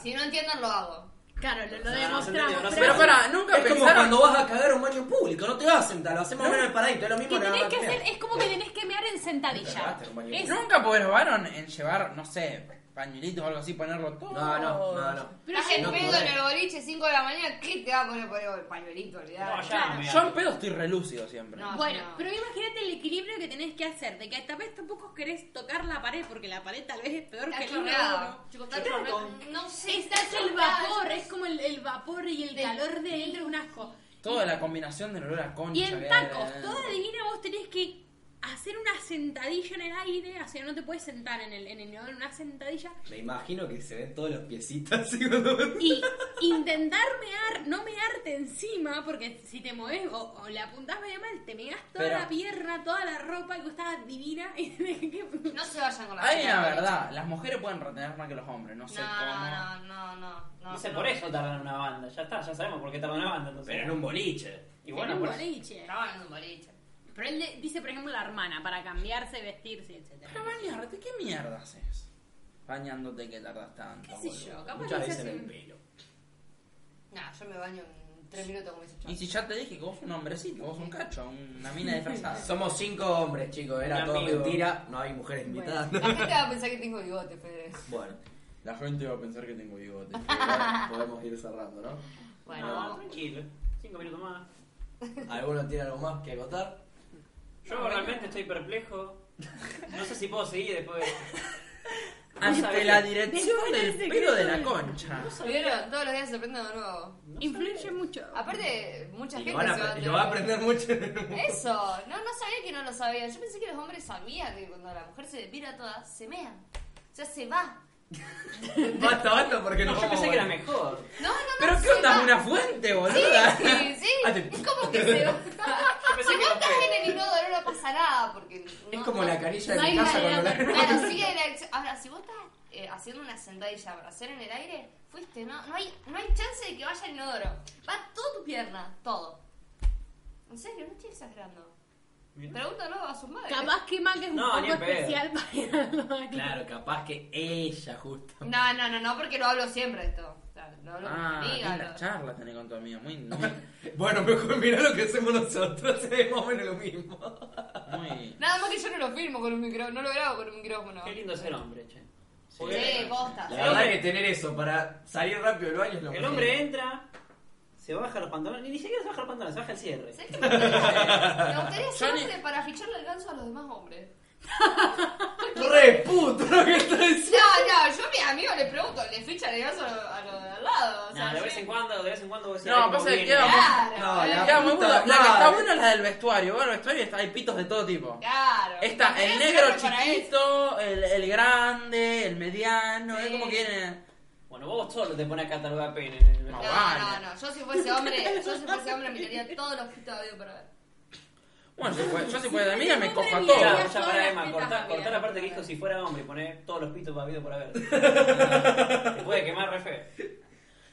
Speaker 5: Si no entienden, lo hago.
Speaker 6: Claro, lo, lo
Speaker 1: No, no se
Speaker 6: demostramos.
Speaker 1: entendió, no se
Speaker 2: Pero pará, nunca
Speaker 1: es como
Speaker 2: pensaron.
Speaker 1: cuando vas a cagar a un baño público, no te vas a sentar, lo hacemos menos en el paradito, es lo mismo
Speaker 6: que
Speaker 1: nada
Speaker 6: tenés
Speaker 1: más
Speaker 6: que
Speaker 1: mear.
Speaker 6: hacer, es como que tenés que mear en sentadilla.
Speaker 1: Cagaste, compañero.
Speaker 6: Es-
Speaker 2: Nunca probaron en llevar, no sé, pañuelitos o algo así, ponerlo todo.
Speaker 1: No, no, no, no.
Speaker 6: Pero
Speaker 5: Estás en
Speaker 1: no
Speaker 5: pedo
Speaker 1: podés.
Speaker 5: en el boliche, 5 de la mañana, ¿qué te va a poner por el pañuelito?
Speaker 3: No,
Speaker 5: Olvidar.
Speaker 3: ya,
Speaker 2: Yo en
Speaker 3: mira.
Speaker 2: pedo estoy relúcido siempre.
Speaker 5: No.
Speaker 6: Bueno, pero imagínate el equilibrio que tenés que hacer, de que tal vez tampoco querés tocar la pared, porque la pared tal vez es peor que el uno.
Speaker 5: Chicos, está chorreado. No sé,
Speaker 6: Está el vapor, es como el, el vapor y el
Speaker 5: Del-
Speaker 6: calor de dentro, un asco.
Speaker 2: Toda la combinación del olor a concha.
Speaker 6: Y en
Speaker 2: que-
Speaker 6: tacos, toda divina vos tenés que hacer una sentadilla en el aire, o sea, no te puedes sentar en el en el inodoro, una sentadilla
Speaker 1: Me imagino que se ven todos los piecitos así cuando-
Speaker 6: y intentar mear, no mearte encima, porque si te mueves o, o le apuntás medio mal, te megas toda
Speaker 2: Pero-
Speaker 6: la pierna, toda la ropa y vos estabas divina y tenés que...
Speaker 5: No se vayan con la
Speaker 2: Hay una
Speaker 5: gente.
Speaker 2: verdad, las mujeres pueden retener más que los hombres, no sé cómo.
Speaker 5: No, no, no, no, no.
Speaker 3: Dice,
Speaker 5: no.
Speaker 3: por eso tardan una banda. Ya está, ya sabemos por qué tardan una banda. Entonces.
Speaker 1: Pero en un boliche.
Speaker 3: Y bueno,
Speaker 6: Un
Speaker 3: por eso.
Speaker 6: boliche.
Speaker 5: Estaban en un boliche.
Speaker 6: Pero él de- dice, por ejemplo, la hermana, para cambiarse, vestirse, etcétera.
Speaker 2: Pero bañarte, ¿qué mierda haces? Bañándote que tardas tanto.
Speaker 6: ¿Qué sé
Speaker 2: boludo.
Speaker 6: yo? Capaz
Speaker 1: Muchas
Speaker 6: que se
Speaker 1: veces en
Speaker 6: hace
Speaker 1: el
Speaker 6: un-
Speaker 1: pelo.
Speaker 5: Nah, yo me baño en 3 minutos con mis
Speaker 2: Y si ya te dije que vos un hombrecito, vos un cacho, una mina
Speaker 6: Ah.
Speaker 2: disfrazada.
Speaker 1: Somos cinco hombres, chicos, era
Speaker 3: Un
Speaker 1: todo
Speaker 3: amigo.
Speaker 1: mentira, no hay mujeres invitadas.
Speaker 5: La gente va a pensar que tengo bigote, Fede.
Speaker 1: Bueno,
Speaker 2: La gente va a pensar que tengo bigote.
Speaker 1: ahora podemos ir cerrando, ¿no?
Speaker 5: Bueno,
Speaker 3: No,
Speaker 5: vamos.
Speaker 3: tranquilo. Cinco minutos más.
Speaker 1: ¿Alguno tiene algo más que acotar?
Speaker 3: Yo realmente estoy perplejo. No sé si puedo seguir después.
Speaker 2: Ante
Speaker 3: sabés.
Speaker 2: la dirección
Speaker 6: Después del
Speaker 2: del pelo
Speaker 6: secreto
Speaker 2: de la
Speaker 6: del-
Speaker 2: concha.
Speaker 5: ¿Vieron? Todos los días se aprende algo nuevo.
Speaker 6: Influye mucho.
Speaker 5: Aparte, mucha
Speaker 1: Y
Speaker 5: gente
Speaker 1: lo, van a
Speaker 5: se va
Speaker 1: apre- y lo va a aprender mucho.
Speaker 5: Eso, no, no sabía que no lo sabía. Yo pensé que los hombres sabían que cuando la mujer se depila toda, se mea. O sea, se va.
Speaker 1: basta, basta, porque no,
Speaker 3: No, yo
Speaker 1: vamos
Speaker 3: pensé que era
Speaker 1: a-
Speaker 3: mejor.
Speaker 5: No, no, no.
Speaker 2: ¿Pero qué
Speaker 5: se
Speaker 2: onda?
Speaker 5: va.
Speaker 2: ¿Una fuente, boluda?
Speaker 5: Sí, sí, sí. Es como que se va.
Speaker 3: pensé
Speaker 5: Si
Speaker 3: que
Speaker 5: no
Speaker 3: no
Speaker 5: estás
Speaker 3: fue.
Speaker 5: en el inodoro no pasa nada porque. no-
Speaker 1: Es como
Speaker 5: no-
Speaker 1: la canilla de
Speaker 6: no
Speaker 1: mi
Speaker 6: hay
Speaker 1: casa
Speaker 6: manera
Speaker 1: cuando la...
Speaker 5: Claro, sigue la acción. Ahora, si vos estás eh, haciendo una sentadilla para hacer en el aire, fuiste, no, no, hay, no hay chance de que vaya el inodoro. Va toda tu pierna, todo. En serio, no estoy exagerando.
Speaker 3: Mirá.
Speaker 5: Pregúntalo a sus madres.
Speaker 6: Capaz que Mac es un
Speaker 3: No, ni
Speaker 6: poco
Speaker 3: en pedo.
Speaker 6: especial para ir al baño.
Speaker 1: Claro, capaz que ella justo.
Speaker 5: No, no, no, no, porque lo hablo siempre esto. O sea, lo hablo con
Speaker 2: Ah,
Speaker 5: mi amiga,
Speaker 2: linda
Speaker 5: lo-
Speaker 2: charla tenés con tu amiga, muy, muy,
Speaker 1: Bueno, mejor mirá lo que hacemos nosotros, es más o menos lo mismo.
Speaker 2: muy...
Speaker 5: Nada más que yo no lo filmo con un micrófono, no lo grabo con un micrófono.
Speaker 3: Qué lindo ser hombre, che.
Speaker 5: Sí, posta.
Speaker 1: La verdad que tener eso para salir rápido del baño es lo
Speaker 3: El
Speaker 1: mejor.
Speaker 3: hombre entra, se baja los pantalones, ni siquiera se baja los pantalones, se baja el cierre.
Speaker 5: ¿Sabes qué me gustaría? Me gustaría ser
Speaker 2: Johnny-
Speaker 5: hombre para ficharle el ganso a los demás hombres.
Speaker 1: Re puto lo que está diciendo.
Speaker 5: No, no, yo a mi amigo le pregunto, le fichan el ganso a los a los de al lado. O sea,
Speaker 3: Nah, de
Speaker 5: yo-
Speaker 3: vez en cuando, de vez en cuando vos
Speaker 2: No, pasa que queda-
Speaker 5: Claro,
Speaker 1: No, la-
Speaker 2: Ya, muy
Speaker 1: puta
Speaker 2: buena. la que está
Speaker 1: madre.
Speaker 2: buena es la del vestuario. Bueno, el vestuario está, hay pitos de todo tipo.
Speaker 5: claro.
Speaker 2: Está el
Speaker 5: Tenés
Speaker 2: negro
Speaker 5: siempre para eso.
Speaker 2: chiquito, el, el grande, el mediano, es
Speaker 5: Sí.
Speaker 2: como que viene...
Speaker 3: Bueno, vos solo te pones a catalogar pene en el
Speaker 2: No.
Speaker 5: No, no, no, yo si fuese hombre, yo si fuese hombre miraría todos los pitos de audio para ver.
Speaker 2: Bueno, si fue- yo si fuera de amiga me
Speaker 6: Hombre,
Speaker 2: cojo a
Speaker 6: bien.
Speaker 2: todo.
Speaker 3: Claro,
Speaker 6: Miraría
Speaker 3: ya
Speaker 6: todas
Speaker 3: para
Speaker 6: las
Speaker 3: Emma,
Speaker 6: tetas
Speaker 3: cortá, cortá la
Speaker 6: también.
Speaker 3: parte que dijo si fuera hombre y poné todos los pitos para por haber. Te puede quemar re feo.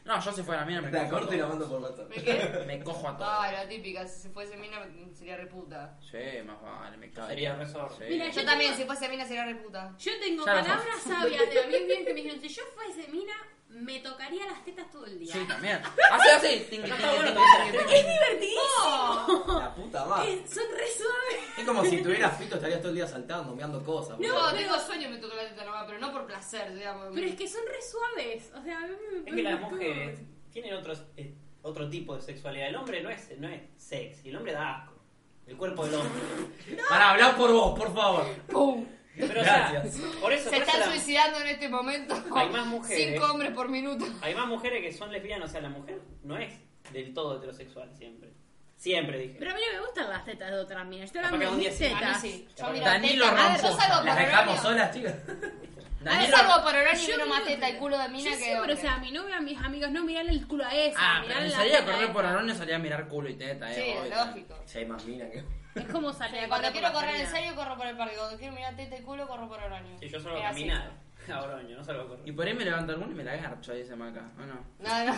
Speaker 2: No, yo si fuera mía me
Speaker 1: La
Speaker 2: cojo a
Speaker 1: corto y la
Speaker 2: todo.
Speaker 1: mando por WhatsApp.
Speaker 5: ¿Me qué?
Speaker 2: Me cojo a
Speaker 5: Ah,
Speaker 2: todo.
Speaker 5: la típica, si fuese mina sería reputa.
Speaker 2: Sí, más vale, me cojo.
Speaker 3: Sería resorte.
Speaker 2: Sí.
Speaker 6: Mira,
Speaker 5: Yo también, si fuese mina sería reputa.
Speaker 6: Yo tengo
Speaker 2: Ya lo
Speaker 6: palabras sabias de amigos míos que me dijeron, si yo fuese mina, me tocaría las tetas todo el día.
Speaker 2: Sí, también. Hace así. ting, ting,
Speaker 3: Pero no
Speaker 2: ting,
Speaker 3: está bueno
Speaker 2: ting,
Speaker 3: que dice
Speaker 2: ting,
Speaker 3: la
Speaker 2: ting.
Speaker 3: gente.
Speaker 6: ¡Divertidísimo!
Speaker 1: La puta madre.
Speaker 6: Eh, Son re suaves.
Speaker 1: Es como si tuvieras frito, estarías todo el día saltando, meando cosas.
Speaker 5: No,
Speaker 1: boludo.
Speaker 5: tengo sueño me toca la teta nomás, pero no por placer, digamos.
Speaker 6: Pero es que son re suaves. O sea, a mí me-
Speaker 3: Es que las
Speaker 6: me-
Speaker 3: mujeres tienen otros, eh, otro tipo de sexualidad. El hombre no es, no es sexy, el hombre da asco. El cuerpo del hombre.
Speaker 1: Para hablar por vos, por favor.
Speaker 5: ¡Pum!
Speaker 3: Pero, o sea,
Speaker 1: Gracias.
Speaker 3: por eso,
Speaker 5: Se
Speaker 3: por eso
Speaker 5: están
Speaker 3: la-
Speaker 5: suicidando en este momento.
Speaker 3: Hay más mujeres. eh.
Speaker 5: Cinco hombres por minuto.
Speaker 3: hay más mujeres que son lesbianas. O sea, la mujer no es del todo heterosexual siempre. Siempre dije.
Speaker 6: Pero a mí no me gustan las tetas de otras minas. Yo hablando
Speaker 3: Capaz que
Speaker 6: de
Speaker 3: un día
Speaker 6: mis
Speaker 3: sí.
Speaker 5: A mí
Speaker 6: tetas.
Speaker 5: sí.
Speaker 3: Teta.
Speaker 5: Yo miro
Speaker 2: Danilo
Speaker 5: teta. A ver, yo
Speaker 2: Romposta.
Speaker 5: salgo por
Speaker 1: Las dejamos
Speaker 5: horario.
Speaker 1: solas, chicas.
Speaker 5: A ver,
Speaker 2: Danilo-
Speaker 5: salgo por horario y
Speaker 6: Yo
Speaker 5: miro
Speaker 6: miro
Speaker 5: más teta y
Speaker 6: teta.
Speaker 5: culo de mina
Speaker 6: Yo
Speaker 5: que
Speaker 6: sí, pero
Speaker 5: hombre.
Speaker 6: o sea, a mi novia, a mis amigos, no, mirarle el culo a esa.
Speaker 2: Ah, pero
Speaker 6: mirarle
Speaker 2: si
Speaker 6: la
Speaker 2: salía a
Speaker 6: teta
Speaker 2: correr
Speaker 6: esa.
Speaker 2: por Arones salía a mirar culo y teta, eh.
Speaker 5: Sí,
Speaker 2: obvio.
Speaker 5: lógico.
Speaker 1: Si hay más mina que.
Speaker 6: Es como salir a
Speaker 5: Cuando
Speaker 6: correr
Speaker 5: quiero
Speaker 6: por
Speaker 5: correr en
Speaker 6: Avenida.
Speaker 5: serio, corro por el parque. Cuando quiero mirar teta y culo, corro por horario.
Speaker 3: Si yo solo
Speaker 5: Era así.
Speaker 3: caminar a Oroño, no salgo a correr.
Speaker 2: Y por ahí me levanto alguno y me la garcho, dice Maca. ¿O no?
Speaker 5: No, no.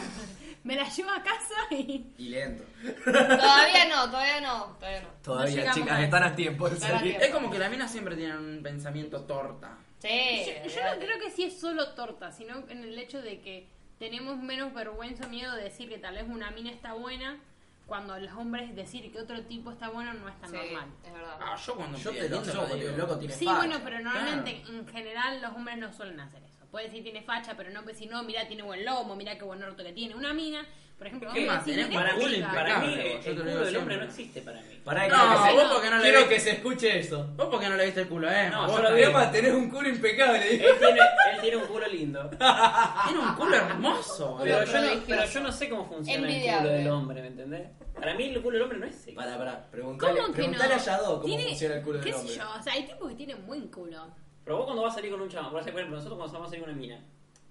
Speaker 6: Me la llevo a casa y.
Speaker 1: Y le entro.
Speaker 5: Todavía no, no, todavía no, todavía no.
Speaker 1: Todavía,
Speaker 6: llegamos
Speaker 1: chicas,
Speaker 6: a
Speaker 1: están a tiempo de
Speaker 5: Están a
Speaker 1: salir.
Speaker 5: tiempo.
Speaker 2: Es como que las minas siempre tienen un pensamiento torta.
Speaker 5: Sí.
Speaker 6: Yo, yo no creo que sí es solo torta, sino en el hecho de que tenemos menos vergüenza o miedo de decir que tal vez una mina está buena cuando los hombres decir que otro tipo está bueno no es tan
Speaker 5: Sí,
Speaker 6: normal.
Speaker 5: es verdad.
Speaker 2: Ah, yo cuando
Speaker 1: Yo
Speaker 2: pido
Speaker 1: te lo
Speaker 2: lindo
Speaker 1: yo cuando
Speaker 2: digo.
Speaker 1: el loco tiene
Speaker 6: Sí,
Speaker 1: facha.
Speaker 6: bueno, pero normalmente en general los hombres no suelen hacer eso. Puede decir tiene facha, pero no puede decir, no, mira, tiene buen lomo, mira qué buen orto que tiene. Una mina, por ejemplo,
Speaker 2: ¿Qué
Speaker 6: vos
Speaker 2: más?
Speaker 6: decís,
Speaker 2: Tenés
Speaker 6: "Mira
Speaker 2: para
Speaker 6: qué
Speaker 2: mí,
Speaker 6: chica".
Speaker 2: para
Speaker 3: Para
Speaker 2: mí,
Speaker 3: mí,
Speaker 2: eh,
Speaker 3: el culo del hombre no existe para mí.
Speaker 1: Pará,
Speaker 2: No,
Speaker 1: quiero que se-
Speaker 2: vos porque no le
Speaker 1: quiero
Speaker 2: viste.
Speaker 1: que se escuche eso.
Speaker 2: Vos porque no le viste el culo, eh.
Speaker 3: No,
Speaker 2: Vos
Speaker 3: yo lo vi.
Speaker 2: también.
Speaker 3: Emma,
Speaker 1: tenés un culo impecable.
Speaker 3: Él tiene, él tiene un culo lindo.
Speaker 2: Tiene un culo hermoso, boludo.
Speaker 3: Pero yo, no,
Speaker 5: prodigioso.
Speaker 3: pero yo no sé cómo funciona el
Speaker 5: Envidiable.
Speaker 3: culo del hombre, ¿me entendés? Para mí el culo del hombre no es ese.
Speaker 1: Pará, pará, preguntale,
Speaker 6: ¿Cómo que no?
Speaker 1: preguntale a Yadó cómo
Speaker 6: Tiene-
Speaker 1: funciona el culo
Speaker 6: ¿Qué
Speaker 1: del
Speaker 6: sé
Speaker 1: hombre.
Speaker 6: yo? O sea, hay tipos que tienen buen culo.
Speaker 3: Pero vos cuando vas a salir con un chabón, por ejemplo, nosotros cuando vamos a salir con una mina,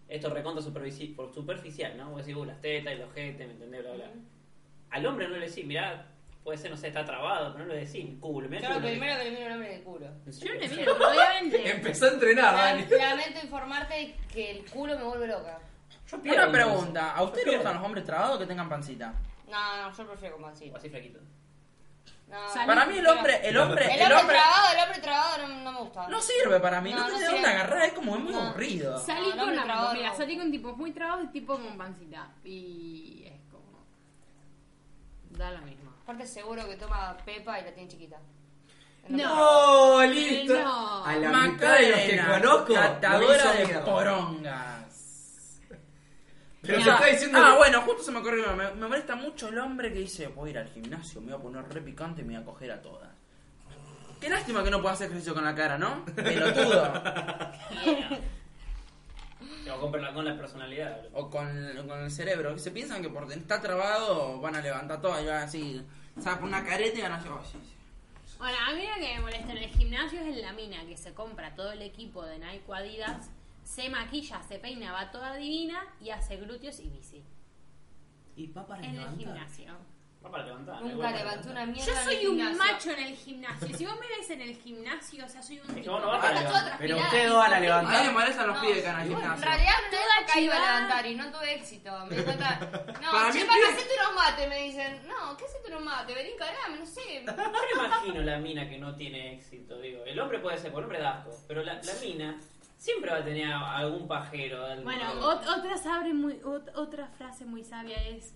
Speaker 3: esto es recontra superfici- por- superficial, ¿no? Vos decís, uh, las tetas, el ojete, ¿me entendés? Bla, bla. Al hombre no le decís, mirá, puede ser, no sé, está trabado, pero no le decís, culo, mirá el
Speaker 5: Yo lo
Speaker 3: culo.
Speaker 5: primero que le miro el hombre en el culo.
Speaker 3: ¿En
Speaker 6: Yo no
Speaker 3: serio?
Speaker 6: le miro, obviamente.
Speaker 1: Empezó a
Speaker 3: Ah,
Speaker 1: entrenar, Dani.
Speaker 5: Lam- Lamento informarte que el culo me vuelve loca.
Speaker 3: Yo pierdo,
Speaker 2: Una
Speaker 3: entonces.
Speaker 2: pregunta, ¿a usted le
Speaker 3: Yo pierdo.
Speaker 2: gustan los hombres trabados o que tengan pancita?
Speaker 5: No, no, yo prefiero con
Speaker 3: O
Speaker 5: pancita.
Speaker 3: así flaquito.
Speaker 5: No,
Speaker 6: Salí.
Speaker 2: Para mí el hombre, el hombre,
Speaker 5: El
Speaker 2: el
Speaker 5: hombre,
Speaker 2: hombre
Speaker 5: trabado, el hombre trabado no, no me gusta.
Speaker 2: no sirve para mí, no
Speaker 5: No, no
Speaker 2: tiene de dónde
Speaker 5: sirve.
Speaker 2: agarrar, es como muy
Speaker 5: No.
Speaker 2: aburrido.
Speaker 6: Salí
Speaker 5: No, no
Speaker 6: con
Speaker 5: me
Speaker 6: amigos,
Speaker 5: trabajo.
Speaker 6: mira, salí con tipos muy trabados y tipos con pancita. Y es como. Da la misma.
Speaker 5: Aparte seguro que toma Pepa y la tiene chiquita.
Speaker 1: No, Oh, listo.
Speaker 6: No.
Speaker 1: A la mitad de los que
Speaker 2: Macarena,
Speaker 1: conozco,
Speaker 2: catadora
Speaker 1: lo hizo
Speaker 2: de
Speaker 1: mierda.
Speaker 2: porongas.
Speaker 1: Pero
Speaker 2: Ah,
Speaker 1: te está diciendo
Speaker 2: Ah,
Speaker 1: que-
Speaker 2: bueno, justo se me ocurrió. Me, me molesta mucho el hombre que dice: Voy a ir al gimnasio, me voy a poner re picante y me voy a coger a todas. Qué lástima que no puedas hacer ejercicio con la cara, ¿no? Pelotudo.
Speaker 3: Tengo con, la- con la personalidad. boludo.
Speaker 2: o con, o con el cerebro. que Se piensan que por estar trabado van a levantar todas y van a decir: Saca una careta y van a decir: "Oh, sí, sí".
Speaker 6: Bueno, a mí lo que me molesta en el gimnasio es en la mina que se compra todo el equipo de Nike o Adidas, se maquilla, se peina, va toda divina y hace glúteos y bici.
Speaker 2: Y va para
Speaker 6: En el
Speaker 2: levantar.
Speaker 6: gimnasio.
Speaker 3: Va para levantar. me
Speaker 5: Nunca
Speaker 3: vuelvo a
Speaker 5: levantó
Speaker 3: levantar.
Speaker 5: una mierda.
Speaker 6: Yo
Speaker 5: en el
Speaker 6: soy un
Speaker 5: gimnasio.
Speaker 6: macho en el gimnasio. Si vos me ves en el gimnasio, o sea, soy un
Speaker 3: Es que
Speaker 6: tipo.
Speaker 3: vos no vas para
Speaker 5: Está toda
Speaker 3: levantar.
Speaker 1: Pero
Speaker 5: transpirada.
Speaker 1: ustedes dos van a
Speaker 2: A mí me
Speaker 1: levantar.
Speaker 2: molestan los
Speaker 5: No,
Speaker 2: pies que van al
Speaker 5: Bueno, en
Speaker 2: gimnasio.
Speaker 5: realidad en una
Speaker 6: Toda
Speaker 5: época iba a
Speaker 6: chivada.
Speaker 5: levantar y no tuve éxito. Me di cuenta. No,
Speaker 2: Para mí
Speaker 5: chepa,
Speaker 2: es-
Speaker 5: hacete unos mates, me dicen. No, ¿qué hacete unos mates? Vení, carame, no sé.
Speaker 3: Yo me imagino la mina que no tiene éxito, digo. El hombre puede ser, por hombre da asco, pero la, la mina siempre va a tener a- algún pajero. algún-
Speaker 6: Bueno,
Speaker 3: algo.
Speaker 6: ot- otra, sabe muy, ot- otra frase muy sabia es: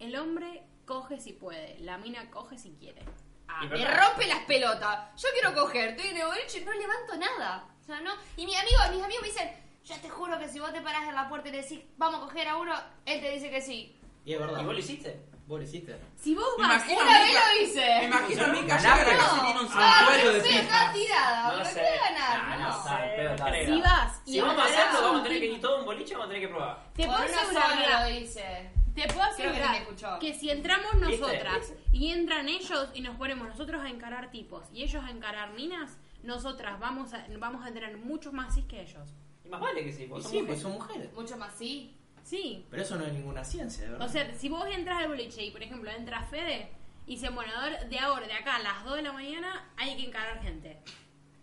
Speaker 6: El hombre coge si puede, la mina coge si quiere.
Speaker 5: Ah,
Speaker 3: Y
Speaker 5: me
Speaker 3: verdad.
Speaker 5: rompe las pelotas. Yo quiero coger, estoy en el boliche y no levanto nada. O sea, no. Y mis amigos, mis amigos me dicen, yo te juro que si vos te parás en la puerta y le decís, vamos a coger a uno, él te dice que sí.
Speaker 1: Y es
Speaker 3: ¿Y
Speaker 1: verdad.
Speaker 3: vos lo hiciste?
Speaker 1: Vos lo hiciste.
Speaker 6: Si vos
Speaker 2: Me
Speaker 6: vas.
Speaker 2: imagino
Speaker 5: Una
Speaker 2: a
Speaker 5: vez
Speaker 2: Mica-
Speaker 5: lo
Speaker 2: Me
Speaker 5: hice.
Speaker 2: imagino a mí que
Speaker 1: Ganar,
Speaker 2: ayer casi
Speaker 1: no.
Speaker 2: tiene un
Speaker 5: Ah,
Speaker 2: santuario de
Speaker 5: sí, acá
Speaker 2: pija.
Speaker 5: tirada,
Speaker 3: No
Speaker 5: pero
Speaker 3: sé.
Speaker 5: ¿qué voy a ganar?
Speaker 3: Ah,
Speaker 5: No.
Speaker 3: no sé, pero
Speaker 1: Si
Speaker 3: creo.
Speaker 6: Si vas y
Speaker 3: Si vamos a
Speaker 6: agarrás
Speaker 3: hacerlo,
Speaker 6: un
Speaker 3: vamos a tener que
Speaker 6: tipo-
Speaker 3: ir todo un boliche, vamos a tener que probar.
Speaker 6: Te puedo
Speaker 5: Por una sola
Speaker 6: asegurar,
Speaker 5: lo hice.
Speaker 6: te puedo
Speaker 5: Creo que ni me
Speaker 6: asegurar
Speaker 5: escuchó.
Speaker 6: que si entramos
Speaker 3: ¿Viste?
Speaker 6: nosotras y entran ellos y nos ponemos nosotros a encarar tipos y ellos a encarar minas, nosotras vamos a, vamos a tener muchos más cis que ellos.
Speaker 3: Y más vale que sí, porque
Speaker 1: Y
Speaker 3: son
Speaker 1: sí, pues
Speaker 3: mujeres.
Speaker 1: son mujeres.
Speaker 5: Mucho más sí.
Speaker 6: Sí.
Speaker 1: Pero eso no es ninguna ciencia, de verdad.
Speaker 6: O sea, si vos entras al boliche y, por ejemplo, entra Fede y dicen, bueno, ahora- de ahora, de acá a las 2 de la mañana hay que encarar gente.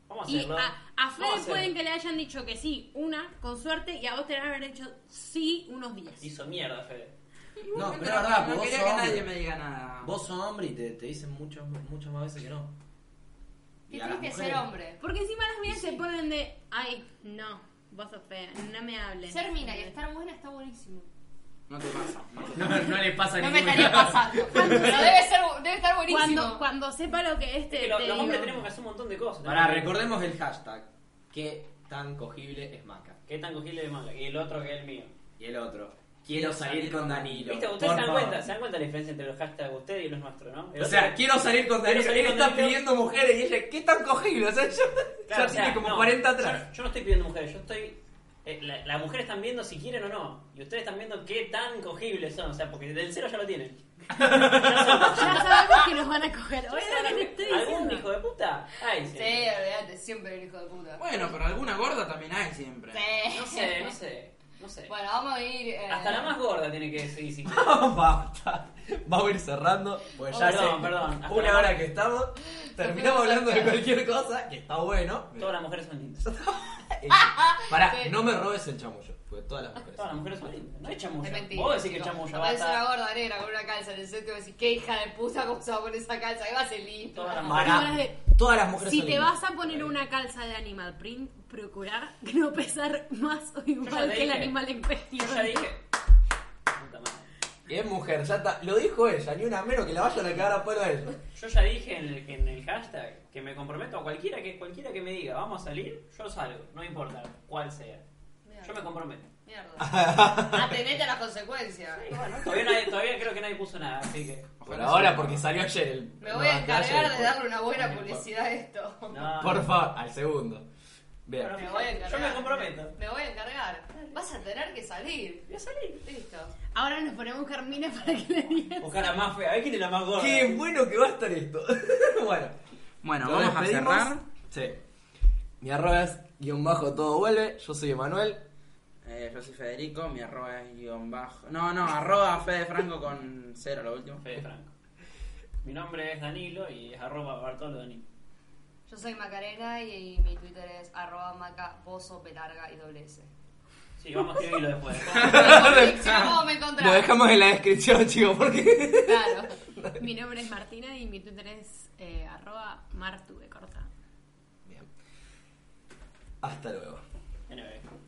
Speaker 3: Vamos a
Speaker 6: Y
Speaker 3: hacerlo.
Speaker 6: a, a Fede
Speaker 3: Vamos a hacerlo.
Speaker 6: pueden que le hayan dicho que sí, una, con suerte, y a vos te van a haber dicho sí unos 10.
Speaker 3: Hizo mierda, Fede.
Speaker 1: no, pero es verdad,
Speaker 2: no
Speaker 1: vos
Speaker 2: quería
Speaker 1: sos
Speaker 2: que
Speaker 1: hombre.
Speaker 2: nadie me diga nada.
Speaker 1: Vos sos hombre y te, te dicen muchas, muchas más veces que no.
Speaker 5: Qué
Speaker 1: Y a las
Speaker 5: triste ser
Speaker 1: mujeres-
Speaker 5: hombre.
Speaker 6: Porque encima las minas se ponen de, ay, no, vos sos fea, no me hables. Eh,
Speaker 5: Ser mina y estar buena está buenísimo.
Speaker 2: No te pasa.
Speaker 1: No, no le pasa
Speaker 5: No
Speaker 1: ninguna.
Speaker 5: me estaría pasando. Pero debe, ser, debe estar buenísimo.
Speaker 6: Cuando, cuando sepa lo que es, te,
Speaker 3: Es que lo-
Speaker 6: te
Speaker 3: los hombres
Speaker 6: digo.
Speaker 3: tenemos que hacer un montón de cosas.
Speaker 1: Pará,
Speaker 3: Tenemos que-
Speaker 1: recordemos el hashtag. ¿Qué tan cogible es Maca?
Speaker 3: ¿Qué tan cogible de manga? Y el otro que es el mío.
Speaker 1: Y el otro. Quiero salir con Danilo.
Speaker 3: ¿Viste?
Speaker 1: por
Speaker 3: Ustedes se dan,
Speaker 1: favor.
Speaker 3: cuenta, se dan cuenta la diferencia entre los hashtags de ustedes y los nuestros, ¿no? El
Speaker 1: O
Speaker 3: otro
Speaker 1: sea,
Speaker 3: que-
Speaker 1: quiero salir con Danilo.
Speaker 3: Quiero salir
Speaker 1: Él
Speaker 3: con
Speaker 1: está
Speaker 3: Danilo.
Speaker 1: pidiendo mujeres y ella, ¿qué tan cogible? O sea, yo,
Speaker 3: Claro,
Speaker 1: ya
Speaker 3: o sea,
Speaker 1: tiene como
Speaker 3: no,
Speaker 1: 40 atrás.
Speaker 3: Yo, yo no estoy pidiendo mujeres, yo estoy. eh, la- Las mujeres están viendo si quieren o no. Y ustedes están viendo qué tan cogibles son. O sea, porque del cero ya lo tienen.
Speaker 6: Ya sabemos que nos van a coger. Oye, lo que te estoy
Speaker 3: ¿Algún hijo
Speaker 6: diciendo.
Speaker 3: de puta? Ay, sí.
Speaker 5: Sí, olvídate, siempre el hijo de puta.
Speaker 2: Bueno, pero alguna gorda también hay siempre.
Speaker 5: Sí.
Speaker 3: No sé, no sé. No sé.
Speaker 5: Bueno, vamos a ir. eh,
Speaker 3: Hasta la más gorda tiene que decir. si quiere.
Speaker 1: Basta. Oh, Vamos a ir cerrando. Pues ya
Speaker 3: Perdón,
Speaker 1: sé.
Speaker 3: perdón. Hasta
Speaker 1: Una
Speaker 3: la-
Speaker 1: hora que estamos.
Speaker 10: Terminamos hablando de cualquier cosa, que está bueno.
Speaker 3: Todas las mujeres son lindas.
Speaker 10: Eh, Pará, no me robes el chamullo, porque todas las mujeres.
Speaker 3: Todas las mujeres son lindas. No hay chamulla.
Speaker 5: Es mentira.
Speaker 3: Vos decís que
Speaker 5: No,
Speaker 3: chamulla
Speaker 5: aparece una
Speaker 3: basta.
Speaker 5: gorda negra con una calza en el centro y vos decís, qué hija de puta, cómo se va a poner esa calza, que va a ser lindo.
Speaker 3: Todas las mujeres.
Speaker 10: Pará, todas las mujeres
Speaker 6: Si
Speaker 10: son
Speaker 6: te
Speaker 10: lindas.
Speaker 6: vas a poner una calza de animal print, procurá no pesar más o
Speaker 3: Yo ya
Speaker 6: igual
Speaker 3: te
Speaker 6: que el
Speaker 3: dije.
Speaker 6: animal en cuestión.
Speaker 3: Yo ya dije. Puta madre.
Speaker 10: Y es mujer, ya está. Lo dijo ella, ni una menos que la vayan a cagar a palo de ella.
Speaker 3: Yo ya dije en el, en el hashtag que me comprometo a cualquiera que cualquiera que me diga vamos a salir, yo salgo, no importa cuál sea. Yo me comprometo.
Speaker 5: Mierda. Atenete a las consecuencias.
Speaker 3: Sí, bueno, todavía, nadie- todavía creo que nadie puso nada, así que.
Speaker 10: Por ahora, porque salió ayer el.
Speaker 5: Me voy a
Speaker 10: no, ayer
Speaker 5: encargar
Speaker 10: el-
Speaker 5: de darle una buena
Speaker 10: por-
Speaker 5: publicidad a esto.
Speaker 3: No,
Speaker 10: Por favor, al segundo. Bien.
Speaker 3: Pero-
Speaker 5: Me voy a encargar.
Speaker 3: Yo me comprometo.
Speaker 5: Me voy a encargar. Vas a tener que salir.
Speaker 3: Voy a salir.
Speaker 5: Listo.
Speaker 6: Ahora nos ponemos carmines para que le digan.
Speaker 3: Buscar la más fea, a ver quién es la más gorda.
Speaker 10: Qué bueno que va a estar esto. bueno,
Speaker 2: Bueno,
Speaker 10: ¿lo
Speaker 2: vamos a
Speaker 10: despedimos?
Speaker 2: cerrar.
Speaker 10: Sí. Mi arroba es guión bajo todo vuelve. Yo soy Emanuel.
Speaker 2: Eh, yo soy Federico, mi arroba es guión bajo. No, no, arroba Fede Franco con cero, lo último.
Speaker 3: Fede Franco. Mi nombre es Danilo y es arroba Bartolo Danilo.
Speaker 5: Yo soy Macarena y mi Twitter es arroba maca, bozo, pelarga y doble S.
Speaker 3: Sí, vamos a escribirlo después.
Speaker 5: ¿Cómo me
Speaker 10: Lo
Speaker 5: encontrás?
Speaker 10: dejamos en la descripción, chicos, porque.
Speaker 5: Claro.
Speaker 6: Mi nombre es Martina y mi Twitter es eh, arroba martu de corta.
Speaker 10: Bien. Hasta luego.
Speaker 3: Anyway.